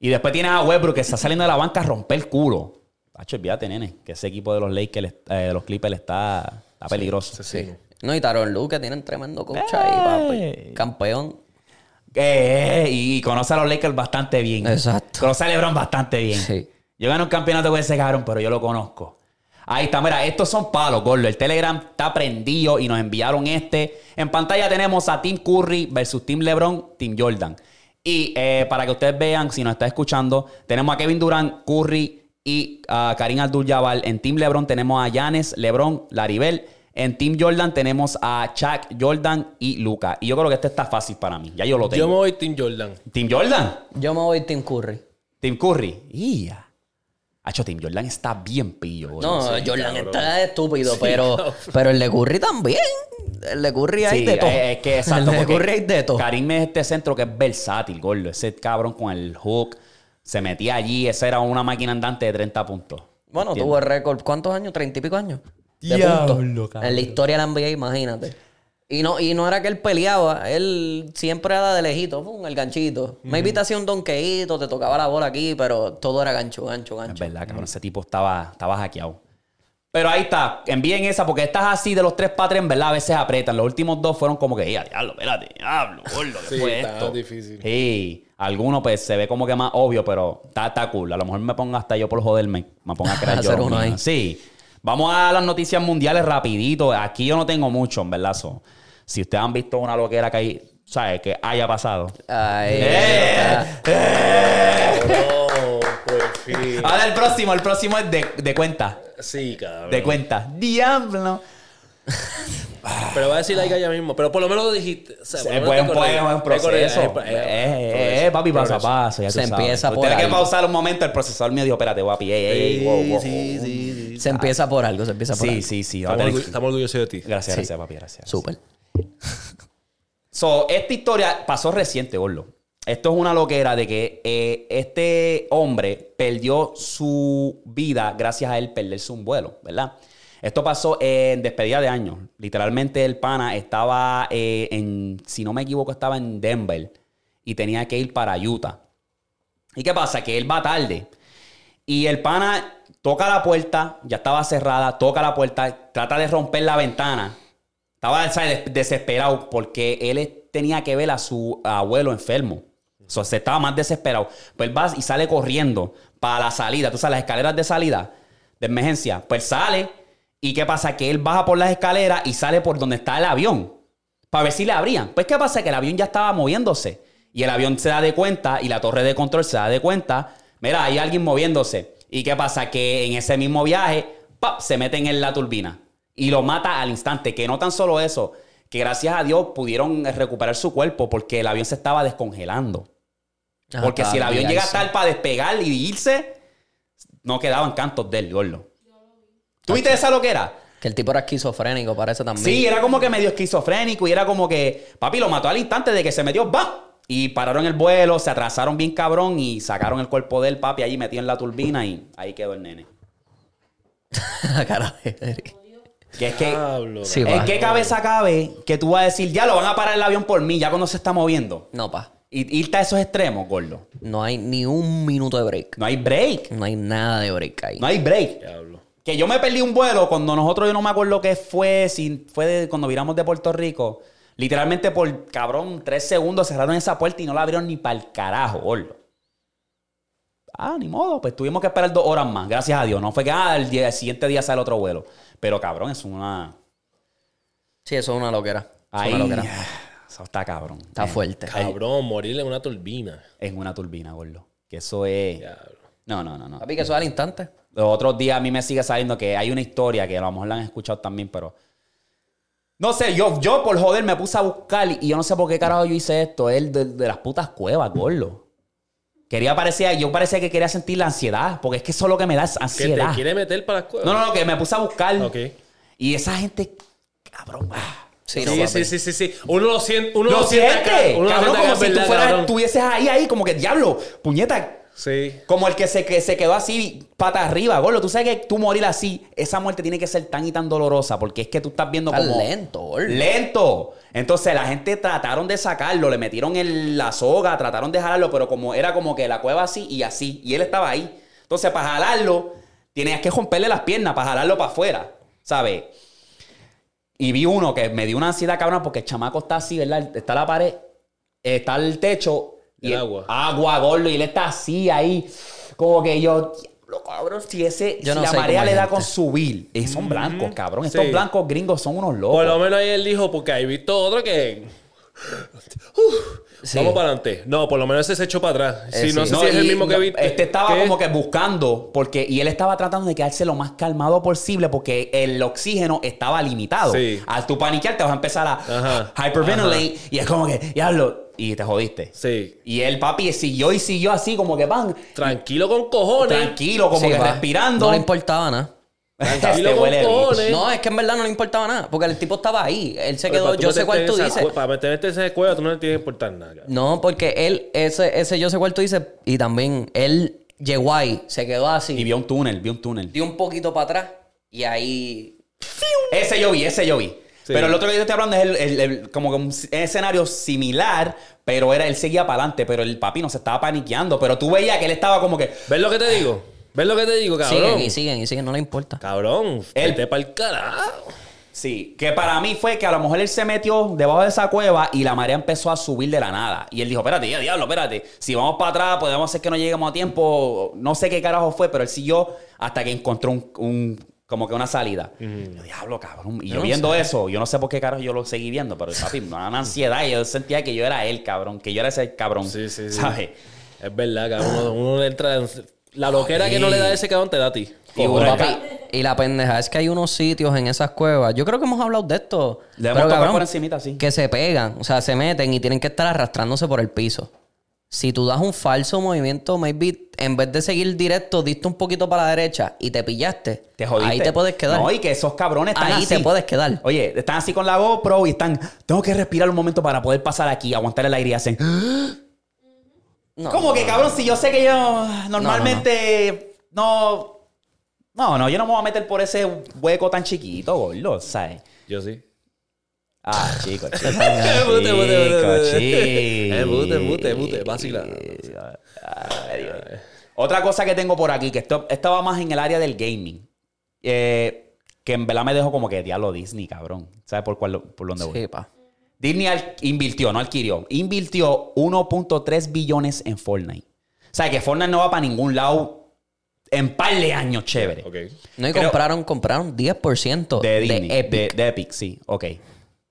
S1: Y después tienes a Westbrook que está saliendo de la banca a romper el culo. Hacho, olvídate, nene, que ese equipo de los Lakers, eh, de los Clippers está, está peligroso.
S2: Sí. No, y Taron Lu, que tienen tremendo coach ahí, papi. Campeón.
S1: Eh, eh, y conoce a los Lakers bastante bien.
S2: Exacto.
S1: Conoce a LeBron bastante bien.
S2: Sí.
S1: Yo gané un campeonato con ese cabrón, pero yo lo conozco. Ahí está, mira, estos son palos, gordo. El Telegram está prendido y nos enviaron este. En pantalla tenemos a Team Curry versus Team LeBron, Team Jordan. Y eh, para que ustedes vean, si nos está escuchando, tenemos a Kevin Durant, Curry y a Karim Abdul-Jabbar. En Team LeBron tenemos a Yanes, LeBron, Laribel. En Team Jordan tenemos a Chuck, Jordan y Luca. Y yo creo que este está fácil para mí. Ya yo lo
S3: Yo me
S1: tengo.
S3: voy Team Jordan.
S1: Team Jordan.
S2: Yo me voy Tim Curry.
S1: Tim Curry. ¡Ya! Hacho, Tim Jordan está bien pillo. güey.
S2: No, Jordan está estúpido, pero, pero el de Curry también. El de Curry hay
S1: Sí,
S2: de todo.
S1: eh, es que exacto.
S2: El de
S1: porque
S2: Curry hay de todo.
S1: Karim es este centro que es versátil, gordo. Ese cabrón con el hook se metía allí. Esa era una máquina andante de 30 puntos.
S2: Bueno,
S1: Entiendo.
S2: tuvo récord. ¿Cuántos años? ¿Treinta y pico años? De
S1: Diablo,
S2: puntos.
S1: cabrón.
S2: En la historia de la NBA, imagínate. Y no, y no era que él peleaba, él siempre era de lejito, pum, el ganchito. Maybe te hacía un donqueíto, te tocaba la bola aquí, pero todo era gancho, gancho,
S1: Es
S2: gancho.
S1: verdad, cabrón. Ese tipo estaba, estaba hackeado. Pero ahí está. Envíen esa porque estas así de los tres patrios, en verdad, a veces apretan. Los últimos dos fueron como que, ya, diablo, espérate, diablo, gordo, ¿qué
S3: Sí,
S1: fue
S3: está
S1: Pues esto?
S3: difícil.
S1: Sí. Alguno, pues, se ve como que más obvio, pero está, está cool. A lo mejor me ponga hasta yo por joderme. Me ponga a crear yo.
S2: Hacer
S1: los
S2: uno
S1: míos.
S2: ahí.
S1: Sí. Vamos a las noticias mundiales rapidito. Aquí yo no tengo mucho, en verdad. so. Si ustedes han visto una loquera que hay, ¿sabes? Que haya pasado.
S2: Ay,
S1: ¡Eh! ¡Eh!
S3: No, pues por fin.
S1: Ahora el próximo, el próximo es de, de cuenta.
S3: Sí, cabrón.
S1: De cuenta. Diablo.
S3: Pero va a decir like allá mismo. Pero por lo menos lo dijiste. O sea, por
S1: Es
S3: lo menos
S1: buen
S3: te corregí.
S1: poema, es un
S3: Te corregí.
S1: proceso.
S3: Eh,
S1: Eh,
S3: eh,
S1: eh, eh, papi, paso a paso. ya tú
S2: Se
S1: sabes.
S2: empieza
S1: Tú
S2: por
S1: Tienes que
S2: algo.
S1: pausar un momento. El procesador me dijo, espérate, guapi. Ey, ey, wow, wow, wow. Sí,
S2: se empieza por algo, se empieza por
S1: sí,
S2: algo.
S1: sí. ahora
S4: Estamos,
S1: tenés-
S4: orgu- estamos orgullosos de ti.
S1: Gracias, gracias, papi, gracias.
S2: Súper.
S1: So, esta historia pasó reciente, Orlo. Esto es una loquera de que eh, este hombre perdió su vida gracias a él perderse un vuelo, ¿verdad? Esto pasó en despedida de años. Literalmente el pana estaba eh, en, si no me equivoco, estaba en Denver y tenía que ir para Utah. ¿Y qué pasa? Que él va tarde. Y el pana toca la puerta, ya estaba cerrada, toca la puerta, trata de romper la ventana. Estaba ¿sabes? Des- desesperado porque él es- tenía que ver a su abuelo enfermo. O sea, se estaba más desesperado. Pues él va y sale corriendo para la salida. Tú sabes, las escaleras de salida de emergencia. Pues sale. ¿Y qué pasa? Que él baja por las escaleras y sale por donde está el avión. Para ver si le abrían. Pues qué pasa? Que el avión ya estaba moviéndose. Y el avión se da de cuenta y la torre de control se da de cuenta. Mira, hay alguien moviéndose. ¿Y qué pasa? Que en ese mismo viaje, ¡pap! se meten en la turbina y lo mata al instante. Que no tan solo eso, que gracias a Dios pudieron recuperar su cuerpo porque el avión se estaba descongelando.
S2: Ah,
S1: porque si el
S2: papi,
S1: avión
S2: ahí
S1: llega a
S2: sí.
S1: estar para despegar y irse, no quedaban cantos del gordo. ¿Tú viste esa loquera?
S2: Que el tipo era esquizofrénico, parece también.
S1: Sí, era como que medio esquizofrénico y era como que, papi, lo mató al instante de que se metió, ¡va! Y pararon el vuelo, se atrasaron bien cabrón y sacaron el cuerpo del papi allí metido en la turbina y ahí quedó el nene.
S2: Cara de- Eh,
S1: Que es que,
S3: Ah, Diablo,
S2: Sí,
S1: ¿En
S2: va.
S1: qué cabeza cabe que tú vas a decir, ya lo van a parar el avión por mí, ya cuando se está moviendo?
S2: No, pa.
S1: Y irte a esos extremos, gordo.
S2: No hay ni un minuto de break.
S1: No hay break.
S2: No hay nada de break ahí.
S1: No hay break.
S3: diablo.
S1: Que yo me perdí un vuelo cuando nosotros, yo no me acuerdo qué fue, si fue de- cuando viramos de Puerto Rico. Literalmente por, cabrón, tres segundos cerraron esa puerta y no la abrieron ni para el carajo, gordo. Ah, ni modo, pues tuvimos que esperar dos horas más, gracias a Dios. No fue que, ah, el, día- el siguiente día sale otro vuelo. Pero, cabrón, es una...
S2: Sí, eso es una loquera. Eso
S1: Ahí,
S2: es una loquera.
S1: eso está cabrón.
S2: Está fuerte.
S3: Cabrón, morir en una turbina.
S1: en una turbina, gordo. Que eso es.
S3: Diablo.
S1: No, no, no, no.
S2: Papi, que eso es al instante.
S1: Los otros días a mí me sigue saliendo que hay una historia que a lo mejor la han escuchado también, pero. No sé, yo, yo por joder me puse a buscar y yo no sé por qué carajo yo hice esto. Es de, de las putas cuevas, gordo. Quería parecía, yo parecía que quería sentir la ansiedad, porque es que eso es lo que me da es
S3: Que te
S1: ansiedad.
S3: quiere meter para las cuevas.
S1: No, no, no, que me puse a buscar.
S3: Ok.
S1: Y esa gente, cabrón. ah.
S2: Sí,
S3: Sí,
S2: no,
S3: sí,
S2: papi.
S3: sí, sí, sí, Uno lo siente. Uno
S1: Lo,
S3: lo,
S1: siente,
S3: acá, uno lo
S1: cabrón,
S3: siente acá,
S1: como si tú
S3: ¿verdad,
S1: fueras,
S3: cabrón?
S1: estuvieses ahí, ahí, como que diablo, puñeta,
S3: Sí.
S1: Como el que se, que se quedó así, pata arriba, gordo. Tú sabes que tú morir así, esa muerte tiene que ser tan y tan dolorosa porque es que tú estás viendo
S2: Está
S1: como...
S2: lento, gordo.
S1: Lento. Entonces la gente trataron de sacarlo, le metieron el- la soga, trataron de jalarlo, pero como era como que la cueva así y así, y él estaba ahí. Entonces para jalarlo, tenías que romperle las piernas para jalarlo para afuera, ¿sabes? Y vi uno que me dio una ansiedad cabrón porque el chamaco está así, ¿verdad? Está la pared, está el techo.
S3: El agua.
S1: Agua, gordo. Y él está así ahí. Como que yo, diablo, cabrón, si ese,
S2: Yo
S1: si
S2: no
S1: la
S2: sé
S1: marea
S2: cómo
S1: le
S2: hay
S1: da
S2: gente.
S1: con subir. Y son blancos, cabrón. Estos
S3: sí.
S1: blancos gringos son unos locos.
S3: Por lo menos ahí él dijo, porque ahí he visto otro que.
S2: Sí.
S3: Vamos para adelante. No, por lo menos ese se echó para atrás.
S2: Eh,
S3: sí, no
S2: sí.
S3: sé si es
S1: y
S3: el mismo que
S1: no,
S3: viste.
S1: Este estaba
S3: ¿Qué?
S1: como que buscando, porque, y él estaba tratando de quedarse lo más calmado posible, porque el oxígeno estaba limitado.
S3: Sí.
S1: Al tu paniquear te vas a empezar a
S3: Ajá,
S1: hyperventilate, y es como que, diablo, y te jodiste.
S3: Sí.
S1: Y el papi siguió y siguió así, como que van,
S3: Tranquilo con cojones.
S1: tranquilo, como
S2: Sí,
S1: que
S2: va.
S1: respirando.
S2: No le importaba nada.
S3: Tranquilo
S1: Este
S3: con
S1: huele bicho.
S3: cojones.
S2: No, es que en verdad no le importaba nada. Porque el tipo estaba ahí. Él se quedó.
S3: Pero para
S2: Yo sé
S3: meterte
S2: cuál
S3: en
S2: tú
S3: esa
S2: dices.
S3: cue- Para meterte en esa cueva, tú no le tienes que importar nada. cabrón.
S2: No, porque él, ese, ese yo sé cuál tú dices. Y también él llegó ahí, se quedó así.
S1: Y vio un túnel, vio un túnel.
S2: dio un poquito para atrás y ahí.
S1: Ese yo vi, ese yo vi.
S3: Sí.
S1: Pero el otro que yo estoy hablando es el, el- el- como que un s- escenario similar, pero era él seguía para adelante, pero el papi no se estaba paniqueando, pero tú veías que él estaba como que
S3: ¿Ves lo que te digo? ¿Ves lo que te digo, cabrón?
S2: Siguen y siguen y siguen, no le importa.
S3: Cabrón,
S1: El-
S3: vete para el carajo.
S1: Sí, que para mí fue que a lo mejor él se metió debajo de esa cueva y la marea empezó a subir de la nada. Y él dijo, espérate, ya diablo, espérate. Si vamos para atrás, podemos hacer que no lleguemos a tiempo. No sé qué carajo fue, pero él siguió hasta que encontró un, un- como que una salida. Yo, diablo, cabrón. Y yo, viendo eso, yo no sé por qué carajo yo lo seguí viendo, pero papi, me daba una ansiedad y yo sentía que yo era él, cabrón, que yo era ese cabrón.
S3: Sí, sí, sí.
S1: ¿Sabes?
S3: Es verdad, cabrón. Uno, uno le entra. en- La loquera que no le da a ese cabrón te da a ti.
S1: Y
S2: Papi,
S1: huracán.
S2: y la pendeja es que hay unos sitios en esas cuevas. Yo creo que hemos hablado de esto.
S1: Le hemos
S2: pero,
S1: tocado
S2: cabrón,
S1: por encimita, sí.
S2: Que se pegan, o sea, se meten y tienen que estar arrastrándose por el piso. Si tú das un falso movimiento, maybe en vez de seguir directo, diste un poquito para la derecha y te pillaste.
S1: Te jodiste.
S2: Ahí te puedes quedar.
S1: No, y que esos cabrones están
S2: Ahí
S1: así.
S2: te puedes quedar.
S1: Oye, están así con la GoPro y están. Tengo que respirar un momento para poder pasar aquí, aguantar el aire y hacen.
S2: No,
S1: ¿Cómo que cabrón? Si yo sé que yo normalmente no. No, no, yo no me voy a meter por ese hueco tan chiquito, gordo, ¿sabes?
S3: Yo sí.
S1: Ah, chico, chico.
S3: Embute, embute, embute.
S1: chico.
S3: Embute, embute, embute, vacila.
S1: Ay, Dios. Otra cosa que tengo por aquí, que esto, esto va más en el área del gaming. eh, que en verdad me dejó como que diablo Disney, cabrón. ¿Sabes por cuál, por dónde voy?
S2: Sí, pa.
S1: Disney al- invirtió, no adquirió, invirtió 1.3 billones en Fortnite. O sea, que Fortnite no va para ningún lado en par de años, chévere.
S3: Ok.
S2: No, y
S1: Creo-
S2: compraron, compraron 10%
S1: De
S2: Oh, de,
S1: Disney. De
S2: Epic.
S1: de Epic. sí, ok.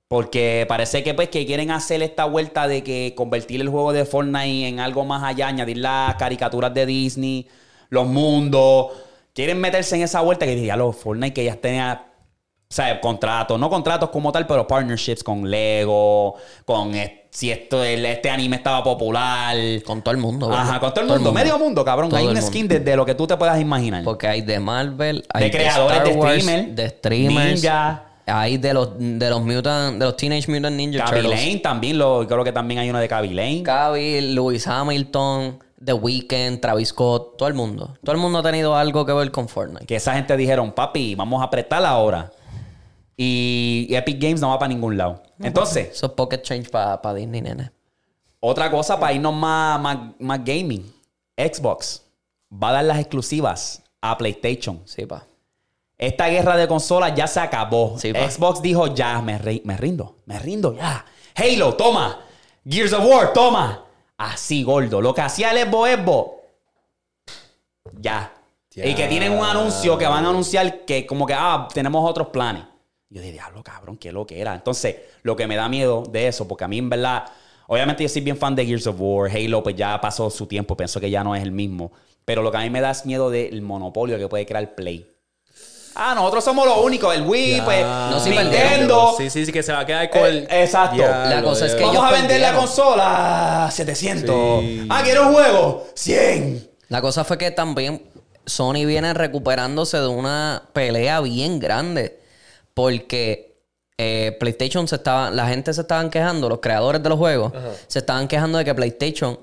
S1: Porque parece que pues que quieren hacer esta vuelta de que convertir el juego de Fortnite en algo más allá, añadir las caricaturas de Disney, los mundos. Quieren meterse en esa vuelta que diría los Fortnite que ya tenía. O sea, contratos, no contratos como tal, pero partnerships con Lego, con eh, si esto, el- este anime estaba popular.
S2: Con Oh, todo el mundo. bro.
S1: Ajá, con todo el mundo, medio mundo, cabrón.
S2: Todo
S1: Hay
S2: el
S1: una
S2: mundo.
S1: skin desde lo que tú te puedas imaginar.
S2: Porque hay de Marvel, hay
S1: de creadores
S2: Star
S1: de
S2: Wars,
S1: streamer,
S2: de streamers,
S1: ninja.
S2: hay de los de los mutant, de los Teenage Mutant Ninja
S1: Kaby
S2: Turtles,
S1: Lane también, lo, creo que también hay una de Kaby Lane.
S2: Cavill, Lewis Hamilton, The Weeknd, Travis Scott, todo el mundo, todo el mundo ha tenido algo que ver con Fortnite.
S1: que esa gente dijeron, papi, vamos a apretar ahora. Y Epic Games no va para ningún lado. Entonces,
S2: Esos pocket change para Disney, nene.
S1: Otra cosa para irnos más, más, más gaming. Xbox va a dar las exclusivas a PlayStation.
S2: Sí, pa.
S1: Esta guerra de consolas ya se acabó.
S2: Sí, pa.
S1: Xbox dijo, ya, me, ri- me rindo, me rindo, ya. Halo, toma. Gears of War, toma. Así, gordo. Lo que hacía el Xbox, Xbox, ya.
S4: Ya.
S1: Y que tienen un anuncio que van a anunciar que como que, ah, tenemos otros planes. Yo dije, diablo, cabrón, qué lo que era. Entonces, lo que me da miedo de eso, porque a mí en verdad, obviamente yo soy bien fan de Gears of War, Halo, pues ya pasó su tiempo, pienso que ya no es el mismo. Pero lo que a mí me da es miedo del monopolio que puede crear Play. Ah, nosotros somos los únicos. El Wii, pues,
S2: Ah, No, sí,
S1: Nintendo.
S4: Sí, sí, sí, que se va a quedar con el.
S1: Eh, exacto.
S2: La cosa es que
S1: Vamos
S2: ellos
S1: a vender la
S2: perdieron.
S1: consola a 700.
S4: Sí.
S1: Ah, quiero un juego. 100.
S2: La cosa fue que también Sony viene recuperándose de una pelea bien grande. Porque eh, PlayStation se estaba. La gente se estaban quejando, los creadores de los juegos, se estaban quejando de que PlayStation.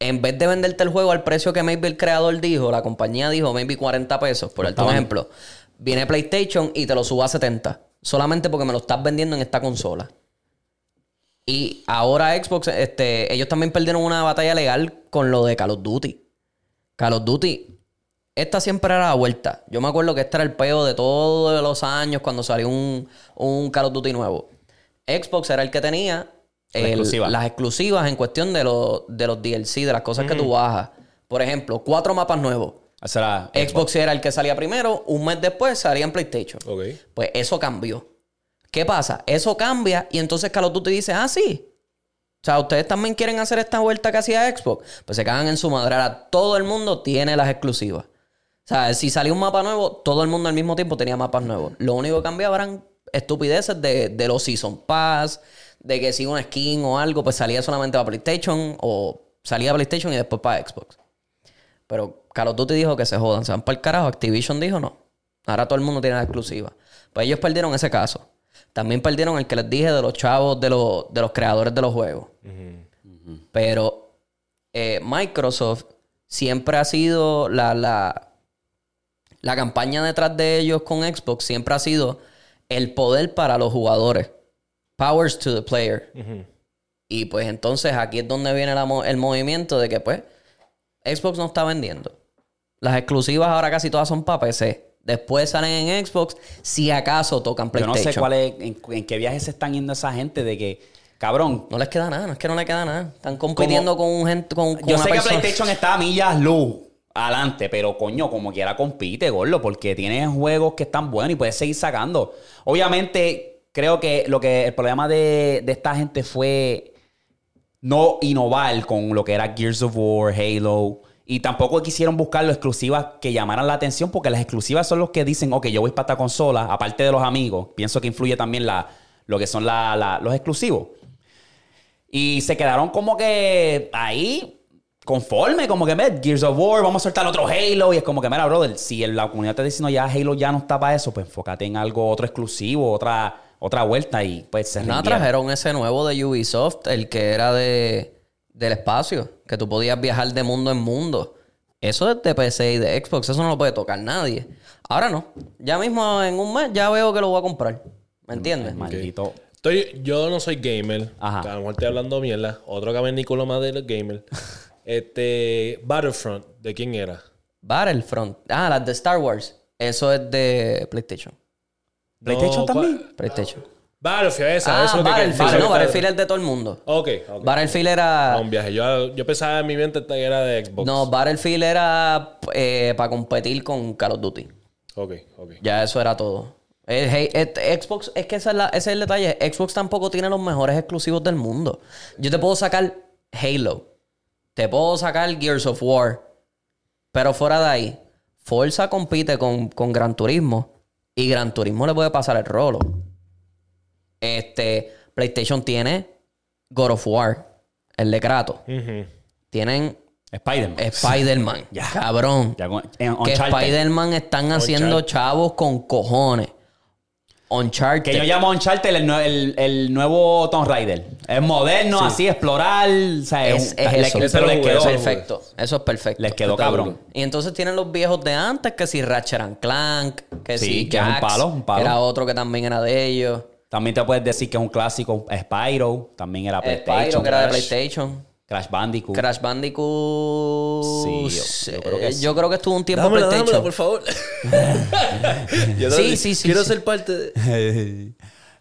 S2: En vez de venderte el juego al precio que maybe el creador dijo, la compañía dijo maybe 40 pesos, por darte un ejemplo. Viene PlayStation y te lo suba a 70. Solamente porque me lo estás vendiendo en esta consola. Y ahora Xbox, este, ellos también perdieron una batalla legal con lo de Call of Duty. Call of Duty, esta siempre era la vuelta. Yo me acuerdo que este era el peo de todos los años cuando salió un, un Call of Duty nuevo. Xbox era el que tenía el-
S1: exclusiva.
S2: las exclusivas en cuestión de, los- de los DLC, de las cosas que tú bajas. Por ejemplo, cuatro mapas nuevos.
S1: O sea, la-
S2: Xbox era el que salía primero, un mes después salía en PlayStation.
S3: Ok.
S2: Pues eso cambió. ¿Qué pasa? Eso cambia y entonces Call of Duty dice, ah, sí. O sea, ustedes también quieren hacer esta vuelta que hacía Xbox. Pues se cagan en su madre. Ahora todo el mundo tiene las exclusivas. O sea, si salía un mapa nuevo, todo el mundo al mismo tiempo tenía mapas nuevos. Lo único que cambiaba eran estupideces de, de los Season Pass, de que si una skin o algo, pues salía solamente para PlayStation o salía para PlayStation y después para Xbox. Pero Call of Duty dijo que se jodan, se van para el carajo. Activision dijo no. Ahora todo el mundo tiene la exclusiva. Pues ellos perdieron ese caso. También perdieron el que les dije de los chavos, de, los de los creadores de los juegos. Pero eh, Microsoft siempre ha sido la, la, la campaña detrás de ellos con Xbox siempre ha sido el poder para los jugadores. Powers to the player. Y pues entonces aquí es donde viene la mo- el movimiento de que pues Xbox no está vendiendo. Las exclusivas ahora casi todas son para PC. Después salen en Xbox, si acaso tocan
S1: Yo no
S2: PlayStation.
S1: sé cuál es, en, en qué viajes se están yendo esa gente de que, cabrón,
S2: No les queda nada, no es que no les queda nada. Están compitiendo con un gente, con, con
S1: yo
S2: una
S1: sé que
S2: persona.
S1: PlayStation está a millas luz adelante, pero coño, como quiera compite, gordo, porque tiene juegos que están buenos y puedes seguir sacando. Obviamente, creo que lo que el problema de, de esta gente fue no innovar con lo que era Gears of War, Halo. Y tampoco quisieron buscar las exclusivas que llamaran la atención, porque las exclusivas son los que dicen, ok, yo voy para esta consola, aparte de los amigos. Pienso que influye también la, lo que son la- la- los exclusivos. Y se quedaron como que ahí, conforme, como que, "Ve, Gears of War, vamos a soltar otro Halo. Y es como que, mira, brother, si la comunidad está diciendo ya Halo ya no está para eso, pues enfócate en algo, otro exclusivo, otra, otra vuelta. Y pues se
S2: Nada,
S1: rindieron.
S2: trajeron ese nuevo de Ubisoft, el que era de del espacio, que tú podías viajar de mundo en mundo. Eso es de PC y de Xbox, eso no lo puede tocar nadie. Ahora no. Ya mismo en un mes ya veo que lo voy a comprar. ¿Me entiendes?
S1: Maldito.
S3: Estoy, yo no soy gamer.
S1: Ajá.
S3: A lo mejor estoy hablando mierda. Otro cavernículo más de los gamers. este. Battlefront, ¿de quién era?
S2: Battlefront. Ah, las de Star Wars. Eso es de PlayStation.
S1: ¿PlayStation
S3: ¿cuál-
S1: también?
S2: PlayStation.
S3: Battlefield, esa.
S2: ah,
S3: eso es lo que
S2: Battlefield.
S3: eso es lo
S2: no,
S3: que-
S2: Battlefield es de todo el mundo.
S3: Ok, ok.
S2: Battlefield era...
S3: Ah, un viaje. Yo, yo pensaba en mi mente que era de Xbox.
S2: No, Battlefield era para competir con Call of Duty.
S3: Ok, ok.
S2: Ya eso era todo. Eh, hey, eh, Xbox, es que esa es la- ese es el detalle. Xbox tampoco tiene los mejores exclusivos del mundo. Yo te puedo sacar Halo. Te puedo sacar Gears of War. Pero fuera de ahí, Forza compite con, con Gran Turismo. Y Gran Turismo le puede pasar el rolo. Este, PlayStation tiene God of War, el de Kratos.
S3: Ujú.
S2: Tienen
S1: Spider-Man.
S2: Spider-Man.
S1: Ya.
S2: Cabrón
S1: Ya con- en
S2: que
S1: Uncharted.
S2: Spider-Man están haciendo chavos con cojones. Uncharted.
S1: Que yo llamo Uncharted el, nue- el- el nuevo Tomb Raider. Es moderno, así, explorar. O sea,
S2: Es- es
S1: le-
S2: eso.
S1: pero
S2: Ese
S3: lo
S1: les
S3: jugué,
S1: quedó.
S3: ese
S2: Perfecto. Eso es perfecto.
S1: Les quedó
S2: Está
S1: cabrón.
S2: duro. Y entonces tienen los viejos de antes, que si Ratchet and Clank, que
S1: Sí,
S2: si
S1: que es un
S2: Jax,
S1: palo, un palo.
S2: que Era otro que también era de ellos.
S1: También te puedes decir que es un clásico. Spyro, también era PlayStation.
S2: Spyro, Eh, que era de
S1: Crash-
S2: PlayStation.
S1: Crash Bandicoot.
S2: Crash Bandicoot.
S1: Sí, yo- yo creo que
S2: eh,
S1: sí.
S2: yo creo que estuvo un tiempo en
S3: Dámela,
S2: PlayStation.
S3: dámela, por favor. Yo
S2: Sí,
S3: también
S2: sí, sí,
S3: Quiero
S2: sí.
S3: ser parte de...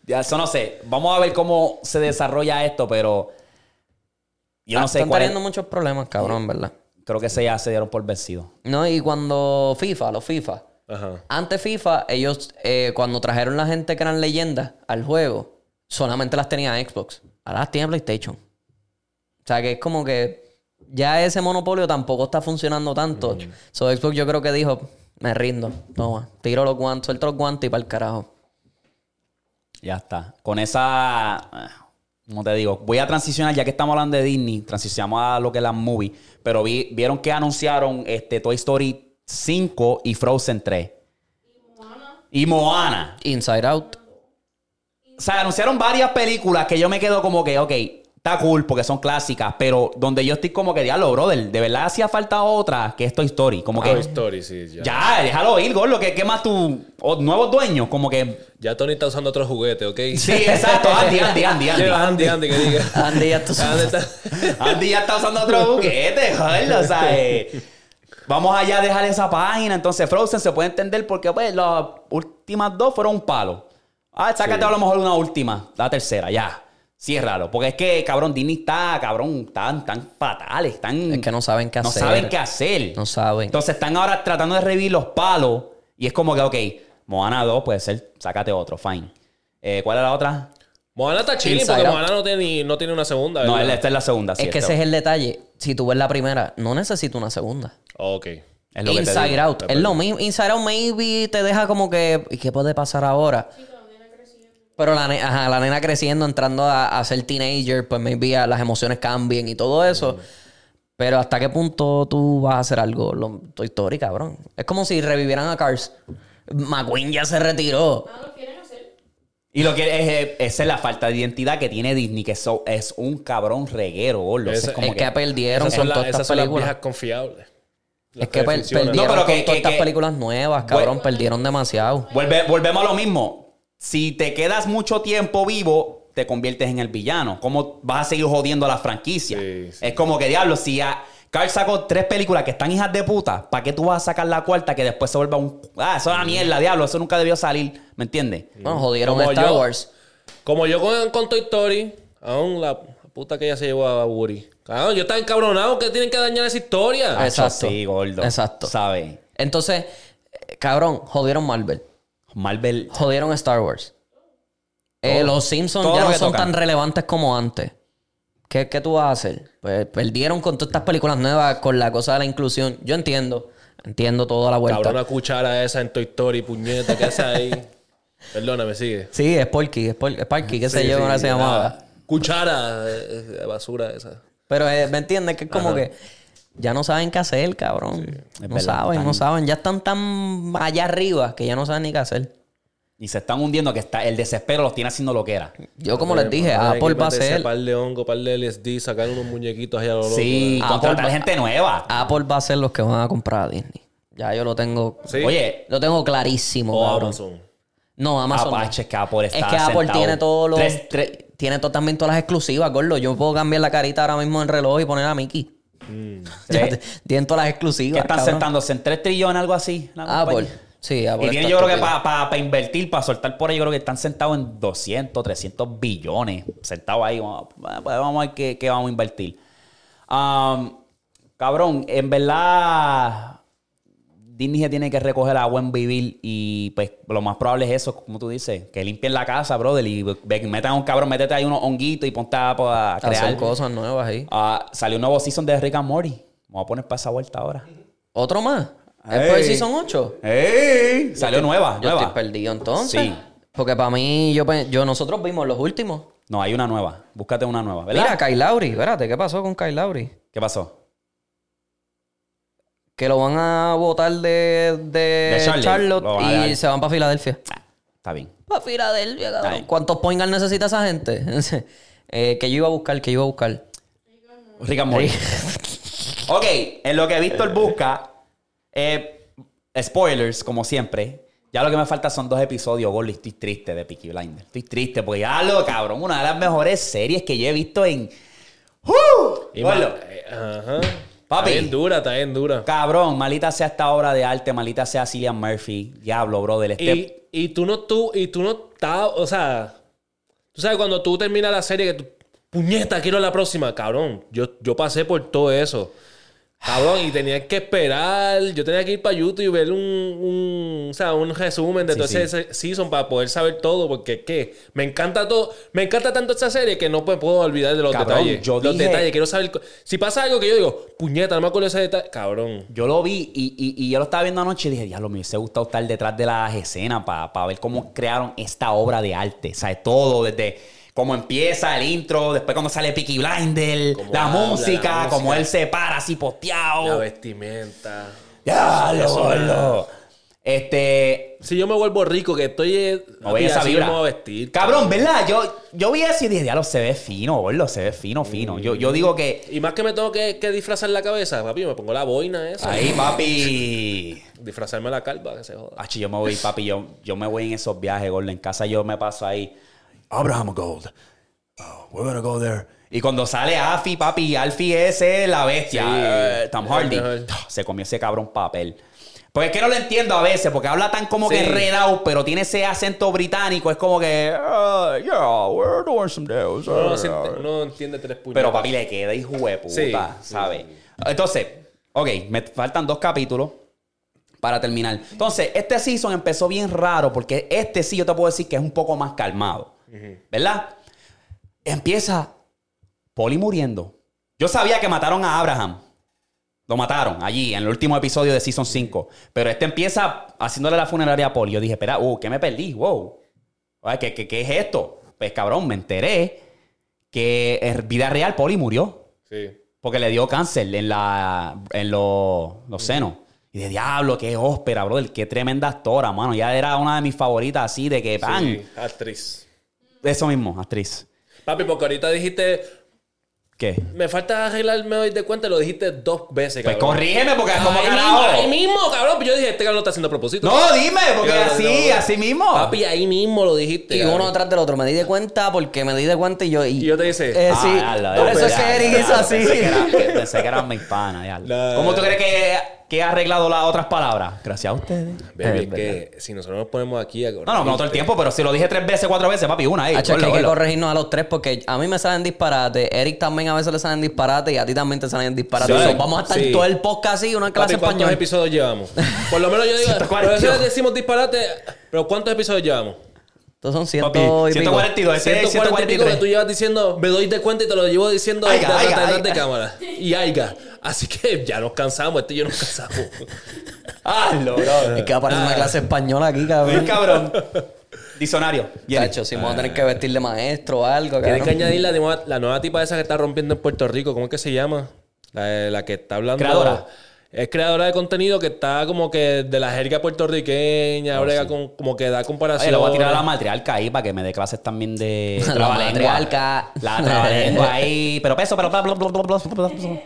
S1: Ya, eso no sé. Vamos a ver cómo se desarrolla esto, pero. Yo
S2: Ah,
S1: no sé
S2: Están
S1: cuál. es-
S2: teniendo muchos problemas, cabrón, ¿verdad?
S1: Creo que se ya se dieron por vencido.
S2: No, y cuando FIFA, los FIFA.
S3: Ajá.
S2: Antes FIFA, ellos, eh, cuando trajeron la gente que eran leyendas al juego, solamente las tenía Xbox. Ahora las tiene PlayStation. O sea, que es como que ya ese monopolio tampoco está funcionando tanto. So, Xbox yo creo que dijo, me rindo. Toma, tiro los guantes, suelto los guantes y para el carajo.
S1: Ya está. Con esa. ah, ¿Cómo te digo? Voy a transicionar, ya que estamos hablando de Disney, transicionamos a lo que es las movies. Pero vi- vieron que anunciaron este, Toy Story 5 y Frozen 3. Y Moana.
S2: Inside Out.
S1: O sea, anunciaron varias películas que yo me quedo como que, ok, está cool porque son clásicas, pero donde yo estoy como que, diablo, brother, de verdad hacía falta otra que es Toy Story. Como que,
S3: Toy Story, sí. Ah, Ya. Ya.
S1: ya, déjalo ir, gordo, que qué más tu o- nuevos dueños, como que...
S3: Tony está usando otro juguete, ¿ok?
S1: Sí, exacto, Andy, Andy, Andy, Andy.
S3: Lleva Andy, Andy, que diga.
S2: Andy, ya tú
S3: Andy
S2: sabes.
S3: está...
S1: Andy ya está usando otro buquete, joder, o sea, eh, vamos allá a dejar esa página. Entonces, Frozen se puede entender porque pues, las últimas dos fueron un palo. Ah, sácate a lo mejor una última, la tercera, ya. Ciérralo. Porque es que, cabrón, Disney está, cabrón, tan, tan fatales, tan.
S2: Es que no saben qué
S1: no
S2: hacer.
S1: saben qué hacer.
S2: No saben.
S1: Entonces están ahora tratando de revivir los palos. Y es como que, ok, Moana 2 puede ser, sácate otro, fine. Eh, ¿Cuál es la otra?
S3: Moana está chilling
S2: Inside
S3: porque
S2: Out.
S3: Moana no tiene, ni- no tiene una segunda,
S1: No,
S3: ¿verdad?
S1: esta es la segunda. sí,
S2: es que
S1: esta-
S2: ese es el detalle. Si tú ves la primera, no necesito una segunda.
S3: Ok.
S1: es lo que te
S2: Inside
S1: digo.
S2: Out. Es lo mismo. Inside Out maybe te deja como que... ¿Y qué puede pasar ahora? Pero la, ne- ajá, la nena creciendo, entrando a, a ser teenager, pues maybe ah, las emociones cambien y todo eso. Pero ¿hasta qué punto tú vas a hacer algo? Lo, Toy Story, cabrón. Es como si revivieran a Cars. McQueen ya se retiró.
S5: Ah, lo quieren hacer.
S1: Y lo que es, eh, esa es la falta de identidad que tiene Disney, que eso es un cabrón reguero, gordo. O sea,
S3: Ese-
S1: es como
S2: es que,
S1: que-
S2: perdieron
S3: Esas
S2: con
S3: son, la-
S2: todas
S3: esas
S2: estas
S3: son las
S2: películas.
S3: viejas confiables.
S2: Es
S3: Las
S2: que per-
S3: funcionan.
S2: perdieron
S1: No, pero
S2: con
S1: que-
S2: todas
S1: que-
S2: estas
S1: que-
S2: películas nuevas, cabrón. Perdieron demasiado.
S1: Vuelve- volvemos a lo mismo. Si te quedas mucho tiempo vivo, te conviertes en el villano. ¿Cómo vas a seguir jodiendo a la franquicia?
S3: Sí, sí.
S1: Es como que diablo, si a Carl sacó tres películas que están hijas de puta, ¿para qué tú vas a sacar la cuarta que después se vuelva un. Ah, eso es una mierda, diablo, eso nunca debió salir. ¿Me entiendes?
S2: Bueno, jodieron
S3: Como
S2: Star
S3: yo.
S2: Wars.
S3: Como yo con, con Toy Story, aún la puta que ella se llevó a Woody. Claro, yo estaba encabronado que tienen que dañar esa historia.
S2: Ah, Exacto.
S1: Eso Sí, gordo.
S2: Exacto.
S1: ¿Sabes?
S2: Entonces, eh, cabrón, jodieron Marvel.
S1: Marvel.
S2: Jodieron Star Wars. Eh, los Simpsons
S1: Todo
S2: ya
S1: lo
S2: no
S1: que
S2: son
S1: tocan.
S2: tan relevantes como antes. ¿Qué, qué tú vas a hacer? Pues perdieron con todas estas películas nuevas, con la cosa de la inclusión. Yo entiendo. Entiendo toda la vuelta.
S3: Cabrona cuchara esa en Toy Story, puñeta, que esa ahí. Perdóname, sigue.
S2: Sí, es Porky, es, Por- es Parky, qué sé yo, ahora se llamaba.
S3: Ah, Cuchara, eh, eh, basura esa.
S2: Pero eh, me entiendes que es como que ya no saben qué hacer, cabrón.
S1: Es
S2: No
S1: verdad,
S2: saben,
S1: están-
S2: no saben. Ya están tan allá arriba que ya no saben ni qué hacer.
S1: Y se están hundiendo que está, el desespero los tiene haciendo lo que era.
S2: Yo, como
S1: Pues,
S2: les dije,
S3: Hay que
S2: Apple va a
S3: meterse
S2: ser
S3: Par de hongo, par de LSD, sacar unos muñequitos allá a lo loco,
S1: Sí,
S3: ¿verdad?
S2: Ah,
S1: contratar
S2: por-
S1: gente nueva.
S2: Apple va a ser los que van a comprar a Disney. Ya yo lo tengo.
S3: Sí.
S1: Oye,
S2: Lo tengo clarísimo,
S3: O
S2: cabrón.
S3: Amazon.
S2: No, Amazon. no.
S1: Oh, Apache, es que Apple
S2: es
S1: está
S2: que Apple
S1: sentado.
S2: tiene todos los.
S1: Tres- tres-
S2: Tiene to- también todas las exclusivas, gordo. Yo puedo cambiar la carita ahora mismo en el reloj y poner a Mickey. Ya
S1: Mm, tres-
S2: Tienen todas las
S1: que
S2: exclusivas.
S1: están
S2: cabrón.
S1: sentándose en 3 trillones, algo así. la
S2: Apple.
S1: compañía.
S2: Sí, Apple.
S1: Y
S2: está
S1: tienen, yo creo que
S2: estúpida.
S1: para invertir, para soltar por ahí, yo creo que están sentados en 200, 300 billones. Sentados ahí, vamos, pues vamos a ver qué, qué vamos a invertir. Am, cabrón, en verdad, Disney se tiene que recoger a buen vivir y pues lo más probable es eso, como tú dices, que limpien la casa, brother, y ve- metan a un cabrón, métete ahí unos honguitos y ponte a, pues, a crear.
S2: Hacer cosas nuevas ahí.
S1: Ah, salió un nuevo season de Rick and Morty. Vamos a poner para esa vuelta ahora.
S2: ¿Otro más?
S1: Ey.
S2: ¿Es por el Season 8?
S1: ¡Ey! Salió nueva,
S2: Yo
S1: nueva.
S2: estoy perdido entonces.
S1: Sí.
S2: Porque para mí, yo, pe- yo nosotros vimos los últimos.
S1: No, hay una nueva. Búscate una nueva, ¿verdad?
S2: Mira, Kyle Lowry. Espérate, ¿qué pasó con Kyle Lowry?
S1: ¿Qué pasó?
S2: Que lo van a votar de, de,
S1: De Charlotte.
S2: Charlotte,
S1: Lo van a
S2: y
S1: dar.
S2: se van para Filadelfia.
S1: Está bien.
S2: Para Filadelfia, cabrón. ¿Cuántos point guard necesita esa gente? Eh, que yo iba a buscar, que yo iba a buscar.
S1: Rick and Morty. ok, en lo que Víctor busca, eh, spoilers, como siempre. Ya lo que me falta son dos episodios, Gordy. Estoy triste de Peaky Blinder. Estoy triste porque ya lo, cabrón, una de las mejores series que yo he visto en. ¡Uh!
S3: Y
S1: Gordo,
S3: ma- eh, ajá.
S1: Papi.
S3: Está bien dura, está bien dura.
S1: Cabrón, malita sea esta obra de arte, malita sea Cillian Murphy. Diablo, brother. Este...
S3: Y, y tú no tú y tú no estás, o sea, tú sabes cuando tú terminas la serie que tú puñeta, quiero la próxima, cabrón. Yo yo pasé por todo eso. Cabrón, y tenía que esperar. Yo tenía que ir para YouTube y ver un, un, o sea, un resumen de
S1: Sí,
S3: todo
S1: sí.
S3: ese season para poder saber todo. Porque es que me encanta todo. Me encanta tanto esta serie que no me puedo olvidar de los
S1: Cabrón,
S3: detalles.
S1: yo
S3: los
S1: dije-
S3: detalles, quiero saber. co- Si pasa algo que yo digo, puñeta, no me acuerdo de ese detalle. Cabrón.
S1: Yo lo vi y, y- y yo lo estaba viendo anoche y dije, diablo, me hubiese gustado estar detrás de las escenas para ver cómo crearon esta obra de arte. O sea, todo, desde cómo empieza el intro, después cómo sale Peaky Blinder,
S3: Cómo
S1: la,
S3: habla, la
S1: música, cómo
S3: música.
S1: él se para así
S3: La
S1: posteado.
S3: vestimenta.
S1: Diablo,
S3: Eso,
S1: gordo. Este...
S3: Si yo me vuelvo rico, que estoy. eh,
S1: No veía
S3: así
S1: esa
S3: yo
S1: vibra.
S3: me voy a vestir.
S1: Cabrón, ¿verdad? Yo, yo vi eso y dije, diablo, se ve fino, gordo, se ve fino, fino. Yo, yo digo que...
S3: Y más que me tengo que, que disfrazar la cabeza, papi, me pongo la boina esa.
S1: Ahí, papi...
S3: Disfrazarme la calva, que se joda.
S1: Achi, yo me voy, papi, yo, yo me voy en esos viajes, gordo. En casa yo me paso ahí. Abraham Gold. Oh, we're gonna go there. Y cuando sale Afi, papi, Alfi ese es la bestia. eh, Tom Hardy.
S3: Mejor.
S1: Se comió ese cabrón papel. Pues es que no lo entiendo a veces, porque habla tan como que
S3: Sí.
S1: redao, pero tiene ese acento británico. Es como que. "Ah, yeah, we're doing some deals.
S3: Uno, no
S1: ah,
S3: se ent-
S1: ah".
S3: uno entiende tres puntos.
S1: Pero papi le queda hijo de puta,
S3: Sí, sí,
S1: ¿sabes? Entonces, ok, me faltan dos capítulos para terminar. Entonces, este season empezó bien raro porque este sí yo te puedo decir que es un poco más calmado, ¿verdad? Empieza Poli muriendo. Yo sabía que mataron a Abraham. Lo mataron allí, en el último episodio de Season 5. Pero este empieza haciéndole la funeraria a Poli. Yo dije, espera, uh, ¿qué me perdí? Wow. Ay, ¿Qué, qué, qué es esto? Pues cabrón, me enteré que en vida real Poli murió
S3: Sí.
S1: porque le dio cáncer en, la, en los,
S3: Mm.
S1: los senos. Y de diablo, qué óspera, brother, qué tremenda actora, mano. Ya era una de mis favoritas así, de que pan.
S3: Sí, Actriz.
S1: Eso mismo, actriz.
S3: Papi, porque ahorita dijiste,
S1: ¿Qué?
S3: me falta arreglarme hoy de cuenta, lo dijiste dos veces,
S1: Pues
S3: cabrón.
S1: corrígeme, porque como
S3: ahí, mismo,
S1: carajo.
S3: ahí mismo, cabrón. Yo dije, este cabrón lo está haciendo a propósito.
S1: No, dime, porque
S3: Yo lo-
S1: así,
S3: yo lo-
S1: así mismo.
S3: Papi, ahí mismo lo dijiste.
S2: Y
S3: cabrón.
S2: uno detrás del otro. Me di de cuenta porque me di de cuenta y yo. Y,
S3: Y yo te hice,
S2: Eh,
S1: Ah,
S2: sí.
S1: diablo,
S2: Por
S1: diablo,
S2: eso es que
S1: diablo,
S2: Eric
S1: diablo,
S2: hizo así.
S1: Pensé que, era- que- pensé que eran mis panas, diablo.
S3: No.
S1: ¿Cómo tú crees que, que ha arreglado las otras palabras? Gracias a ustedes.
S3: baby,
S2: es
S3: es que si nosotros nos ponemos aquí a este
S1: No, no, no todo el tiempo, pero si lo dije tres veces, cuatro veces, papi, una ahí.
S2: Hacho, es que
S1: Ponlo,
S2: hay que
S1: ponlo.
S2: corregirnos a los tres porque a mí me salen disparates. Eric también a veces le salen disparates y a ti también te salen disparates.
S3: Sí.
S2: So, vamos a estar
S3: Sí.
S2: todo el podcast así, una clase
S3: Papi, ¿cuántos
S2: española.
S3: episodios llevamos? Por lo menos yo digo, por
S1: 140.
S3: eso decimos disparate, pero ¿cuántos episodios llevamos?
S2: Estos son
S1: Papi,
S2: ciento y pico.
S1: 142, este es
S3: 140 y pico que tú
S1: 143.
S3: llevas diciendo, me doy de cuenta y te lo llevo diciendo
S1: Aiga,
S3: detrás-
S1: aiga,
S3: detrás de
S1: aiga.
S3: cámara. Y aiga. Así que ya nos cansamos, este y yo nos cansamos.
S1: Hazlo, bro.
S2: Es que aparece una clase española aquí, cabrón.
S1: Bien, cabrón. Dicionario. Viene.
S2: Hacho, si me voy a tener que vestir de maestro o algo,
S3: Tienes que
S2: cabrón.
S3: añadir la nueva, la nueva tipa esa que está rompiendo en Puerto Rico, ¿cómo es que se llama? La, eh, la que está hablando.
S1: Creadora.
S3: Es creadora de contenido que está como que de la jerga puertorriqueña, brega con- como que da comparación.
S1: Oh, Oye, lo voy a tirar a la matriarca ahí para que me dé clases también de
S2: La
S1: trabalengua.
S2: matriarca.
S1: La trabalengua ahí. Pero peso, pero... bla, bla, bla, bla, bla, bla, bla.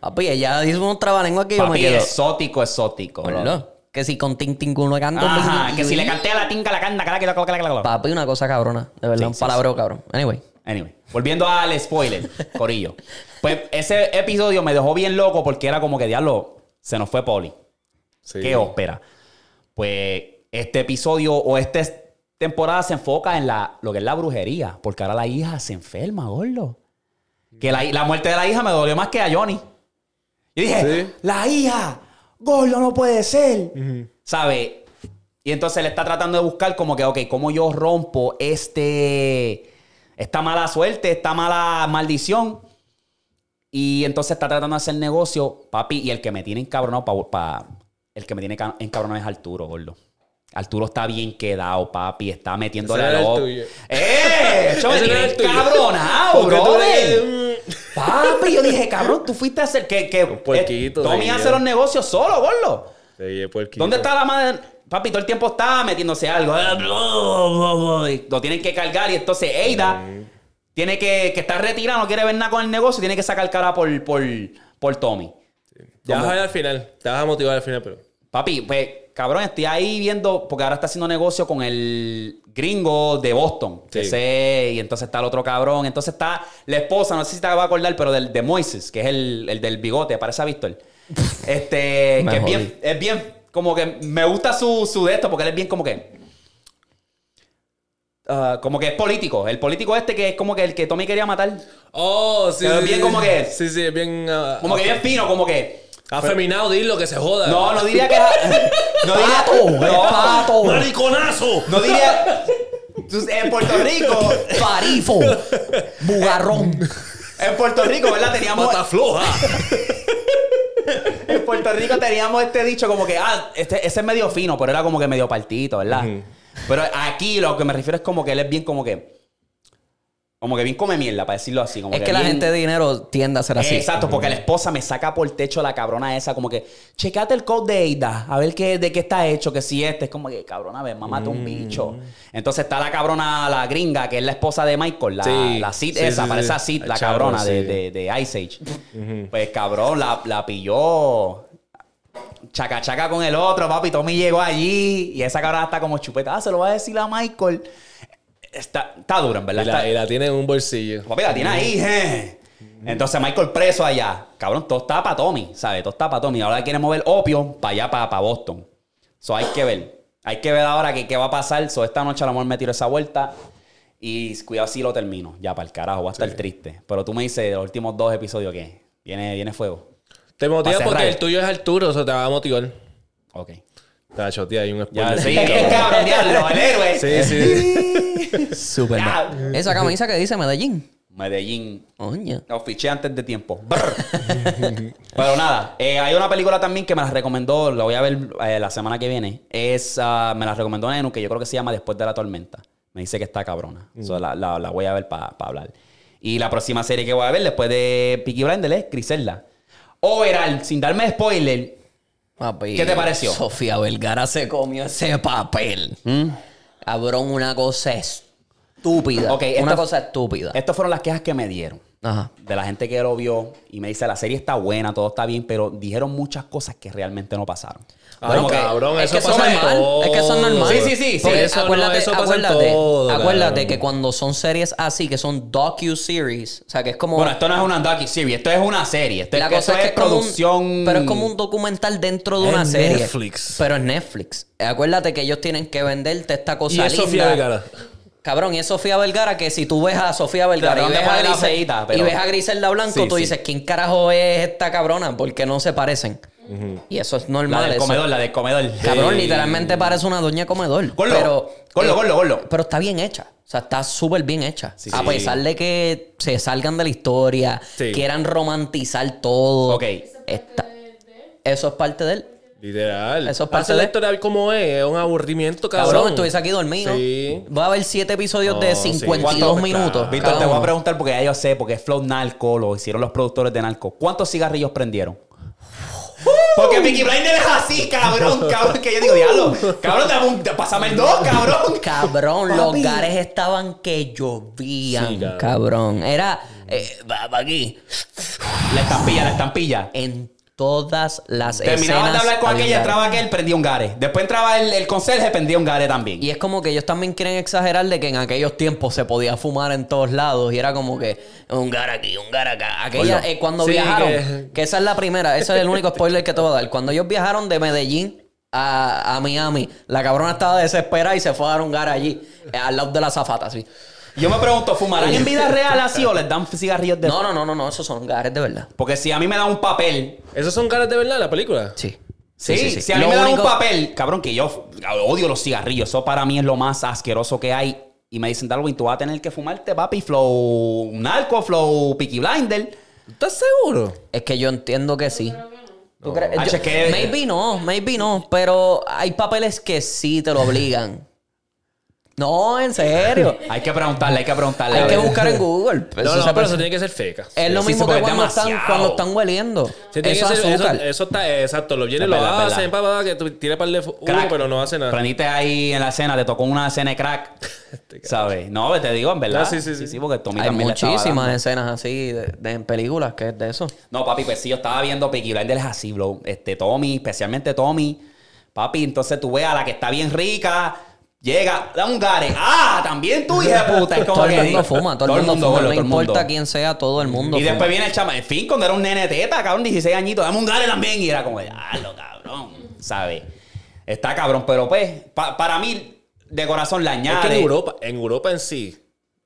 S2: Papi, ella hizo unos trabalenguas que yo me
S1: Papi,
S2: quedo.
S1: exótico, exótico. bro.
S2: Boludo. Que si con Ting Ting uno canta.
S1: Ajá,
S2: ting,
S1: que si le
S2: ting.
S1: canté a la tinca, la canta, cala, que la cala, que la cala.
S2: Papi, una cosa cabrona. De verdad,
S1: Sí,
S2: un
S1: sí,
S2: palabreo cabrón. Anyway.
S1: Anyway, volviendo al spoiler, Corillo. Pues ese episodio me dejó bien loco porque era como que, diablo, se nos fue Poli.
S3: Sí.
S1: ¿Qué ópera? Pues este episodio o esta es- temporada se enfoca en la, lo que es la brujería, porque ahora la hija se enferma, gordo. Que la, hi- la muerte de la hija me dolió más que a Johnny. Y dije,
S3: Sí.
S1: la hija, gordo, no puede ser. ¿Sabe? Y entonces le está tratando de buscar como que, ok, ¿cómo yo rompo este, esta mala suerte, esta mala maldición? Y entonces está tratando de hacer negocio, papi. Y el que me tiene encabronado, pa, pa- el que me tiene ca- encabronado es Arturo, gordo. Arturo está bien quedado, papi. Está metiéndole
S3: Ese
S1: a
S3: era el
S1: los...
S3: tuyo.
S1: ¡Eh! Yo me
S3: Ese no
S1: tiene
S3: era el tuyo.
S1: encabronado,
S3: Porque tú
S1: brother.
S3: eres, mm,
S1: Papi, yo dije, cabrón, tú fuiste a hacer... Que, que,
S3: puerquito,
S1: eh, Tommy
S3: diría.
S1: hace los negocios solo, gordo.
S3: Sí, es puerquito.
S1: ¿Dónde está la madre? Papi, todo el tiempo está metiéndose algo. Y Lo tienen que cargar. Y entonces Eida tiene que, que está retirada, no quiere ver nada con el negocio, tiene que sacar cara por, por, por Tommy.
S3: Ya vas a ver al final. Te vas a motivar al final, pero.
S1: Papi, pues, cabrón, estoy ahí viendo, porque ahora está haciendo negocio con el gringo de Boston. que
S3: Sí.
S1: sé, y entonces está el otro cabrón. Entonces está la esposa, no sé si te va a acordar, pero del de Moises, que es el, el del bigote, parece a Víctor. Este,
S2: Me
S1: que es
S2: jodí.
S1: bien, es bien, como que me gusta su, su de esto, porque él es bien como que. ah, como que es político. El político este que es como que el que Tommy quería matar.
S3: Oh, sí.
S1: Pero
S3: sí,
S1: bien
S3: sí,
S1: como
S3: sí.
S1: que-
S3: Sí, sí, es bien. ah,
S1: Como que bien fino, como que.
S3: Afeminado, dilo que se joda.
S1: No, no diría que es. No diría. no,
S3: ¡Mariconazo!
S1: No diría. Tú- En Puerto Rico,
S2: Parifo. Bugarrón.
S1: en Puerto Rico, ¿verdad? Teníamos.
S3: ¡Mata floja!
S1: En Puerto Rico teníamos este dicho como que, ah, este, ese es medio fino, pero era como que medio partito, ¿verdad? Pero aquí lo que me refiero es como que él es bien como que. Como que bien come mierda, para decirlo así. Como
S2: Es que la
S1: bien-
S2: gente de dinero tiende a ser así.
S1: Exacto, porque la esposa me saca por el techo la cabrona esa, como que, checate el code de Eida, a ver qué, de qué está hecho, que si este, es como que, cabrona, a ver, mamate un bicho.
S3: Mm.
S1: Entonces está la cabrona, la gringa, que es la esposa de Michael, la,
S3: Sí,
S1: la Sid
S3: sí,
S1: esa,
S3: sí,
S1: parece
S3: sí.
S1: a Sid,
S3: El
S1: la
S3: chavo,
S1: cabrona de,
S3: sí.
S1: de- de Ice Age. Pues cabrón, la, la pilló. Chaca chaca con el otro, papi. Tommy llegó allí y esa cabrona está como chupeta. Ah, se lo va a decir a Michael. Está, está dura, en verdad.
S3: Y la,
S1: está-
S3: y la tiene en un bolsillo.
S1: Papi, la tiene ahí, je. Entonces Michael preso allá. Cabrón, todo está para Tommy, ¿sabes? Todo está para Tommy. Ahora quieren mover opio para allá, para, Boston. Eso hay que ver. Hay que ver ahora qué, qué va a pasar. So, esta noche a lo mejor me tiro esa vuelta. Y cuidado si lo termino. Ya, para el carajo, va a estar triste. Pero tú me dices, los últimos dos episodios, ¿qué? ¿Viene, viene fuego?
S3: Te motiva
S1: Pa' cerrar.
S3: porque el tuyo es Arturo, o sea, te va a motivar.
S1: Ok.
S3: Tacho, tío, hay un spoiler.
S1: Ya, sí, bien, cabrón, diablo, el héroe.
S3: Sí, sí.
S1: Ya.
S2: Esa camisa que dice Medellín.
S1: Medellín,
S2: Oye.
S1: Lo fiché antes de tiempo. Brr. Pero nada, eh, hay una película también que me la recomendó, la voy a ver eh, la semana que viene. Es, ah, me la recomendó Nenu, que yo creo que se llama Después de la Tormenta. Me dice que está cabrona. So, la, la- la voy a ver para hablar. Y la próxima serie que voy a ver después de Peaky Blinders es Griselda. Overall, sin darme spoiler,
S2: Papi,
S1: ¿Qué te pareció? ¿Mm?
S2: Sofía Vergara se comió ese papel. Cabrón, una cosa estúpida.
S1: Ok, esta-
S2: una cosa estúpida.
S1: estas fueron las quejas que me dieron.
S2: Ajá.
S1: de la gente que lo vio y me dice, la serie está buena, todo está bien, pero dijeron muchas cosas que realmente no pasaron.
S3: Ay,
S1: Como que-
S3: cabrón,
S2: es que
S3: eso
S2: Ah, eso es
S3: pasa en
S2: normal.
S3: todo.
S2: Es que eso es normal.
S1: Sí, sí, sí, sí.
S2: Porque
S3: Eso no-
S2: acuérdate,
S3: eso pasa en
S2: acuérdate,
S3: todo,
S2: acuérdate
S3: cabrón.
S2: que cuando son series así, que son docu-series, o sea, que es como...
S1: Bueno, este esto no es una docu-serie, esto es una serie. Esto,
S2: la
S1: esto
S2: cosa es que es como un-
S1: producción...
S2: pero es como un documental dentro de
S3: Es
S2: una serie.
S3: Netflix.
S2: Pero es Netflix. Acuérdate que ellos tienen que venderte esta cosa
S3: Y es
S2: linda.
S3: Sofía Vergara.
S2: Cabrón, y es Sofía Vergara que si tú ves a Sofía Vergara
S1: Claro,
S2: y,
S1: no
S2: ves
S1: te
S2: a
S1: pone la
S2: Grisel-
S1: feíta, pero-
S2: y ves a Griselda Blanco,
S3: Sí,
S2: tú
S3: sí.
S2: dices, ¿quién carajo es esta cabrona? Porque no se parecen. Y eso es normal.
S1: La del
S2: eso-
S1: comedor, la del comedor.
S2: Cabrón, literalmente parece una doña comedor.
S1: Gorlo,
S2: pero,
S1: gorlo, gorlo, gorlo.
S2: Pero está bien hecha. O sea, está súper bien hecha.
S1: Sí,
S2: a
S1: sí.
S2: pesar de que se salgan de la historia,
S3: Sí.
S2: quieran romantizar todo.
S1: Ok.
S2: Está- eso es parte de él.
S3: Literal.
S2: Eso es parte
S3: Hacer la
S2: de-
S3: historia como es, es un aburrimiento,
S2: Cabrón,
S3: cabrón.
S2: estuviese aquí dormido.
S3: Sí.
S2: Va a haber siete episodios de
S1: Oh,
S3: No, sí.
S2: 52
S3: ¿Cuánto?
S2: minutos.
S3: Claro.
S1: Ah, Víctor,
S2: cada
S1: te voy a
S2: uno.
S1: preguntar porque ya yo sé, porque es Flow Narco, lo hicieron los productores de Narco. ¿Cuántos cigarrillos prendieron? Porque Mickey Blinder es así, cabrón, cabrón, que yo digo, diablo, cabrón, dame un- pásame el dos, cabrón.
S2: Cabrón,
S1: Papi.
S2: los gares estaban que llovían.
S3: Sí, cabrón.
S2: cabrón. Era. eh, va pa' aquí.
S1: La estampilla, la estampilla.
S2: En todas las
S1: Terminaban de
S2: escenas.
S1: hablar con
S2: había
S1: aquella,
S2: gares.
S1: entraba aquel, prendía un gare. Después entraba el, el conserje, prendía un gare también.
S2: Y es como que ellos también quieren exagerar de que en aquellos tiempos se podía fumar en todos lados y era como que un gar aquí, un gar acá. Aquella,
S1: Ponlo.
S2: eh, cuando
S3: Sí,
S2: viajaron,
S3: que-
S2: que... esa es la primera, ese es el único spoiler que te voy a dar. Cuando ellos viajaron de Medellín a, a Miami, la cabrona estaba desesperada y se fue a dar un gar allí, eh, al lado de la zafata, así.
S1: Yo me pregunto, ¿fumarán en vida real así o les dan cigarrillos de...
S2: No, no, no, no, no, esos son gares de verdad.
S1: Porque si a mí me dan un papel...
S3: ¿Esos son caras de verdad la película?
S2: Sí.
S1: Sí, si a mí
S2: Lo
S1: me dan
S2: único-
S1: un papel, cabrón, que yo odio los cigarrillos. Eso para mí es lo más asqueroso que hay. Y me dicen, Darwin, tú vas a tener que fumarte, papi, flow narco, flow picky blinder.
S3: ¿Estás seguro?
S2: Es que yo entiendo que sí. ¿Tú crees?
S1: Ah,
S2: Yo-
S1: es que-
S2: Maybe no, maybe no, pero hay papeles que sí te lo obligan. No, en serio.
S1: Hay que preguntarle, hay que preguntarle.
S2: Hay
S1: a
S2: que
S1: ver.
S2: buscar en Google. Eso
S3: No, no,
S2: se
S3: pero eso
S2: parece-
S3: tiene que ser feca.
S2: Es lo
S1: Sí,
S2: mismo
S1: sí, porque
S2: que
S1: es
S2: cuando están,
S1: demasiado.
S2: cuando están hueliendo.
S3: Sí, tiene
S2: eso
S3: que
S2: es
S3: ser- eso-
S2: azúcar.
S3: Eso, está, eh, exacto. Lo vienen,
S1: Es
S3: lo
S1: verdad, es
S3: hacen, pa, pa, que tú- tiene par de fu- humo,
S1: Crack.
S3: Uh, pero no hace nada.
S1: Prendiste ahí en la escena, te tocó una escena de crack. ¿Sabes? No, te digo, en verdad.
S3: Este Ah, sí, sí, sí.
S1: porque Tommy
S2: Hay
S1: también le estaba
S2: muchísimas
S1: dando.
S2: escenas así de, de- en películas que es de eso.
S1: No, papi, pues sí, yo estaba viendo Peaky Blinders así, bro. Este, Tommy, especialmente Tommy. Papi, entonces tú ves a la que está bien rica, llega, da un gare. ¡Ah! También tú, hija de puta. Es como
S2: Todo el
S1: que-
S2: mundo fuma, todo, el mundo,
S1: bro,
S2: fuma. No
S1: todo el mundo.
S2: importa quién sea, todo el mundo
S1: Y
S2: fuma.
S1: después viene el chama. En fin, cuando era un nene teta, cabrón, 16 añitos, dame un gare también. Y era como, lo cabrón, ¿sabes? Está cabrón, pero pues, pa- para mí, de corazón le
S3: Es
S1: añade.
S3: que en Europa, en Europa en sí,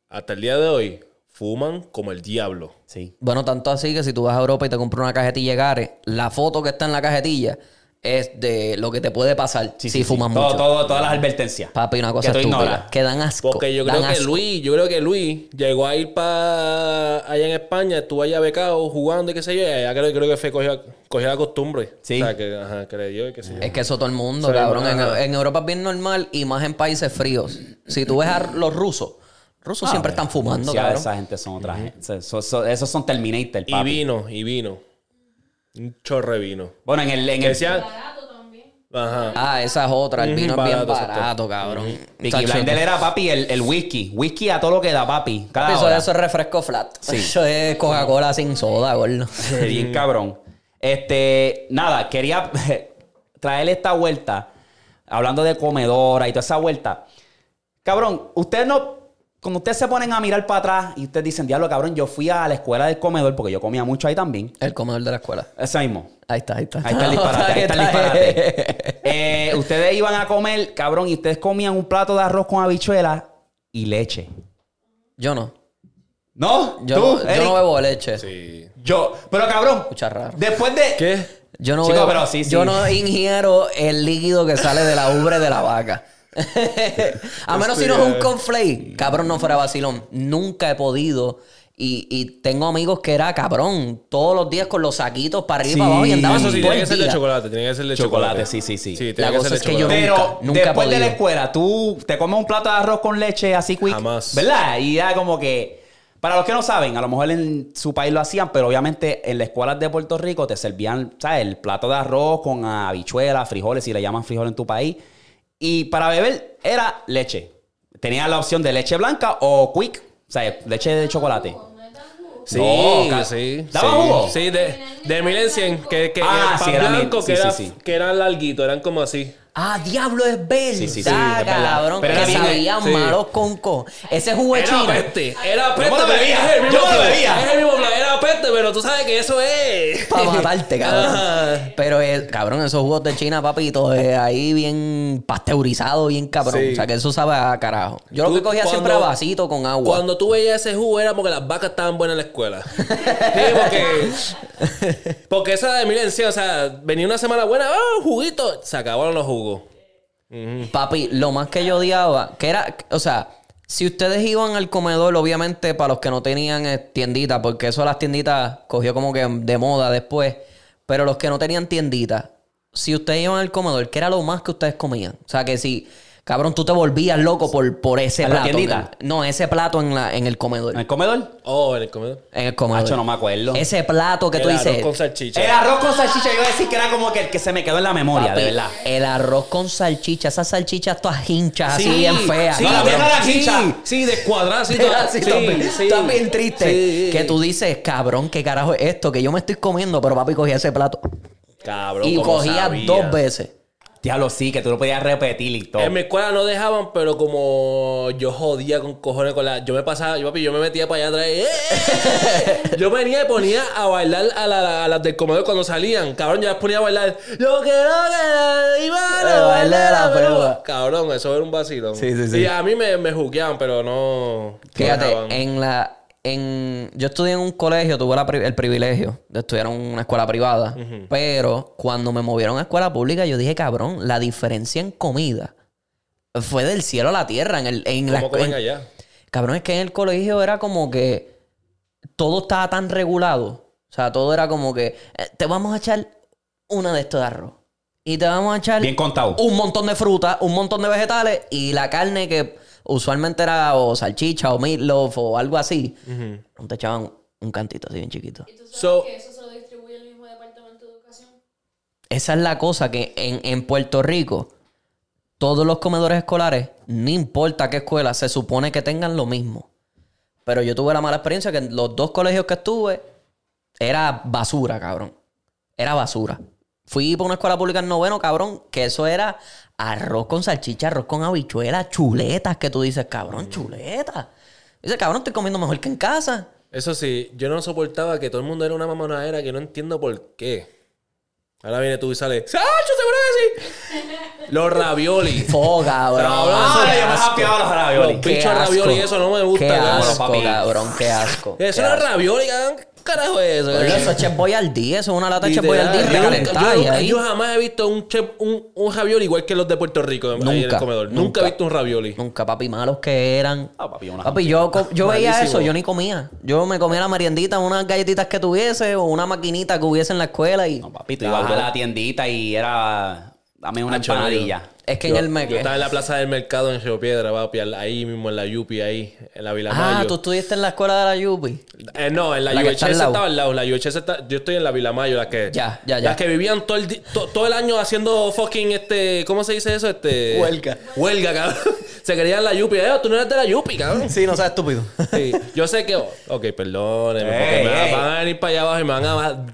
S3: hasta el día de hoy, fuman como el diablo.
S1: Sí.
S2: Bueno, tanto así que si tú vas a Europa y te compras una cajetilla de Gare, la foto que está en la cajetilla es de lo que te puede pasar
S1: Sí,
S2: si
S1: sí, sí.
S2: fumas
S1: Todo-
S2: mucho.
S1: todo- todas las advertencias.
S2: Papi, una cosa
S1: Que tú
S2: estúpida.
S1: ignoras.
S2: Que dan asco.
S3: Porque yo
S2: dan
S3: creo que
S2: asco.
S3: Luis, yo creo que Luis llegó a ir para allá en España, estuvo allá becado jugando y qué sé yo, y allá creo, creo que fue cogió, cogió la costumbre.
S1: Sí.
S3: O sea, que, ajá, que le dio y qué sé yo.
S2: Es que eso todo el mundo,
S3: Se ve
S2: cabrón.
S3: mal,
S2: En,
S3: ajá.
S2: en Europa es bien normal y más en países fríos. Si tú ves a los rusos,
S1: Ah,
S2: rusos siempre están fumando,
S1: Sí,
S2: cabrón.
S1: Esa gente son otra gente. Eso- eso- esos son Terminator,
S3: Y
S1: papi.
S3: vino, y vino. Un chorre vino.
S1: Bueno, en el, en
S3: Que
S1: el
S3: decía,
S5: Barato también.
S3: ajá.
S2: Ah, esa es otra. El
S3: Ujú,
S2: vino es bien
S3: barato, exacto.
S2: barato, cabrón.
S1: Peaky
S2: Chacho,
S1: Blinders era, papi, el, el whisky. Whisky a todo lo que da, papi. Cada
S2: Eso,
S1: hora.
S2: eso es refresco flat. Eso es Coca-Cola sin soda, gordo.
S1: Bien cabrón. Este, nada, quería traerle esta vuelta, hablando de comedora y toda esa vuelta. Cabrón, ustedes no, cuando ustedes se ponen a mirar para atrás y ustedes dicen, diablo, cabrón, yo fui a la escuela del comedor porque yo comía mucho ahí también.
S2: El comedor de la escuela.
S1: Ese mismo.
S2: Ahí está, ahí está.
S1: Ahí está el disparate, ahí está el disparate. Eh, ustedes iban a comer, cabrón, y ustedes comían un plato de arroz con habichuela y leche.
S2: Yo no.
S1: ¿No?
S2: Yo,
S1: ¿Tú,
S2: no, yo
S1: Eric?
S2: no bebo leche.
S3: Sí.
S1: Yo, pero cabrón,
S2: Escucha raro.
S1: después de...
S3: ¿Qué?
S2: Yo no,
S1: Chico,
S2: bebo-
S1: pero sí, sí.
S2: yo no ingiero el líquido que sale de la ubre de la vaca. a menos si no es un conflay. Cabrón, no fuera vacilón. Nunca he podido. Y, y tengo amigos que era cabrón. Todos los días con los saquitos para arriba y para abajo y andaban
S3: Eso sí,
S2: todo
S3: tiene
S2: el
S3: que ser de
S2: día.
S3: chocolate, tiene que ser de
S1: Chocolate,
S3: chocolate.
S1: sí, sí, sí.
S3: Sí, tiene
S2: La
S3: que
S2: cosa
S3: ser de
S2: es que yo
S3: chocolate.
S2: nunca,
S1: Pero
S2: nunca he
S1: después de la
S2: podido.
S1: escuela, tú te comes un plato de arroz con leche así quick.
S3: Jamás.
S1: ¿Verdad? Y ya como que. Para los que no saben, a lo mejor en su país lo hacían, pero obviamente en las escuelas de Puerto Rico te servían, ¿sabes? El plato de arroz con habichuelas, frijoles, si le llaman frijoles en tu país. Y para beber era leche. Tenías la opción de leche blanca o quick, o sea, leche de chocolate.
S5: No es tan jugo.
S3: Sí,
S1: No, ca-
S3: sí.
S1: ¿Daba
S3: sí.
S1: jugo?
S3: Sí, de, de mil en cien. Que, que
S1: Ah,
S3: el pan
S1: sí, era mil-
S3: blanco,
S1: sí,
S3: que,
S1: sí,
S3: era,
S1: sí.
S3: que era larguito, eran como así.
S2: Ah, diablo, es verdad,
S1: sí, sí, es verdad.
S2: cabrón.
S1: Pero
S2: que
S1: era bien- eh,
S2: sabían
S3: sí.
S2: malos con co. Ese jugo de
S3: Era
S2: chino.
S3: peste, era peste.
S1: me lo
S3: pero
S1: bebía,
S3: es el mismo
S1: yo me lo
S3: plan,
S1: bebía.
S3: Es el mismo plan, era peste, pero tú sabes que eso es.
S2: Para matarte, cabrón.
S3: Ajá.
S2: Pero, eh, cabrón, esos jugos de China, papito, eh, ahí bien pasteurizado, bien cabrón.
S3: Sí.
S2: O sea, que eso sabe a carajo. Yo lo
S3: Tú,
S2: que cogía siempre era
S3: cuando-
S2: vasito con agua.
S3: Cuando tú veías ese jugo era porque las vacas estaban buenas en la escuela. Sí, porque. Porque esa de mil en cien, o sea, venía una semana buena, ¡ah, juguito! Se acabaron los jugos.
S2: Papi, lo más que yo odiaba, que era, o sea, si ustedes iban al comedor, obviamente para los que no tenían eh, tiendita, porque eso las tienditas cogió como que de moda después, pero los que no tenían tiendita, si ustedes iban al comedor, ¿qué era lo más que ustedes comían? O sea, que si, cabrón, tú te volvías loco por, por ese
S1: ¿En la
S2: plato.
S1: tiendita?
S2: No, ese plato en, la, en el comedor.
S1: ¿En el comedor?
S3: Oh, en el comedor.
S2: En el comedor.
S1: Macho, no me acuerdo.
S2: Ese plato que tú
S3: El arroz
S2: dices.
S3: con salchicha.
S1: El arroz con salchicha, yo iba a decir que era como que el que se me quedó en la memoria,
S2: papi,
S1: de verdad.
S2: El arroz con salchicha. Esas salchichas todas hinchas, así
S3: Sí,
S2: Ah, bien feas.
S3: Sí,
S1: No, la
S2: cabrón.
S1: mía no era hincha.
S3: sí, sí, descuadradito.
S2: Así también, también triste.
S3: Sí.
S2: Que tú dices, cabrón, qué carajo es esto, que yo me estoy comiendo, pero papi cogía ese plato.
S3: Cabrón,
S2: y
S3: cómo
S2: cogía
S3: sabía.
S2: dos veces.
S1: Diablo, sí, que tú lo podías repetir y todo.
S3: En mi escuela no dejaban, pero como yo jodía con cojones con la. Yo me pasaba, yo papi, yo me metía para allá atrás. y, ¡eh! Yo venía y ponía a bailar a, la- a las del comedor cuando salían. Cabrón, yo las ponía a bailar. Yo quiero que la Ivana
S2: Eh, baile
S3: baile
S2: la pelúa.
S3: Cabrón, eso era un vacilón.
S2: Sí, sí, sí.
S3: Y a mí me, me juqueaban, pero no. no dejaban.
S2: Fíjate, en la. En, yo estudié en un colegio, tuve la pri- el privilegio de estudiar en una escuela privada. Pero cuando me movieron a escuela pública, yo dije, cabrón, la diferencia en comida fue del cielo a la tierra. En, el, en la
S3: ¿Cómo comen
S2: en-
S3: allá?
S2: Cabrón, es que en el colegio era como que todo estaba tan regulado. O sea, todo era como que eh, te vamos a echar una de estos de arroz. Y te vamos a echar Uh,
S1: Bien contado.
S2: un montón de fruta, un montón de vegetales y la carne que usualmente era o salchicha o meatloaf o algo así, te echaban un cantito así bien chiquito.
S5: Y tú sabes
S3: So-
S5: que eso se lo distribuye el mismo departamento de educación.
S2: Esa es la cosa que en, en Puerto Rico, todos los comedores escolares, no importa qué escuela, se supone que tengan lo mismo. Pero yo tuve la mala experiencia que en los dos colegios que estuve, era basura, cabrón. Era basura. Fui para una escuela pública en noveno, cabrón, que eso era arroz con salchicha, arroz con habichuelas, chuletas, que tú dices, cabrón, chuletas. Dices, cabrón, estoy comiendo mejor que en casa.
S3: Eso sí, yo no soportaba que todo el mundo era una mamonadera que no entiendo por qué. Ahora viene tú y sale. ¡Sacho, seguro que sí! Los ravioli.
S2: Fo, cabrón.
S3: Cabrón,
S1: Ah, yo me japeaba los
S3: Los
S1: raviolis.
S2: Qué
S3: bichos ravioli, eso no me gusta.
S2: Qué
S3: cabrón.
S2: asco,
S1: papi.
S2: cabrón, qué asco.
S3: Eso
S2: qué
S3: no es
S2: asco.
S3: ravioli, cabrón. ¿Qué carajo es eso?
S2: Oye, eso es Chef Boyardee, eso es una lata de Chef
S3: Literal.
S2: Boyardee
S3: Yo nunca-
S2: recalentada
S3: yo,
S2: y ahí.
S3: yo jamás he visto un, chef- un, un ravioli igual que los de Puerto Rico ahí en el
S2: Nunca,
S3: comedor. Nunca,
S2: nunca.
S3: he visto un ravioli.
S2: Nunca, papi, malos que eran.
S1: Ah, papi, una
S2: yo, co- yo veía
S3: Malísimo.
S2: eso, yo ni comía. Yo me comía la meriendita, unas galletitas que tuviese o una maquinita que hubiese en la escuela y...
S1: No, papito, ibas a la tiendita y era. Dame una
S3: Ancho,
S1: empanadilla.
S2: es que en el
S3: Yo
S2: meque...
S3: estaba en la plaza del mercado en Río Piedra, papi, al- ahí mismo en la Yupi, ahí, en la Vila
S2: Ah,
S3: Mayo.
S2: tú estuviste en la escuela de la Yupi.
S3: Eh, no, en la,
S2: La que está
S3: UHS
S2: al lado.
S3: estaba al lado. La UHS está, yo estoy en la Vila Mayo, las que.
S2: Ya, ya, ya.
S3: Las que vivían todo el, di- to- todo el año haciendo fucking este. ¿Cómo se dice eso? Este.
S2: Huelga.
S3: Huelga, cabrón. Se querían la Yupi. Eh, tú no eres de la Yupi, cabrón.
S2: Sí, no seas estúpido.
S3: Sí, Yo sé que. oh, Ok, perdónenme.
S1: Ey,
S3: porque me
S1: ey.
S3: van a venir para allá abajo y me van a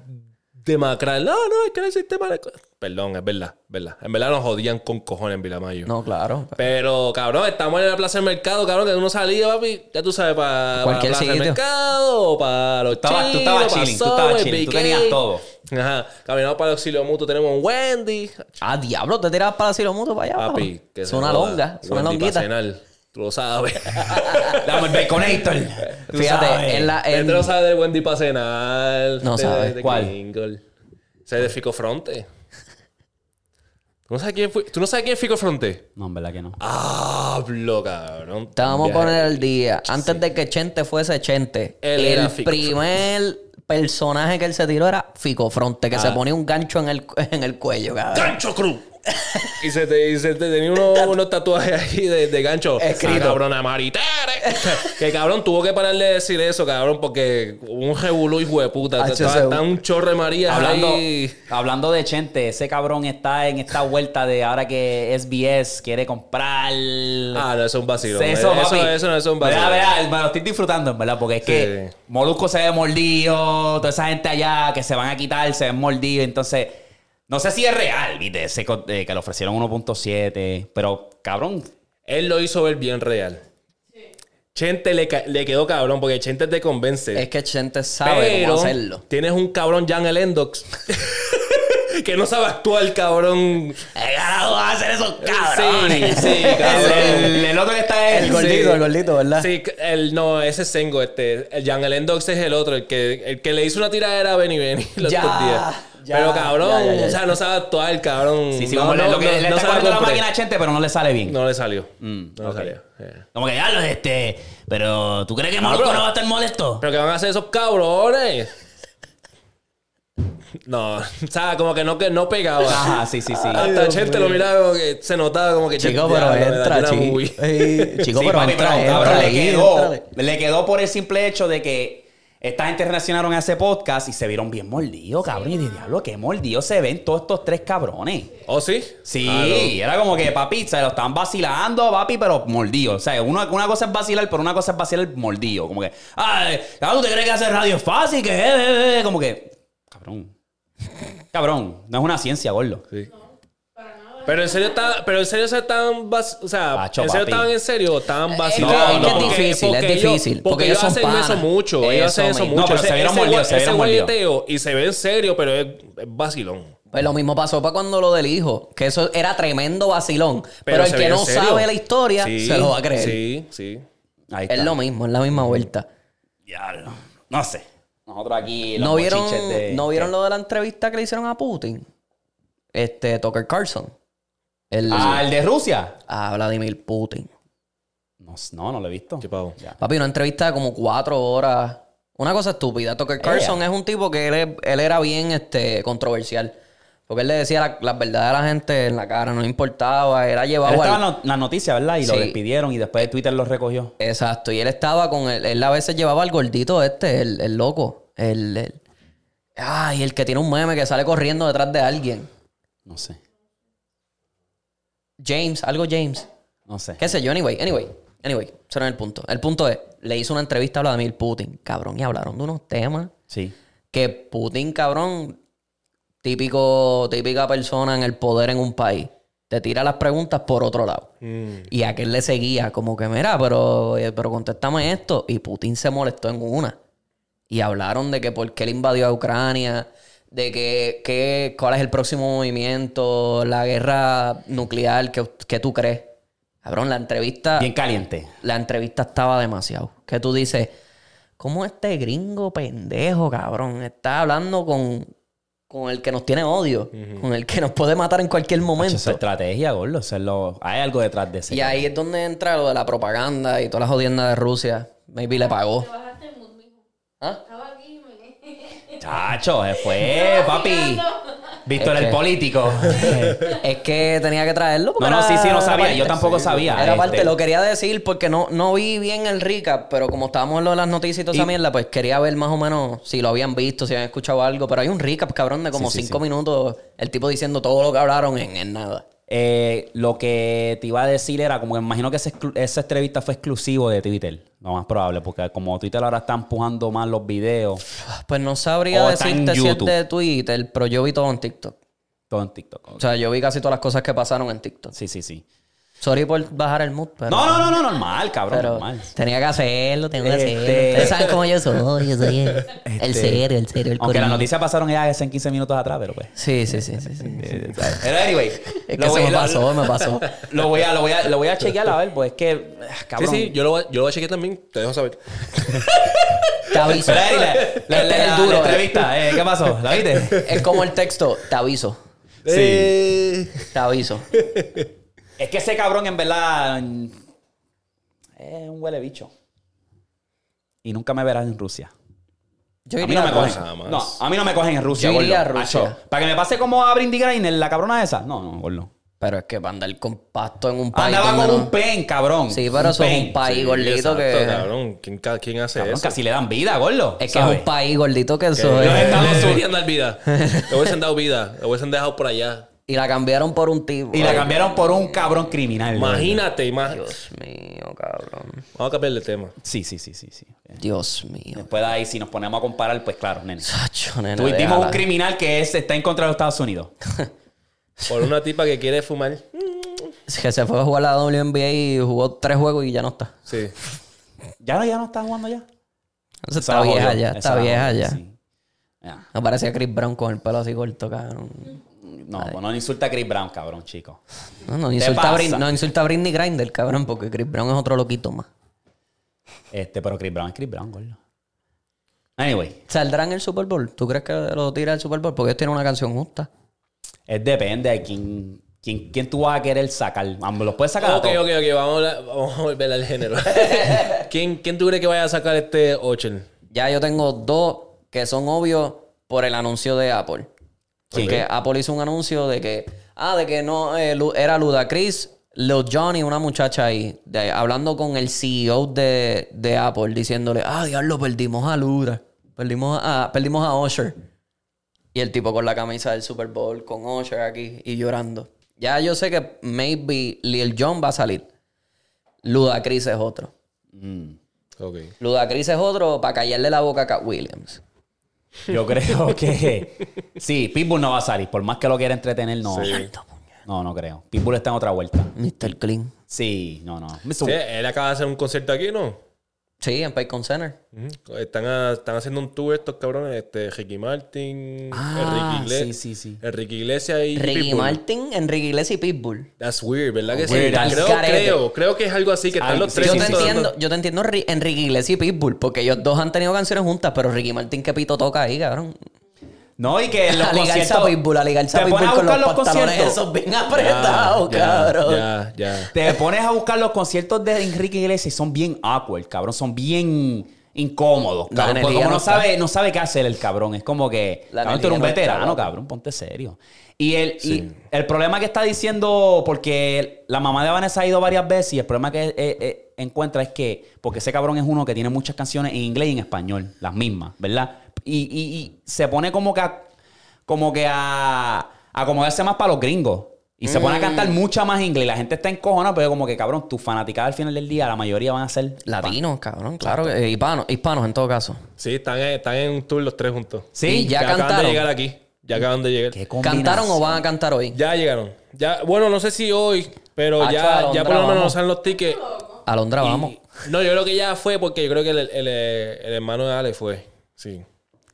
S3: demacrar. No, no, es que no el sistema. de co- Perdón, es verdad, es verdad. En verdad nos jodían con cojones en Vilamayo.
S2: No, claro.
S3: Pero, cabrón, estamos en la plaza del mercado, cabrón, que uno salía, papi, ya tú sabes, para
S2: Cualquier
S3: la plaza del
S2: sitio.
S3: mercado, o para los
S1: Estaba-
S3: chinos,
S1: tú estabas
S3: pa'
S1: chilling, tú estabas
S3: Subway,
S1: chilling, tú
S3: BK.
S1: tenías todo.
S3: Ajá, caminamos para el auxilio mutuo, tenemos un Wendy.
S2: Ah, diablo, te tirabas para asilo mutuo para allá.
S3: Papi, que
S2: es
S3: se
S2: una
S3: joda.
S2: longa, es una
S3: Wendy pa'
S2: longuita.
S3: cenar, tú lo sabes.
S1: Dame el baconator. Tú
S2: Fíjate,
S1: sabes.
S2: en la...
S3: Él
S2: en-
S3: no sabe del Wendy para cenar.
S2: No
S3: de-
S2: sabe.
S3: de
S1: ¿Cuál?
S3: Kringle. Ese de Fico Fronte. ¿Tú no sabes quién fue? ¿Tú no sabes quién es Fico Fronte?
S1: No, en verdad que no.
S3: Hablo, cabrón.
S2: Te vamos a
S3: Viaje.
S2: poner al día. Antes de que Chente fuese Chente,
S3: Él
S2: el
S3: era Fico
S2: primer personaje que él se tiró era Fico Fronte, que se
S3: Ah.
S2: ponía un gancho en el, en el cuello, cabrón.
S3: ¡Gancho Cruz! y se te, y se te tenía uno- unos tatuajes ahí de, de gancho.
S2: Escrito.
S3: Ah, cabrón, a Maritere. que cabrón, tuvo que pararle de decir eso, cabrón, porque un jebulú hijo de puta.
S2: Ah,
S3: Estaba-
S2: ese-
S3: Está un chorre María
S1: Hablando,
S3: ahí.
S1: hablando de Chente, ese cabrón está en esta vuelta de ahora que SBS quiere comprar.
S3: Ah, no, eso es un vacilo.
S1: Sí,
S3: Eso, eso,
S1: papi.
S3: no es un vacilo.
S1: Verá, verá, me lo estoy disfrutando, en verdad, porque es que
S3: Sí.
S1: Molusco se ve mordido, toda esa gente allá que se van a quitar se ven mordidos. Entonces, no sé si es real, viste, ese co- eh, que le ofrecieron 1.7, pero cabrón.
S3: Él lo hizo ver bien real. Chente le, ca- le quedó cabrón porque Chente te convence.
S2: Es que Chente sabe
S3: pero
S2: cómo hacerlo.
S3: tienes un cabrón Jan el Endox que no sabe actuar, cabrón.
S1: El ganado va a hacer esos
S3: cabrones.
S1: El, el otro que está es
S2: El gordito, el gordito, ¿verdad?
S3: Sí, el, no, ese es Sengo, este. El Jan Endox es el otro, el que, el que le hizo una tirada era Benny Benny los
S2: Ya,
S3: otros días.
S2: ya,
S3: pero cabrón,
S2: ya, ya, ya.
S3: o sea, no sabe actuar, cabrón.
S1: Sí, sí,
S3: no,
S1: como le-
S3: no,
S1: lo que
S3: no,
S1: le
S3: no
S1: está
S3: sabe
S1: corriendo la
S3: comprar.
S1: máquina a Chente, pero no le sale bien.
S3: No le salió. no
S1: ok.
S3: le salió. eh.
S1: Como que diablo, este. Pero, ¿tú crees que Molusco
S3: pero-
S1: no va a estar molesto?
S3: Pero ¿qué van a hacer esos cabrones? No, o sea, como que no, que no pegaba.
S1: Ajá, sí, sí, sí.
S3: Hasta Chente lo miraba como que se notaba como que
S2: Chico,
S3: Chente,
S2: pero
S3: ya, me da
S2: entra,
S3: una
S2: chico.
S3: movie.
S2: Ey, Chico,
S1: Sí,
S2: pero
S1: papi,
S2: entra,
S1: pero,
S2: entra,
S1: cabrón, le,
S2: ahí,
S1: quedó,
S2: entrale.
S1: le quedó por el simple hecho de que esta gente reaccionaron a ese podcast y se vieron bien mordidos, cabrón. Y de diablo, qué mordidos se ven todos estos tres cabrones.
S3: ¿Oh, sí?
S1: Sí,
S3: Ah, no.
S1: era como que papi, se lo están vacilando, papi, pero mordido. O sea, una, una cosa es vacilar, pero una cosa es vacilar mordido. Como que, ay, cabrón, ¿tú te crees que hacer radio es fácil? Que, eh, eh, eh", como que, cabrón. Cabrón, no es una ciencia, gordo.
S3: Pero en serio está, pero en serio se estaban vas- o sea,
S1: Pacho,
S3: en serio
S1: papi.
S3: estaban en serio o estaban
S1: que-
S3: vacilando.
S1: es que es
S2: difícil, es difícil, porque
S3: Ellos, porque
S2: ellos
S3: ellos
S2: son
S3: hacen
S2: panas.
S3: eso mucho, ellos
S2: Eso
S3: hacen eso
S2: mismo.
S3: mucho.
S1: No, pero se
S3: Ese-
S1: vieron
S3: ese
S1: mordidos, se
S3: guay-
S1: vieron
S3: ese
S1: mordidos.
S3: guayeteo y se ve en serio, pero es, es vacilón.
S2: Pues lo mismo pasó para cuando lo del hijo, que eso era tremendo vacilón. Pero, el
S3: se
S2: que
S3: ve en
S2: no
S3: serio.
S2: sabe la historia
S3: Sí,
S2: se lo va a creer.
S3: Sí, sí.
S1: Ahí está.
S2: Es lo mismo, es la misma vuelta.
S1: Diablo. No sé. Nosotros aquí, los
S2: ¿No vieron,
S1: mochiches de-
S2: ¿No vieron lo de la entrevista que le hicieron a Putin? Este, Tucker Carlson. El,
S1: Ah, el de Rusia.
S2: a Vladimir Putin.
S1: No, no, no lo he visto.
S3: Qué pavo.
S1: Ya.
S2: Papi, una entrevista de como cuatro horas. Una cosa estúpida. Tucker Carlson es un tipo que él, es- él era bien este, controversial. Porque Porque él le decía la, la verdad a la gente en la cara, no importaba, era llevado
S1: Él
S2: al-
S1: estaba en la- la noticia, ¿verdad? Y lo
S2: Sí.
S1: despidieron y después Twitter lo recogió.
S2: Exacto, y él estaba con el, él a veces llevaba al gordito este, el, el loco, el, el- ay, el que tiene un meme que sale corriendo detrás de alguien.
S1: No sé.
S2: James, algo James.
S1: No sé.
S2: Qué sé yo, anyway, anyway, anyway, ese no es el punto. El punto es, le hizo una entrevista a Vladimir Putin, cabrón, y hablaron de unos temas
S1: Sí.
S2: que Putin, cabrón, típico, típica persona en el poder en un país, te tira las preguntas por otro lado. Y aquel le seguía, como que, mira, pero, eh, pero contéstame esto. Y Putin se molestó en una. Y hablaron de que por qué él invadió a Ucrania, de que, que- cuál es el próximo movimiento, la guerra nuclear, que, que tú crees. Cabrón, la entrevista
S1: Bien caliente.
S2: la entrevista estaba demasiado. Que tú dices, ¿cómo este gringo pendejo, cabrón? Está hablando con, con el que nos tiene odio, con el que nos puede matar en cualquier
S1: Esa
S2: momento.
S1: es su estrategia, gordo. eso es lo- Hay algo detrás de ese.
S2: y ahí es donde entra lo de la propaganda y todas las jodiendas de Rusia. Maybe le pagó.
S5: Te bajaste el mood, mijo.
S2: ¿Ah?
S5: Estaba aquí, me...
S1: Chacho, se fue, papi. Víctor
S2: Es
S1: el
S2: que-
S1: político.
S2: Es que tenía que traerlo. porque
S1: No, no,
S2: era-
S1: sí, sí, no
S2: era
S1: sabía.
S2: parte.
S1: Yo tampoco sabía.
S2: Era
S1: este.
S2: parte, lo quería decir porque no, no vi bien el recap, pero como estábamos en lo de las noticias y toda esa mierda, pues quería ver más o menos si lo habían visto, si habían escuchado algo. Pero hay un recap, cabrón, de como
S1: Sí, sí,
S2: cinco minutos, el tipo diciendo todo lo que hablaron en, en nada.
S1: Eh, lo que te iba a decir era, como que me imagino que ese exclu- esa entrevista fue exclusivo de Twitter. Lo más probable, porque como Twitter ahora está empujando más los videos,
S2: Pues no sabría
S1: O está en
S2: decirte si es
S1: YouTube.
S2: de Twitter, pero yo vi todo en TikTok.
S1: todo en TikTok.
S2: O sea, yo vi casi todas las cosas que pasaron en TikTok.
S1: Sí, sí, sí.
S2: Sorry por bajar el mood, pero...
S1: No, no, no, no, normal, cabrón,
S2: pero
S1: normal.
S2: tenía que hacerlo, tenía que
S1: Este-
S2: hacerlo. Ustedes saben cómo yo soy, yo soy el, el serio, el serio, el
S1: Aunque las
S2: corillo.
S1: noticias pasaron ya hace 15 minutos atrás, pero pues.
S2: Sí, sí, sí, sí, sí.
S1: eh, ¿sabes? Pero anyway.
S2: Es
S1: lo
S2: que se
S1: voy-
S2: me
S1: lo-
S2: pasó, me pasó.
S1: Lo voy a, lo voy a, lo voy a chequear a ver, pues es que. eh,
S3: Sí,
S1: Cabrón.
S3: sí, yo lo, voy- yo lo voy a chequear también. Te dejo saber.
S2: Te aviso.
S1: Pero ahí la, la-
S2: Este
S1: la-
S2: es el
S1: la
S2: duro,
S1: entrevista, eh, ¿qué pasó? ¿La viste?
S2: Es como el texto, te aviso,
S1: Sí.
S3: Eh,
S2: te aviso.
S1: Es que ese cabrón, en verdad. mm, Es un huele bicho. Y nunca me verás en Rusia.
S2: Yo
S1: A mí no me
S2: Rosa.
S1: cogen. No, a mí no me cogen en Rusia.
S2: Yo iría
S1: gordo.
S2: a Rusia.
S1: Acho, Para que me pase como a Brindy Grainer, la cabrona esa. No, no, gordo.
S2: Pero es que para andar con pasto en un país.
S1: Andaba
S2: donde
S1: con
S2: no-
S1: un pen, cabrón.
S2: Sí, pero eso es un
S1: pen.
S2: país gordito
S3: Exacto,
S2: que.
S3: Cabrón, ¿quién, ca- quién hace
S1: Cabrón,
S3: eso?
S1: casi le dan vida, gordo.
S2: Es que es
S1: ¿sabes?
S2: un país gordito que
S3: Los
S2: soy.
S1: Estados
S3: Estados
S1: Unidos.
S3: Unidos dar vida. Le hubiesen dado vida. Le hubiesen dejado por allá.
S2: Y la cambiaron por un tipo.
S1: Y la cambiaron por un cabrón criminal. gordo.
S3: Imagínate, imagínate.
S2: Dios mío, cabrón.
S3: Vamos a cambiar de tema.
S1: Sí, sí, sí, sí, sí.
S2: Dios mío.
S1: Después de ahí, si nos ponemos a comparar, pues claro, nene.
S2: Tacho, nena,
S1: Tuvimos
S2: déjala.
S1: un criminal que es, está en contra de los Estados Unidos.
S3: Por una tipa que quiere fumar.
S2: Es Que se fue a jugar la WNBA y jugó tres juegos y ya no está.
S3: Sí.
S1: Ya no, ya no está jugando ya.
S2: Esa
S1: Esa
S2: está
S1: la
S2: vieja
S1: jodió,
S2: ya,
S1: esa
S2: está
S1: la
S2: vieja
S1: jodió,
S2: ya.
S1: sí. Ya.
S2: Me parecía Chris Brown con el pelo así corto, cabrón.
S1: No, pues no insulta a Chris Brown, cabrón, chico.
S2: No, no insulta, a
S1: pasa?
S2: Britney, no insulta a Britney Grindr, cabrón, porque Chris Brown es otro loquito más.
S1: Este, pero Chris Brown es Chris Brown, gordo. Anyway,
S2: ¿Saldrá en el Super Bowl? ¿Tú crees que lo tira el Super Bowl? Porque ellos tienen una canción justa.
S1: es depende de quién, quién, quién tú vas a querer sacar. Ambos los puedes sacar a
S3: Ok,
S1: todos.
S3: ok, ok. Vamos a, hablar- vamos a volver al género. ¿Quién, ¿Quién tú crees que vaya a sacar este Ochel?
S2: Ya yo tengo dos que son obvios por el anuncio de Apple.
S1: ¿Quién?
S2: Porque Apple hizo un anuncio de que, ah, de que no eh, Lu- era Ludacris, Lil Johnny, una muchacha ahí, de- hablando con el CEO de, de Apple, diciéndole, ah, diablo, perdimos a Luda, perdimos a, perdimos a Usher. Y el tipo con la camisa del Super Bowl, con Usher aquí y llorando. Ya yo sé que maybe Lil Jon va a salir. Ludacris es otro.
S1: Mm.
S3: Ok.
S2: Ludacris es otro para callarle la boca a Cat Williams.
S1: Yo creo que. Sí, Pitbull no va a salir. Por más que lo quiera entretener, no. No, no creo. Pitbull está en otra vuelta.
S2: Mr. Clean.
S1: Sí, no, no.
S3: Sí, él acaba de hacer un concierto aquí, ¿no?
S2: Sí, en Paycon Center.
S3: Ujú. Están, a- están haciendo un tour estos cabrones, este, Ricky Martin,
S1: Ah,
S3: Enrique Iglesias.
S1: sí, sí, sí.
S3: Enrique Iglesias y
S2: Ricky
S3: Pitbull.
S2: Martin, Enrique Iglesias y Pitbull.
S3: That's weird, ¿verdad que
S1: Weird,
S3: sí?
S1: al
S3: Creo,
S2: garete.
S3: creo, creo que es algo así, que están
S1: Al-
S3: los
S1: sí,
S3: tres.
S2: yo, te
S3: juntos
S2: entiendo,
S3: dando-
S2: yo te entiendo Ri- Enrique Iglesias y Pitbull, porque ellos dos han tenido canciones juntas, pero Ricky Martin que pito toca ahí, cabrón.
S1: No, y que en los
S2: A ligarse a
S1: conciertos...
S2: Pitbull, a ligarse a
S1: te pones
S2: Pitbull
S1: a
S2: con los,
S1: buscar los
S2: pantalones
S1: conciertos.
S2: esos bien apretados,
S3: Ah, Ya,
S2: cabrón.
S3: Ya, ya.
S2: Eh.
S1: Te pones a buscar los conciertos de Enrique Iglesias y son bien awkward, cabrón. Son bien... incómodo.
S2: La
S1: cabrón, porque
S2: energía
S1: como no
S2: no está.
S1: sabe, no sabe qué hacer el cabrón. Es como que.
S2: La
S1: cabrón, tú eres un
S2: energía no está,
S1: veterano,
S2: cabrón.
S1: cabrón. Ponte serio. Y el, y el problema que está diciendo, porque la mamá de Vanessa ha ido varias veces y el problema que eh, eh, encuentra es que, porque ese cabrón es uno que tiene muchas canciones en inglés y en español, las mismas, ¿verdad? Y, y- y se pone como que a, como que a, a acomodarse más para los gringos. Y se pone a cantar
S2: Mm.
S1: mucha más inglés. La gente está encojonada, pero como que, cabrón, tu fanaticada al final del día, la mayoría van a ser
S2: Latinos, cabrón, claro. que- eh, hispanos, hispanos en todo caso.
S3: Sí, están en, están en un tour los tres juntos.
S1: Sí,
S2: Y ya
S3: Que Acaban
S2: cantaron.
S3: de llegar aquí. Ya acaban de llegar.
S1: ¿Qué
S2: ¿Cantaron o
S1: combinación?
S2: van a cantar hoy?
S3: Ya llegaron. Ya, bueno, no sé si hoy, pero
S2: Ah,
S3: ya,
S2: chaval,
S3: ya
S2: Alondra,
S3: por lo menos
S2: vamos.
S3: nos salen los tickets.
S2: Alondra,
S3: Y-
S2: vamos.
S3: No, yo creo que ya fue porque yo creo que el, el- el hermano de Ale fue. Sí.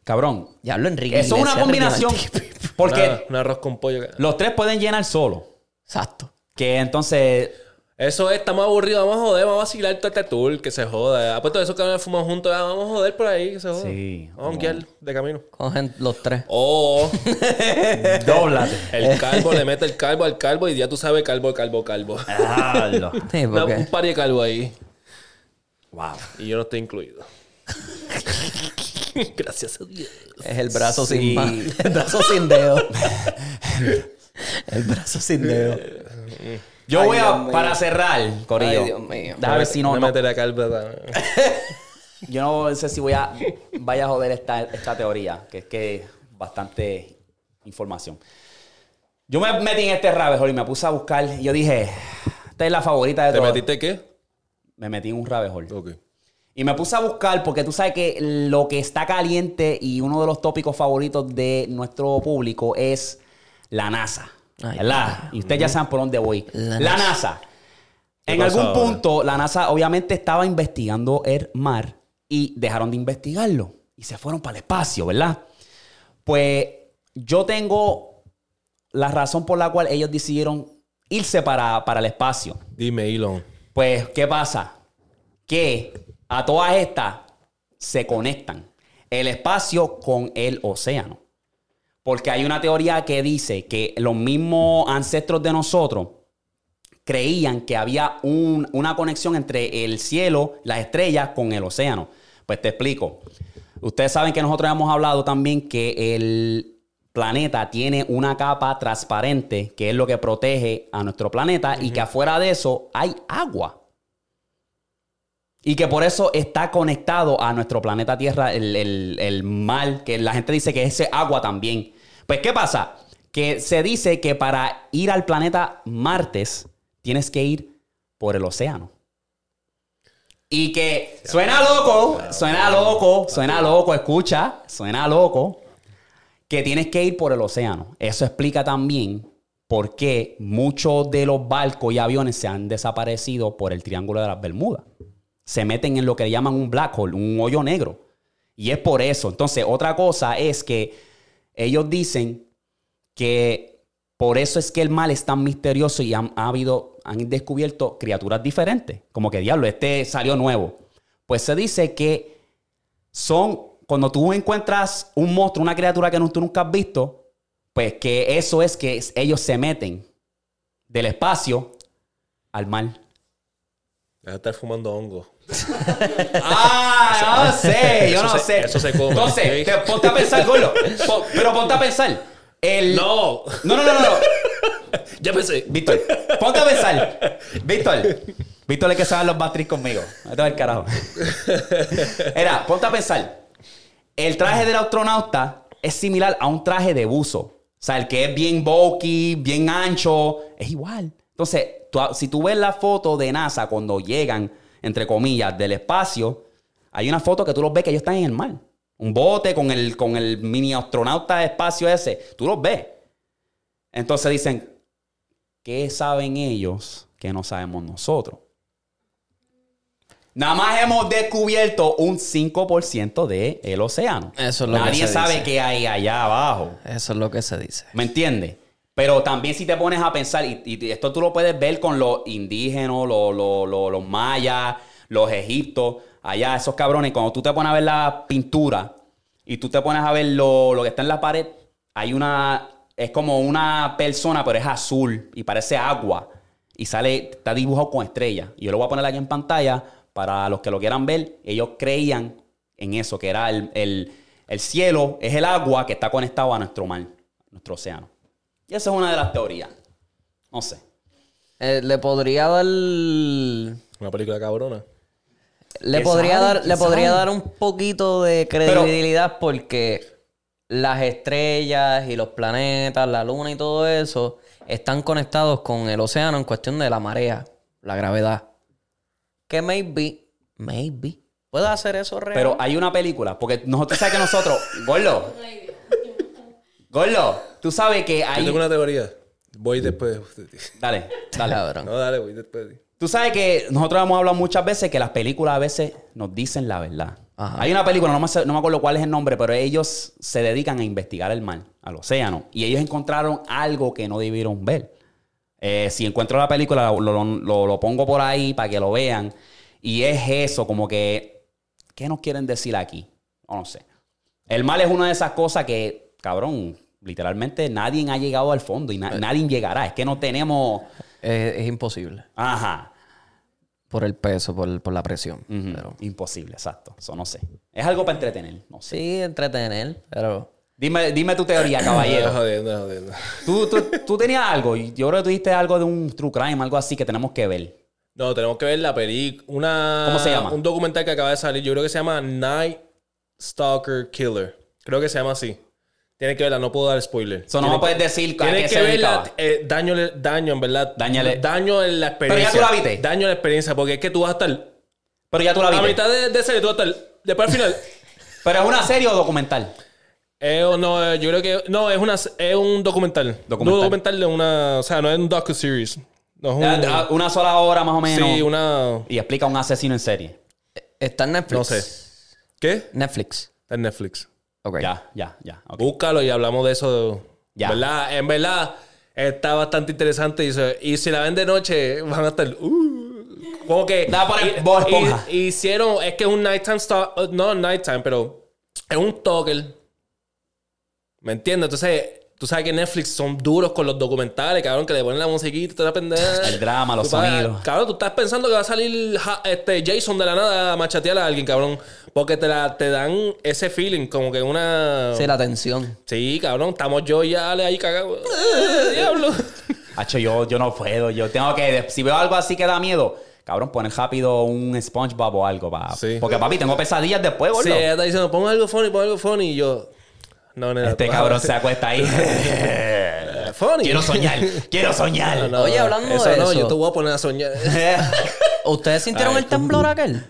S1: Cabrón.
S2: Ya hablo Enrique.
S1: Eso es una
S2: Iglesias,
S1: combinación.
S2: Ricky Martin.
S1: Porque
S3: Nada, un arroz con pollo.
S1: los tres pueden llenar solo.
S2: Exacto.
S1: Que entonces.
S3: Eso es, estamos aburridos, vamos a joder, vamos a vacilar todo este tour, que se joda. Ah, Apuesto a esos cabrones fuman juntos, ah, vamos a joder por ahí, que se joda.
S1: Sí,
S3: Vamos a guiar de camino.
S2: Con gen- los tres.
S3: O
S1: Dóblate.
S3: el calvo le mete el calvo al calvo y ya tú sabes calvo, calvo, calvo.
S1: Diablo.
S2: Sí,
S3: Una-
S2: porque-
S3: un par de calvo ahí.
S1: wow.
S3: Y yo no estoy incluido. Gracias a Dios.
S2: Es el brazo
S1: Sí.
S2: sin ma- El brazo sin dedo. el brazo sin dedo.
S1: Yo
S2: Ay,
S1: voy
S2: Dios
S1: a.
S2: mío.
S1: Para cerrar, Corillo.
S2: Ay, Dios mío.
S1: Déjame ver si no.
S3: Me
S1: no-
S3: mete la calva también.
S1: yo no sé si voy a. Vaya a joder esta, esta teoría. Que es que bastante información. Yo me metí en este rabbit hole y me puse a buscar. Y yo dije. Esta es la favorita de
S3: ¿Te
S1: todas.
S3: metiste qué?
S1: Me metí en un rabbit hole.
S3: Ok.
S1: Y me puse a buscar porque tú sabes que lo que está caliente y uno de los tópicos favoritos de nuestro público es la NASA.
S2: Ay,
S1: ¿Verdad? Y ustedes ya saben por dónde voy. La,
S2: La
S1: NASA.
S3: ¿Qué
S1: En
S3: pasó
S1: algún
S3: ahora?
S1: punto, la NASA obviamente estaba investigando el mar y dejaron de investigarlo. Y se fueron para el espacio, ¿verdad? Pues yo tengo la razón por la cual ellos decidieron irse para, para el espacio.
S3: Dime, Elon.
S1: Pues, ¿qué pasa? Que a todas estas se conectan el espacio con el océano. Porque hay una teoría que dice que los mismos ancestros de nosotros creían que había un- una conexión entre el cielo, las estrellas, con el océano. Pues te explico. Ustedes saben que nosotros hemos hablado también que el planeta tiene una capa transparente, que es lo que protege a nuestro planeta, y que afuera de eso hay agua. Y que por eso está conectado a nuestro planeta Tierra, el, el- el mar, que la gente dice que es ese agua también. Pues, ¿qué pasa? Que se dice que para ir al planeta Martes tienes que ir por el océano. Y que suena loco, suena loco, suena loco, escucha, suena loco, que tienes que ir por el océano. Eso explica también por qué muchos de los barcos y aviones se han desaparecido por el Triángulo de las Bermudas se meten en lo que llaman un black hole, un hoyo negro. Y es por eso. Entonces, otra cosa es que ellos dicen que por eso es que el mal es tan misterioso y han, ha habido, han descubierto criaturas diferentes. Como que diablo, este salió nuevo. Pues se dice que son, cuando tú encuentras un monstruo, una criatura que no- tú nunca has visto, pues que eso es que es- ellos se meten del espacio al mar.
S3: Vas a estar fumando hongo.
S1: Ah, no sé, yo
S3: eso
S1: no
S3: se-
S1: sé.
S3: eso se come.
S1: Entonces, te- ponte a pensar, Gordo. Po- pero ponte a pensar. El...
S3: ¡No!
S1: No, no, no, no, no.
S3: Ya pensé.
S1: Víctor, ponte a pensar. Víctor. Víctor es que sabe los Matrix conmigo. Vete el carajo. Era, ponte a pensar. El traje del astronauta es similar a un traje de buzo. O sea, el que es bien bulky, bien ancho, es igual. Entonces, tú- si tú ves la foto de NASA cuando llegan, entre comillas, del espacio, hay una foto que tú los ves que ellos están en el mar. Un bote con el, con el mini astronauta de espacio ese. Tú los ves. Entonces dicen, ¿qué saben ellos que no sabemos nosotros? Nada más hemos descubierto un 5% del el océano.
S2: Eso es lo que
S1: Nadie
S2: se
S1: sabe
S2: dice.
S1: qué hay allá abajo.
S2: Eso es lo que se dice.
S1: ¿Me entiendes? Pero también si te pones a pensar, y, y esto tú lo puedes ver con los indígenas, los, los- los- los mayas, los egiptos, allá, esos cabrones, cuando tú te pones a ver la pintura y tú te pones a ver lo, lo que está en la pared, hay una, es como una persona, pero es azul y parece agua. Y sale, está dibujado con estrellas. Y yo lo voy a poner aquí en pantalla para los que lo quieran ver. Ellos creían en eso, que era el, el- el cielo, es el agua que está conectado a nuestro mar, nuestro océano. Y esa es una de las teorías. No sé.
S2: Eh, le podría dar. Le
S3: Una película cabrona.
S2: podría
S1: sabe?
S2: dar.
S1: ¿Quién
S2: Le podría
S1: sabe?
S2: dar un poquito de credibilidad porque las estrellas y los planetas, la luna y todo eso están conectados con el océano en cuestión de la marea, la gravedad. Que maybe, maybe, pueda hacer eso real.
S1: Pero hay una película, porque nosotros sabes que nosotros, Gordo,
S5: Una idea.
S1: Gordo, tú sabes que
S3: Yo
S1: hay...
S3: tengo una teoría. Voy después de usted.
S1: Dale, dale.
S2: Cabrón.
S3: No, dale, voy después de ti.
S1: Tú sabes que nosotros hemos hablado muchas veces que las películas a veces nos dicen la verdad.
S2: Ajá.
S1: Hay una película, no me, sé- no me acuerdo cuál es el nombre, pero ellos se dedican a investigar el mar, al océano. Y ellos encontraron algo que no debieron ver. Eh, si encuentro la película, lo, lo- lo- lo pongo por ahí para que lo vean. Y es eso, como que, ¿qué nos quieren decir aquí? No, no sé. El mal es una de esas cosas que, cabrón, literalmente nadie ha llegado al fondo y na- nadie llegará. Es que no tenemos...
S2: Es, es imposible.
S1: Ajá.
S2: Por el peso, por, por la presión.
S1: Ujú.
S2: pero-
S1: Imposible, exacto. Eso no sé. Es algo para entretener, no sé.
S2: sí, entretener, pero.
S1: Dime, dime tu teoría,
S3: No,
S1: caballero.
S3: jodiendo, jodiendo.
S1: tú, tú- tú tenías algo. y Yo creo que tú dijiste algo de un true crime, algo así que tenemos que ver.
S3: No, tenemos que ver la película.
S1: ¿Cómo se llama?
S3: Un documental que acaba de salir. Yo creo que se llama Night Stalker Killer. Creo que se llama así. Tiene que verla, no puedo dar spoiler.
S1: Eso no me
S3: Tiene-
S1: puedes decir a qué
S3: Tienes
S1: se
S3: que verla,
S1: dedicaba.
S3: eh, daño, daño, en verdad.
S1: Dáñale.
S3: Daño en la
S1: ya tú
S3: experiencia.
S1: la viste.
S3: Daño en la experiencia, porque es que tú vas a estar.
S1: Pero ya tú la
S3: A
S1: viste.
S3: mitad de, de serie, tú vas a estar. Después al final.
S1: Pero es una serie o documental.
S3: Eh, o no, eh, yo creo que. No, es, una, es un documental.
S1: Documental.
S3: Un documental de una. O sea, no es un docu-series. No es un.
S1: Ya, ah, ya, Una sola hora más o menos.
S3: Uh. sí, una.
S1: Y explica un asesino en serie.
S2: Está en Netflix.
S3: No sé. ¿Qué?
S2: Netflix.
S3: En Netflix.
S2: Ok.
S1: Ya, ya, ya. ok.
S3: Búscalo y hablamos de eso.
S1: Ya.
S3: ¿Verdad? En verdad, está bastante interesante. Y, se- y si la ven de noche, van a estar. "Uh". como que.
S1: Da por el
S3: hi-
S1: Bob
S3: hi-
S1: Esponja.
S3: hicieron. Es que es un nighttime. star- uh, no nighttime, pero. Es un toker. ¿Me entiendes? Entonces. Tú sabes que Netflix son duros con los documentales, cabrón, que le ponen la musiquita, te la pendeja.
S1: El drama, los
S3: Tú vas-
S1: sonidos.
S3: Cabrón, tú estás pensando que va a salir ja- este Jason de la nada a machatear a alguien, cabrón. Porque te, la, te dan ese feeling, como que una.
S2: Sí, la tensión.
S3: Sí, cabrón, estamos yo y Ale ahí cagados. ¡Eh, Diablo.
S1: Hacho, yo, yo no puedo. Yo tengo que. Si veo algo así que da miedo, cabrón, poner rápido un SpongeBob o algo. Pa,
S3: Sí.
S1: Porque, papi, tengo pesadillas después,
S3: Sí,
S1: boludo.
S3: ella está diciendo, pon algo funny, pon algo funny. Y yo, no, nena.
S1: Este
S3: tú-
S1: cabrón se acuesta ahí.
S3: Funny.
S1: quiero soñar, quiero soñar.
S3: No,
S2: Oye, hablando de
S3: no,
S2: eso.
S3: yo te voy a poner a soñar.
S2: ¿Ustedes sintieron el temblor aquel?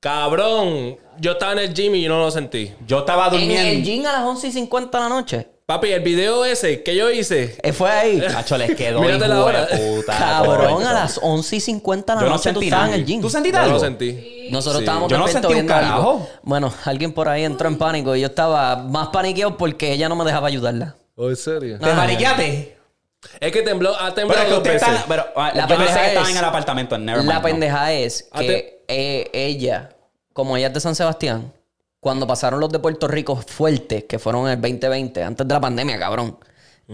S3: cabrón, yo estaba en el gym y yo no lo sentí.
S1: Yo estaba
S2: En el
S1: durmiendo.
S2: gym a las 11 y 50 de la noche.
S3: Papi, el video ese que yo hice.
S2: Eh, Fue ahí.
S1: Cacho, les quedó
S3: Mírate la
S1: hijo de
S3: hora.
S1: puta.
S2: Cabrón,
S1: coño.
S2: a las 11 y 50 de
S1: Yo
S2: la
S1: no
S2: noche tú
S1: sentí
S2: estabas
S1: nada.
S2: en el gym.
S1: ¿Tú sentiste
S3: No
S1: algo?
S3: lo sentí.
S2: Nosotros
S3: Sí.
S2: estábamos
S1: Yo no
S2: despiertos
S1: sentí un
S2: viendo algo.
S1: carajo.
S2: Bueno, alguien por ahí entró en pánico y yo estaba más paniqueado porque ella no me dejaba ayudarla.
S3: Oh, ¿En serio?
S1: ¿Te mariqueaste?
S3: Es que tembló, ha
S1: Pero
S3: temblado
S1: es que
S3: dos
S1: ustedes
S3: veces.
S1: están. Pero, ah, yo
S2: La
S1: pensé
S2: pendeja
S1: que estaban
S2: es-
S1: en el apartamento en Nevermind.
S2: La
S1: no.
S2: pendeja es
S3: Ah,
S2: que eh, ella, como ella es de San Sebastián, cuando pasaron los de Puerto Rico fuertes, que fueron en el 2020, antes de la pandemia, cabrón,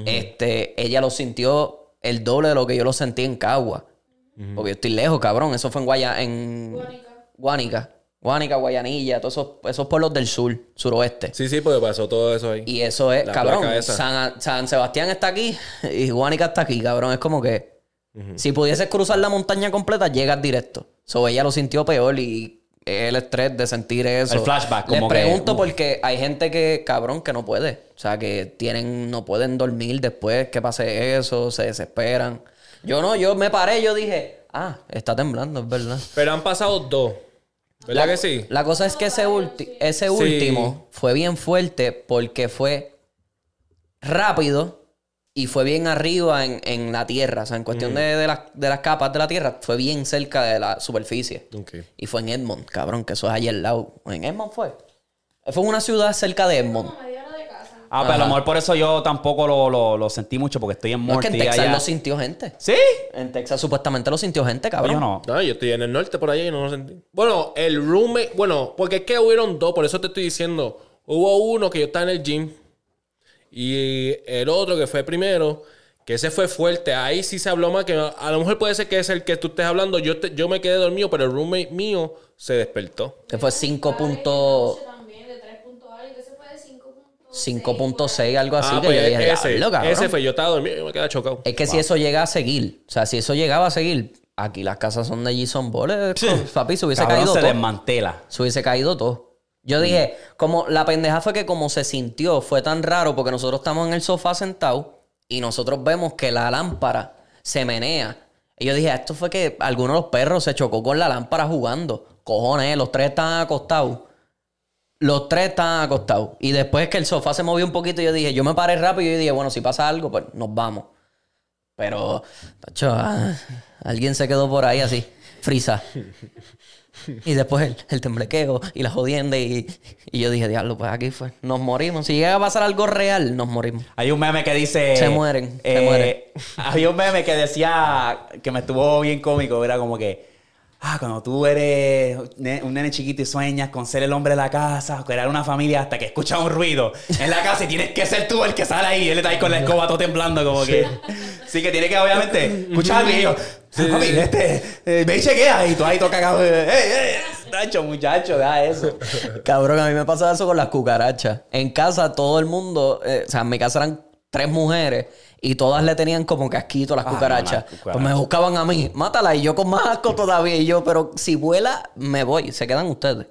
S2: este, ella lo sintió el doble de lo que yo lo sentí en Cagua. Porque yo estoy lejos, cabrón. Eso fue en Guaya, en
S5: Guánica.
S2: Guánica. Guánica, Guayanilla, todos esos, esos pueblos del sur, suroeste.
S3: Sí, sí, porque pasó todo eso ahí.
S2: Y eso es,
S3: La placa
S2: cabrón.
S3: esa.
S2: San, San Sebastián está aquí y Guánica está aquí, cabrón. Es como que si pudieses cruzar la montaña completa, llegas directo. So ella lo sintió peor y el estrés de sentir eso.
S1: El flashback, como
S2: Les
S1: que,
S2: pregunto
S1: uf.
S2: porque hay gente que, cabrón, que no puede. O sea, que tienen, no pueden dormir después que pase eso, se desesperan. Yo no, yo me paré, yo dije, ah, está temblando, es verdad.
S3: Pero han pasado dos. ¿Verdad que sí?
S2: La cosa es que ese, ulti- ese último fue bien fuerte porque fue rápido y fue bien arriba en, en la tierra. O sea, en cuestión
S3: Mm.
S2: de, de las, de las capas de la tierra, fue bien cerca de la superficie.
S3: Ok.
S2: Y fue en Edmond, cabrón, que eso es allí al lado. ¿En Edmond fue? Fue en una ciudad cerca de Edmond.
S5: Como media hora de casa.
S1: Ah, pero a lo mejor por eso yo tampoco lo, lo, lo sentí mucho porque estoy en
S2: No es que
S1: Morty.
S2: en Texas
S1: allá.
S2: lo sintió gente.
S1: ¿Sí?
S2: En Texas supuestamente lo sintió gente,
S1: Pero
S2: cabrón.
S1: yo no.
S3: No, Ah, yo estoy en el norte por allá y no lo sentí. Bueno, el roommate, bueno, porque es que hubieron dos, por eso te estoy diciendo. Hubo uno que yo estaba en el gym y el otro que fue primero, Que ese fue fuerte. Ahí sí se habló más que a lo mejor puede ser que es el que tú estés hablando. Yo, te- yo me quedé dormido, pero el roommate mío se despertó.
S2: Se fue 5 punto-
S5: También de 3 puntos algo, que se fue de 5.6.
S2: 5.6, algo así.
S3: ah,
S2: que
S3: pues
S2: yo dije,
S3: ese,
S2: "Diablo, cabrón".
S3: ese fue. Yo estaba dormido y me quedé chocado.
S2: Es que si eso llega a seguir, o sea, si eso llegaba a seguir, aquí las casas son de Jason Ball. Papi, se hubiese
S1: Cabrón,
S2: caído
S1: se
S2: todo.
S1: desmantela.
S2: Se hubiese caído todo. Yo dije, como la pendeja fue que como se sintió, fue tan raro porque nosotros estamos en el sofá sentados y nosotros vemos que la lámpara se menea. Y yo dije, "Ah, esto fue que alguno de los perros se chocó con la lámpara jugando. Cojones, los tres estaban acostados. Los tres estaban acostados. Y después que el sofá se movió un poquito, yo dije, yo me paré rápido y yo dije, bueno, si pasa algo, pues nos vamos. Pero, tacho, ah, alguien se quedó por ahí así, frisa. Y después el, el temblequeo y la jodienda. Y, y yo dije, diablo, pues aquí fue. Nos morimos. Si llega a pasar algo real, nos morimos.
S1: Hay un meme que dice.
S2: Se mueren, se mueren.
S1: Había un meme que decía que me estuvo bien cómico. Era como que. Ah, cuando tú eres ne- un nene chiquito y sueñas con ser el hombre de la casa, crear una familia hasta que escuchas un ruido en la casa y tienes que ser tú el que sale ahí. Y él está ahí con la escoba todo temblando, como que. Sí, que tiene que, obviamente, escuchar algo y yo. "Mami, este, eh, ve y chequea. Y tú ahí toca. cabrón, "Eh, eh, Nacho, muchacho, da eso.
S2: Cabrón, a mí me pasaba eso con las cucarachas. En casa todo el mundo, eh, o sea, en mi casa eran tres mujeres y todas le tenían como casquito a las
S1: Ah,
S2: cucarachas.
S1: no, las
S2: Pues me
S1: cucarachas.
S2: buscaban a mí, mátala y yo con más asco todavía. Y yo, pero si vuela, me voy. Se quedan ustedes.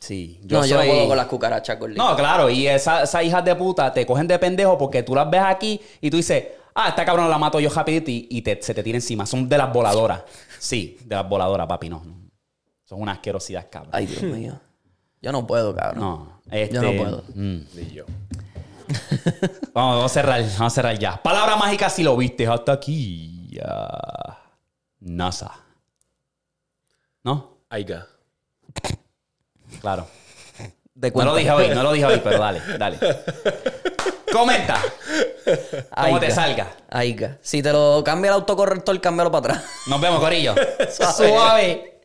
S1: Sí,
S2: no, yo no puedo con las cucarachas, gordito.
S1: No, claro, y esa- esas hijas de puta te cogen de pendejo porque tú las ves aquí y tú dices, ah, esta cabrona la mato yo rapidito y, y te- se te tira encima. Son de las voladoras. Sí, de las voladoras, papi, no. no. Son una asquerosidad, cabrón.
S2: Ay, Dios mío. Yo no puedo, cabrón.
S1: no, este,
S2: Yo no puedo.
S1: mm.
S4: Ni yo.
S1: Vamos, vamos a cerrar, vamos a cerrar ya. Palabra mágica si lo viste hasta aquí. ah. NASA. ¿No?
S4: Aiga.
S1: Claro.
S2: De
S1: No
S2: cuenta.
S1: lo dije hoy, no lo dije hoy, pero dale, dale. Comenta cómo te
S2: Aiga.
S1: salga.
S2: Aiga. Si te lo cambia el autocorrector, cámbialo para atrás.
S1: Nos vemos, Corillo. Suave.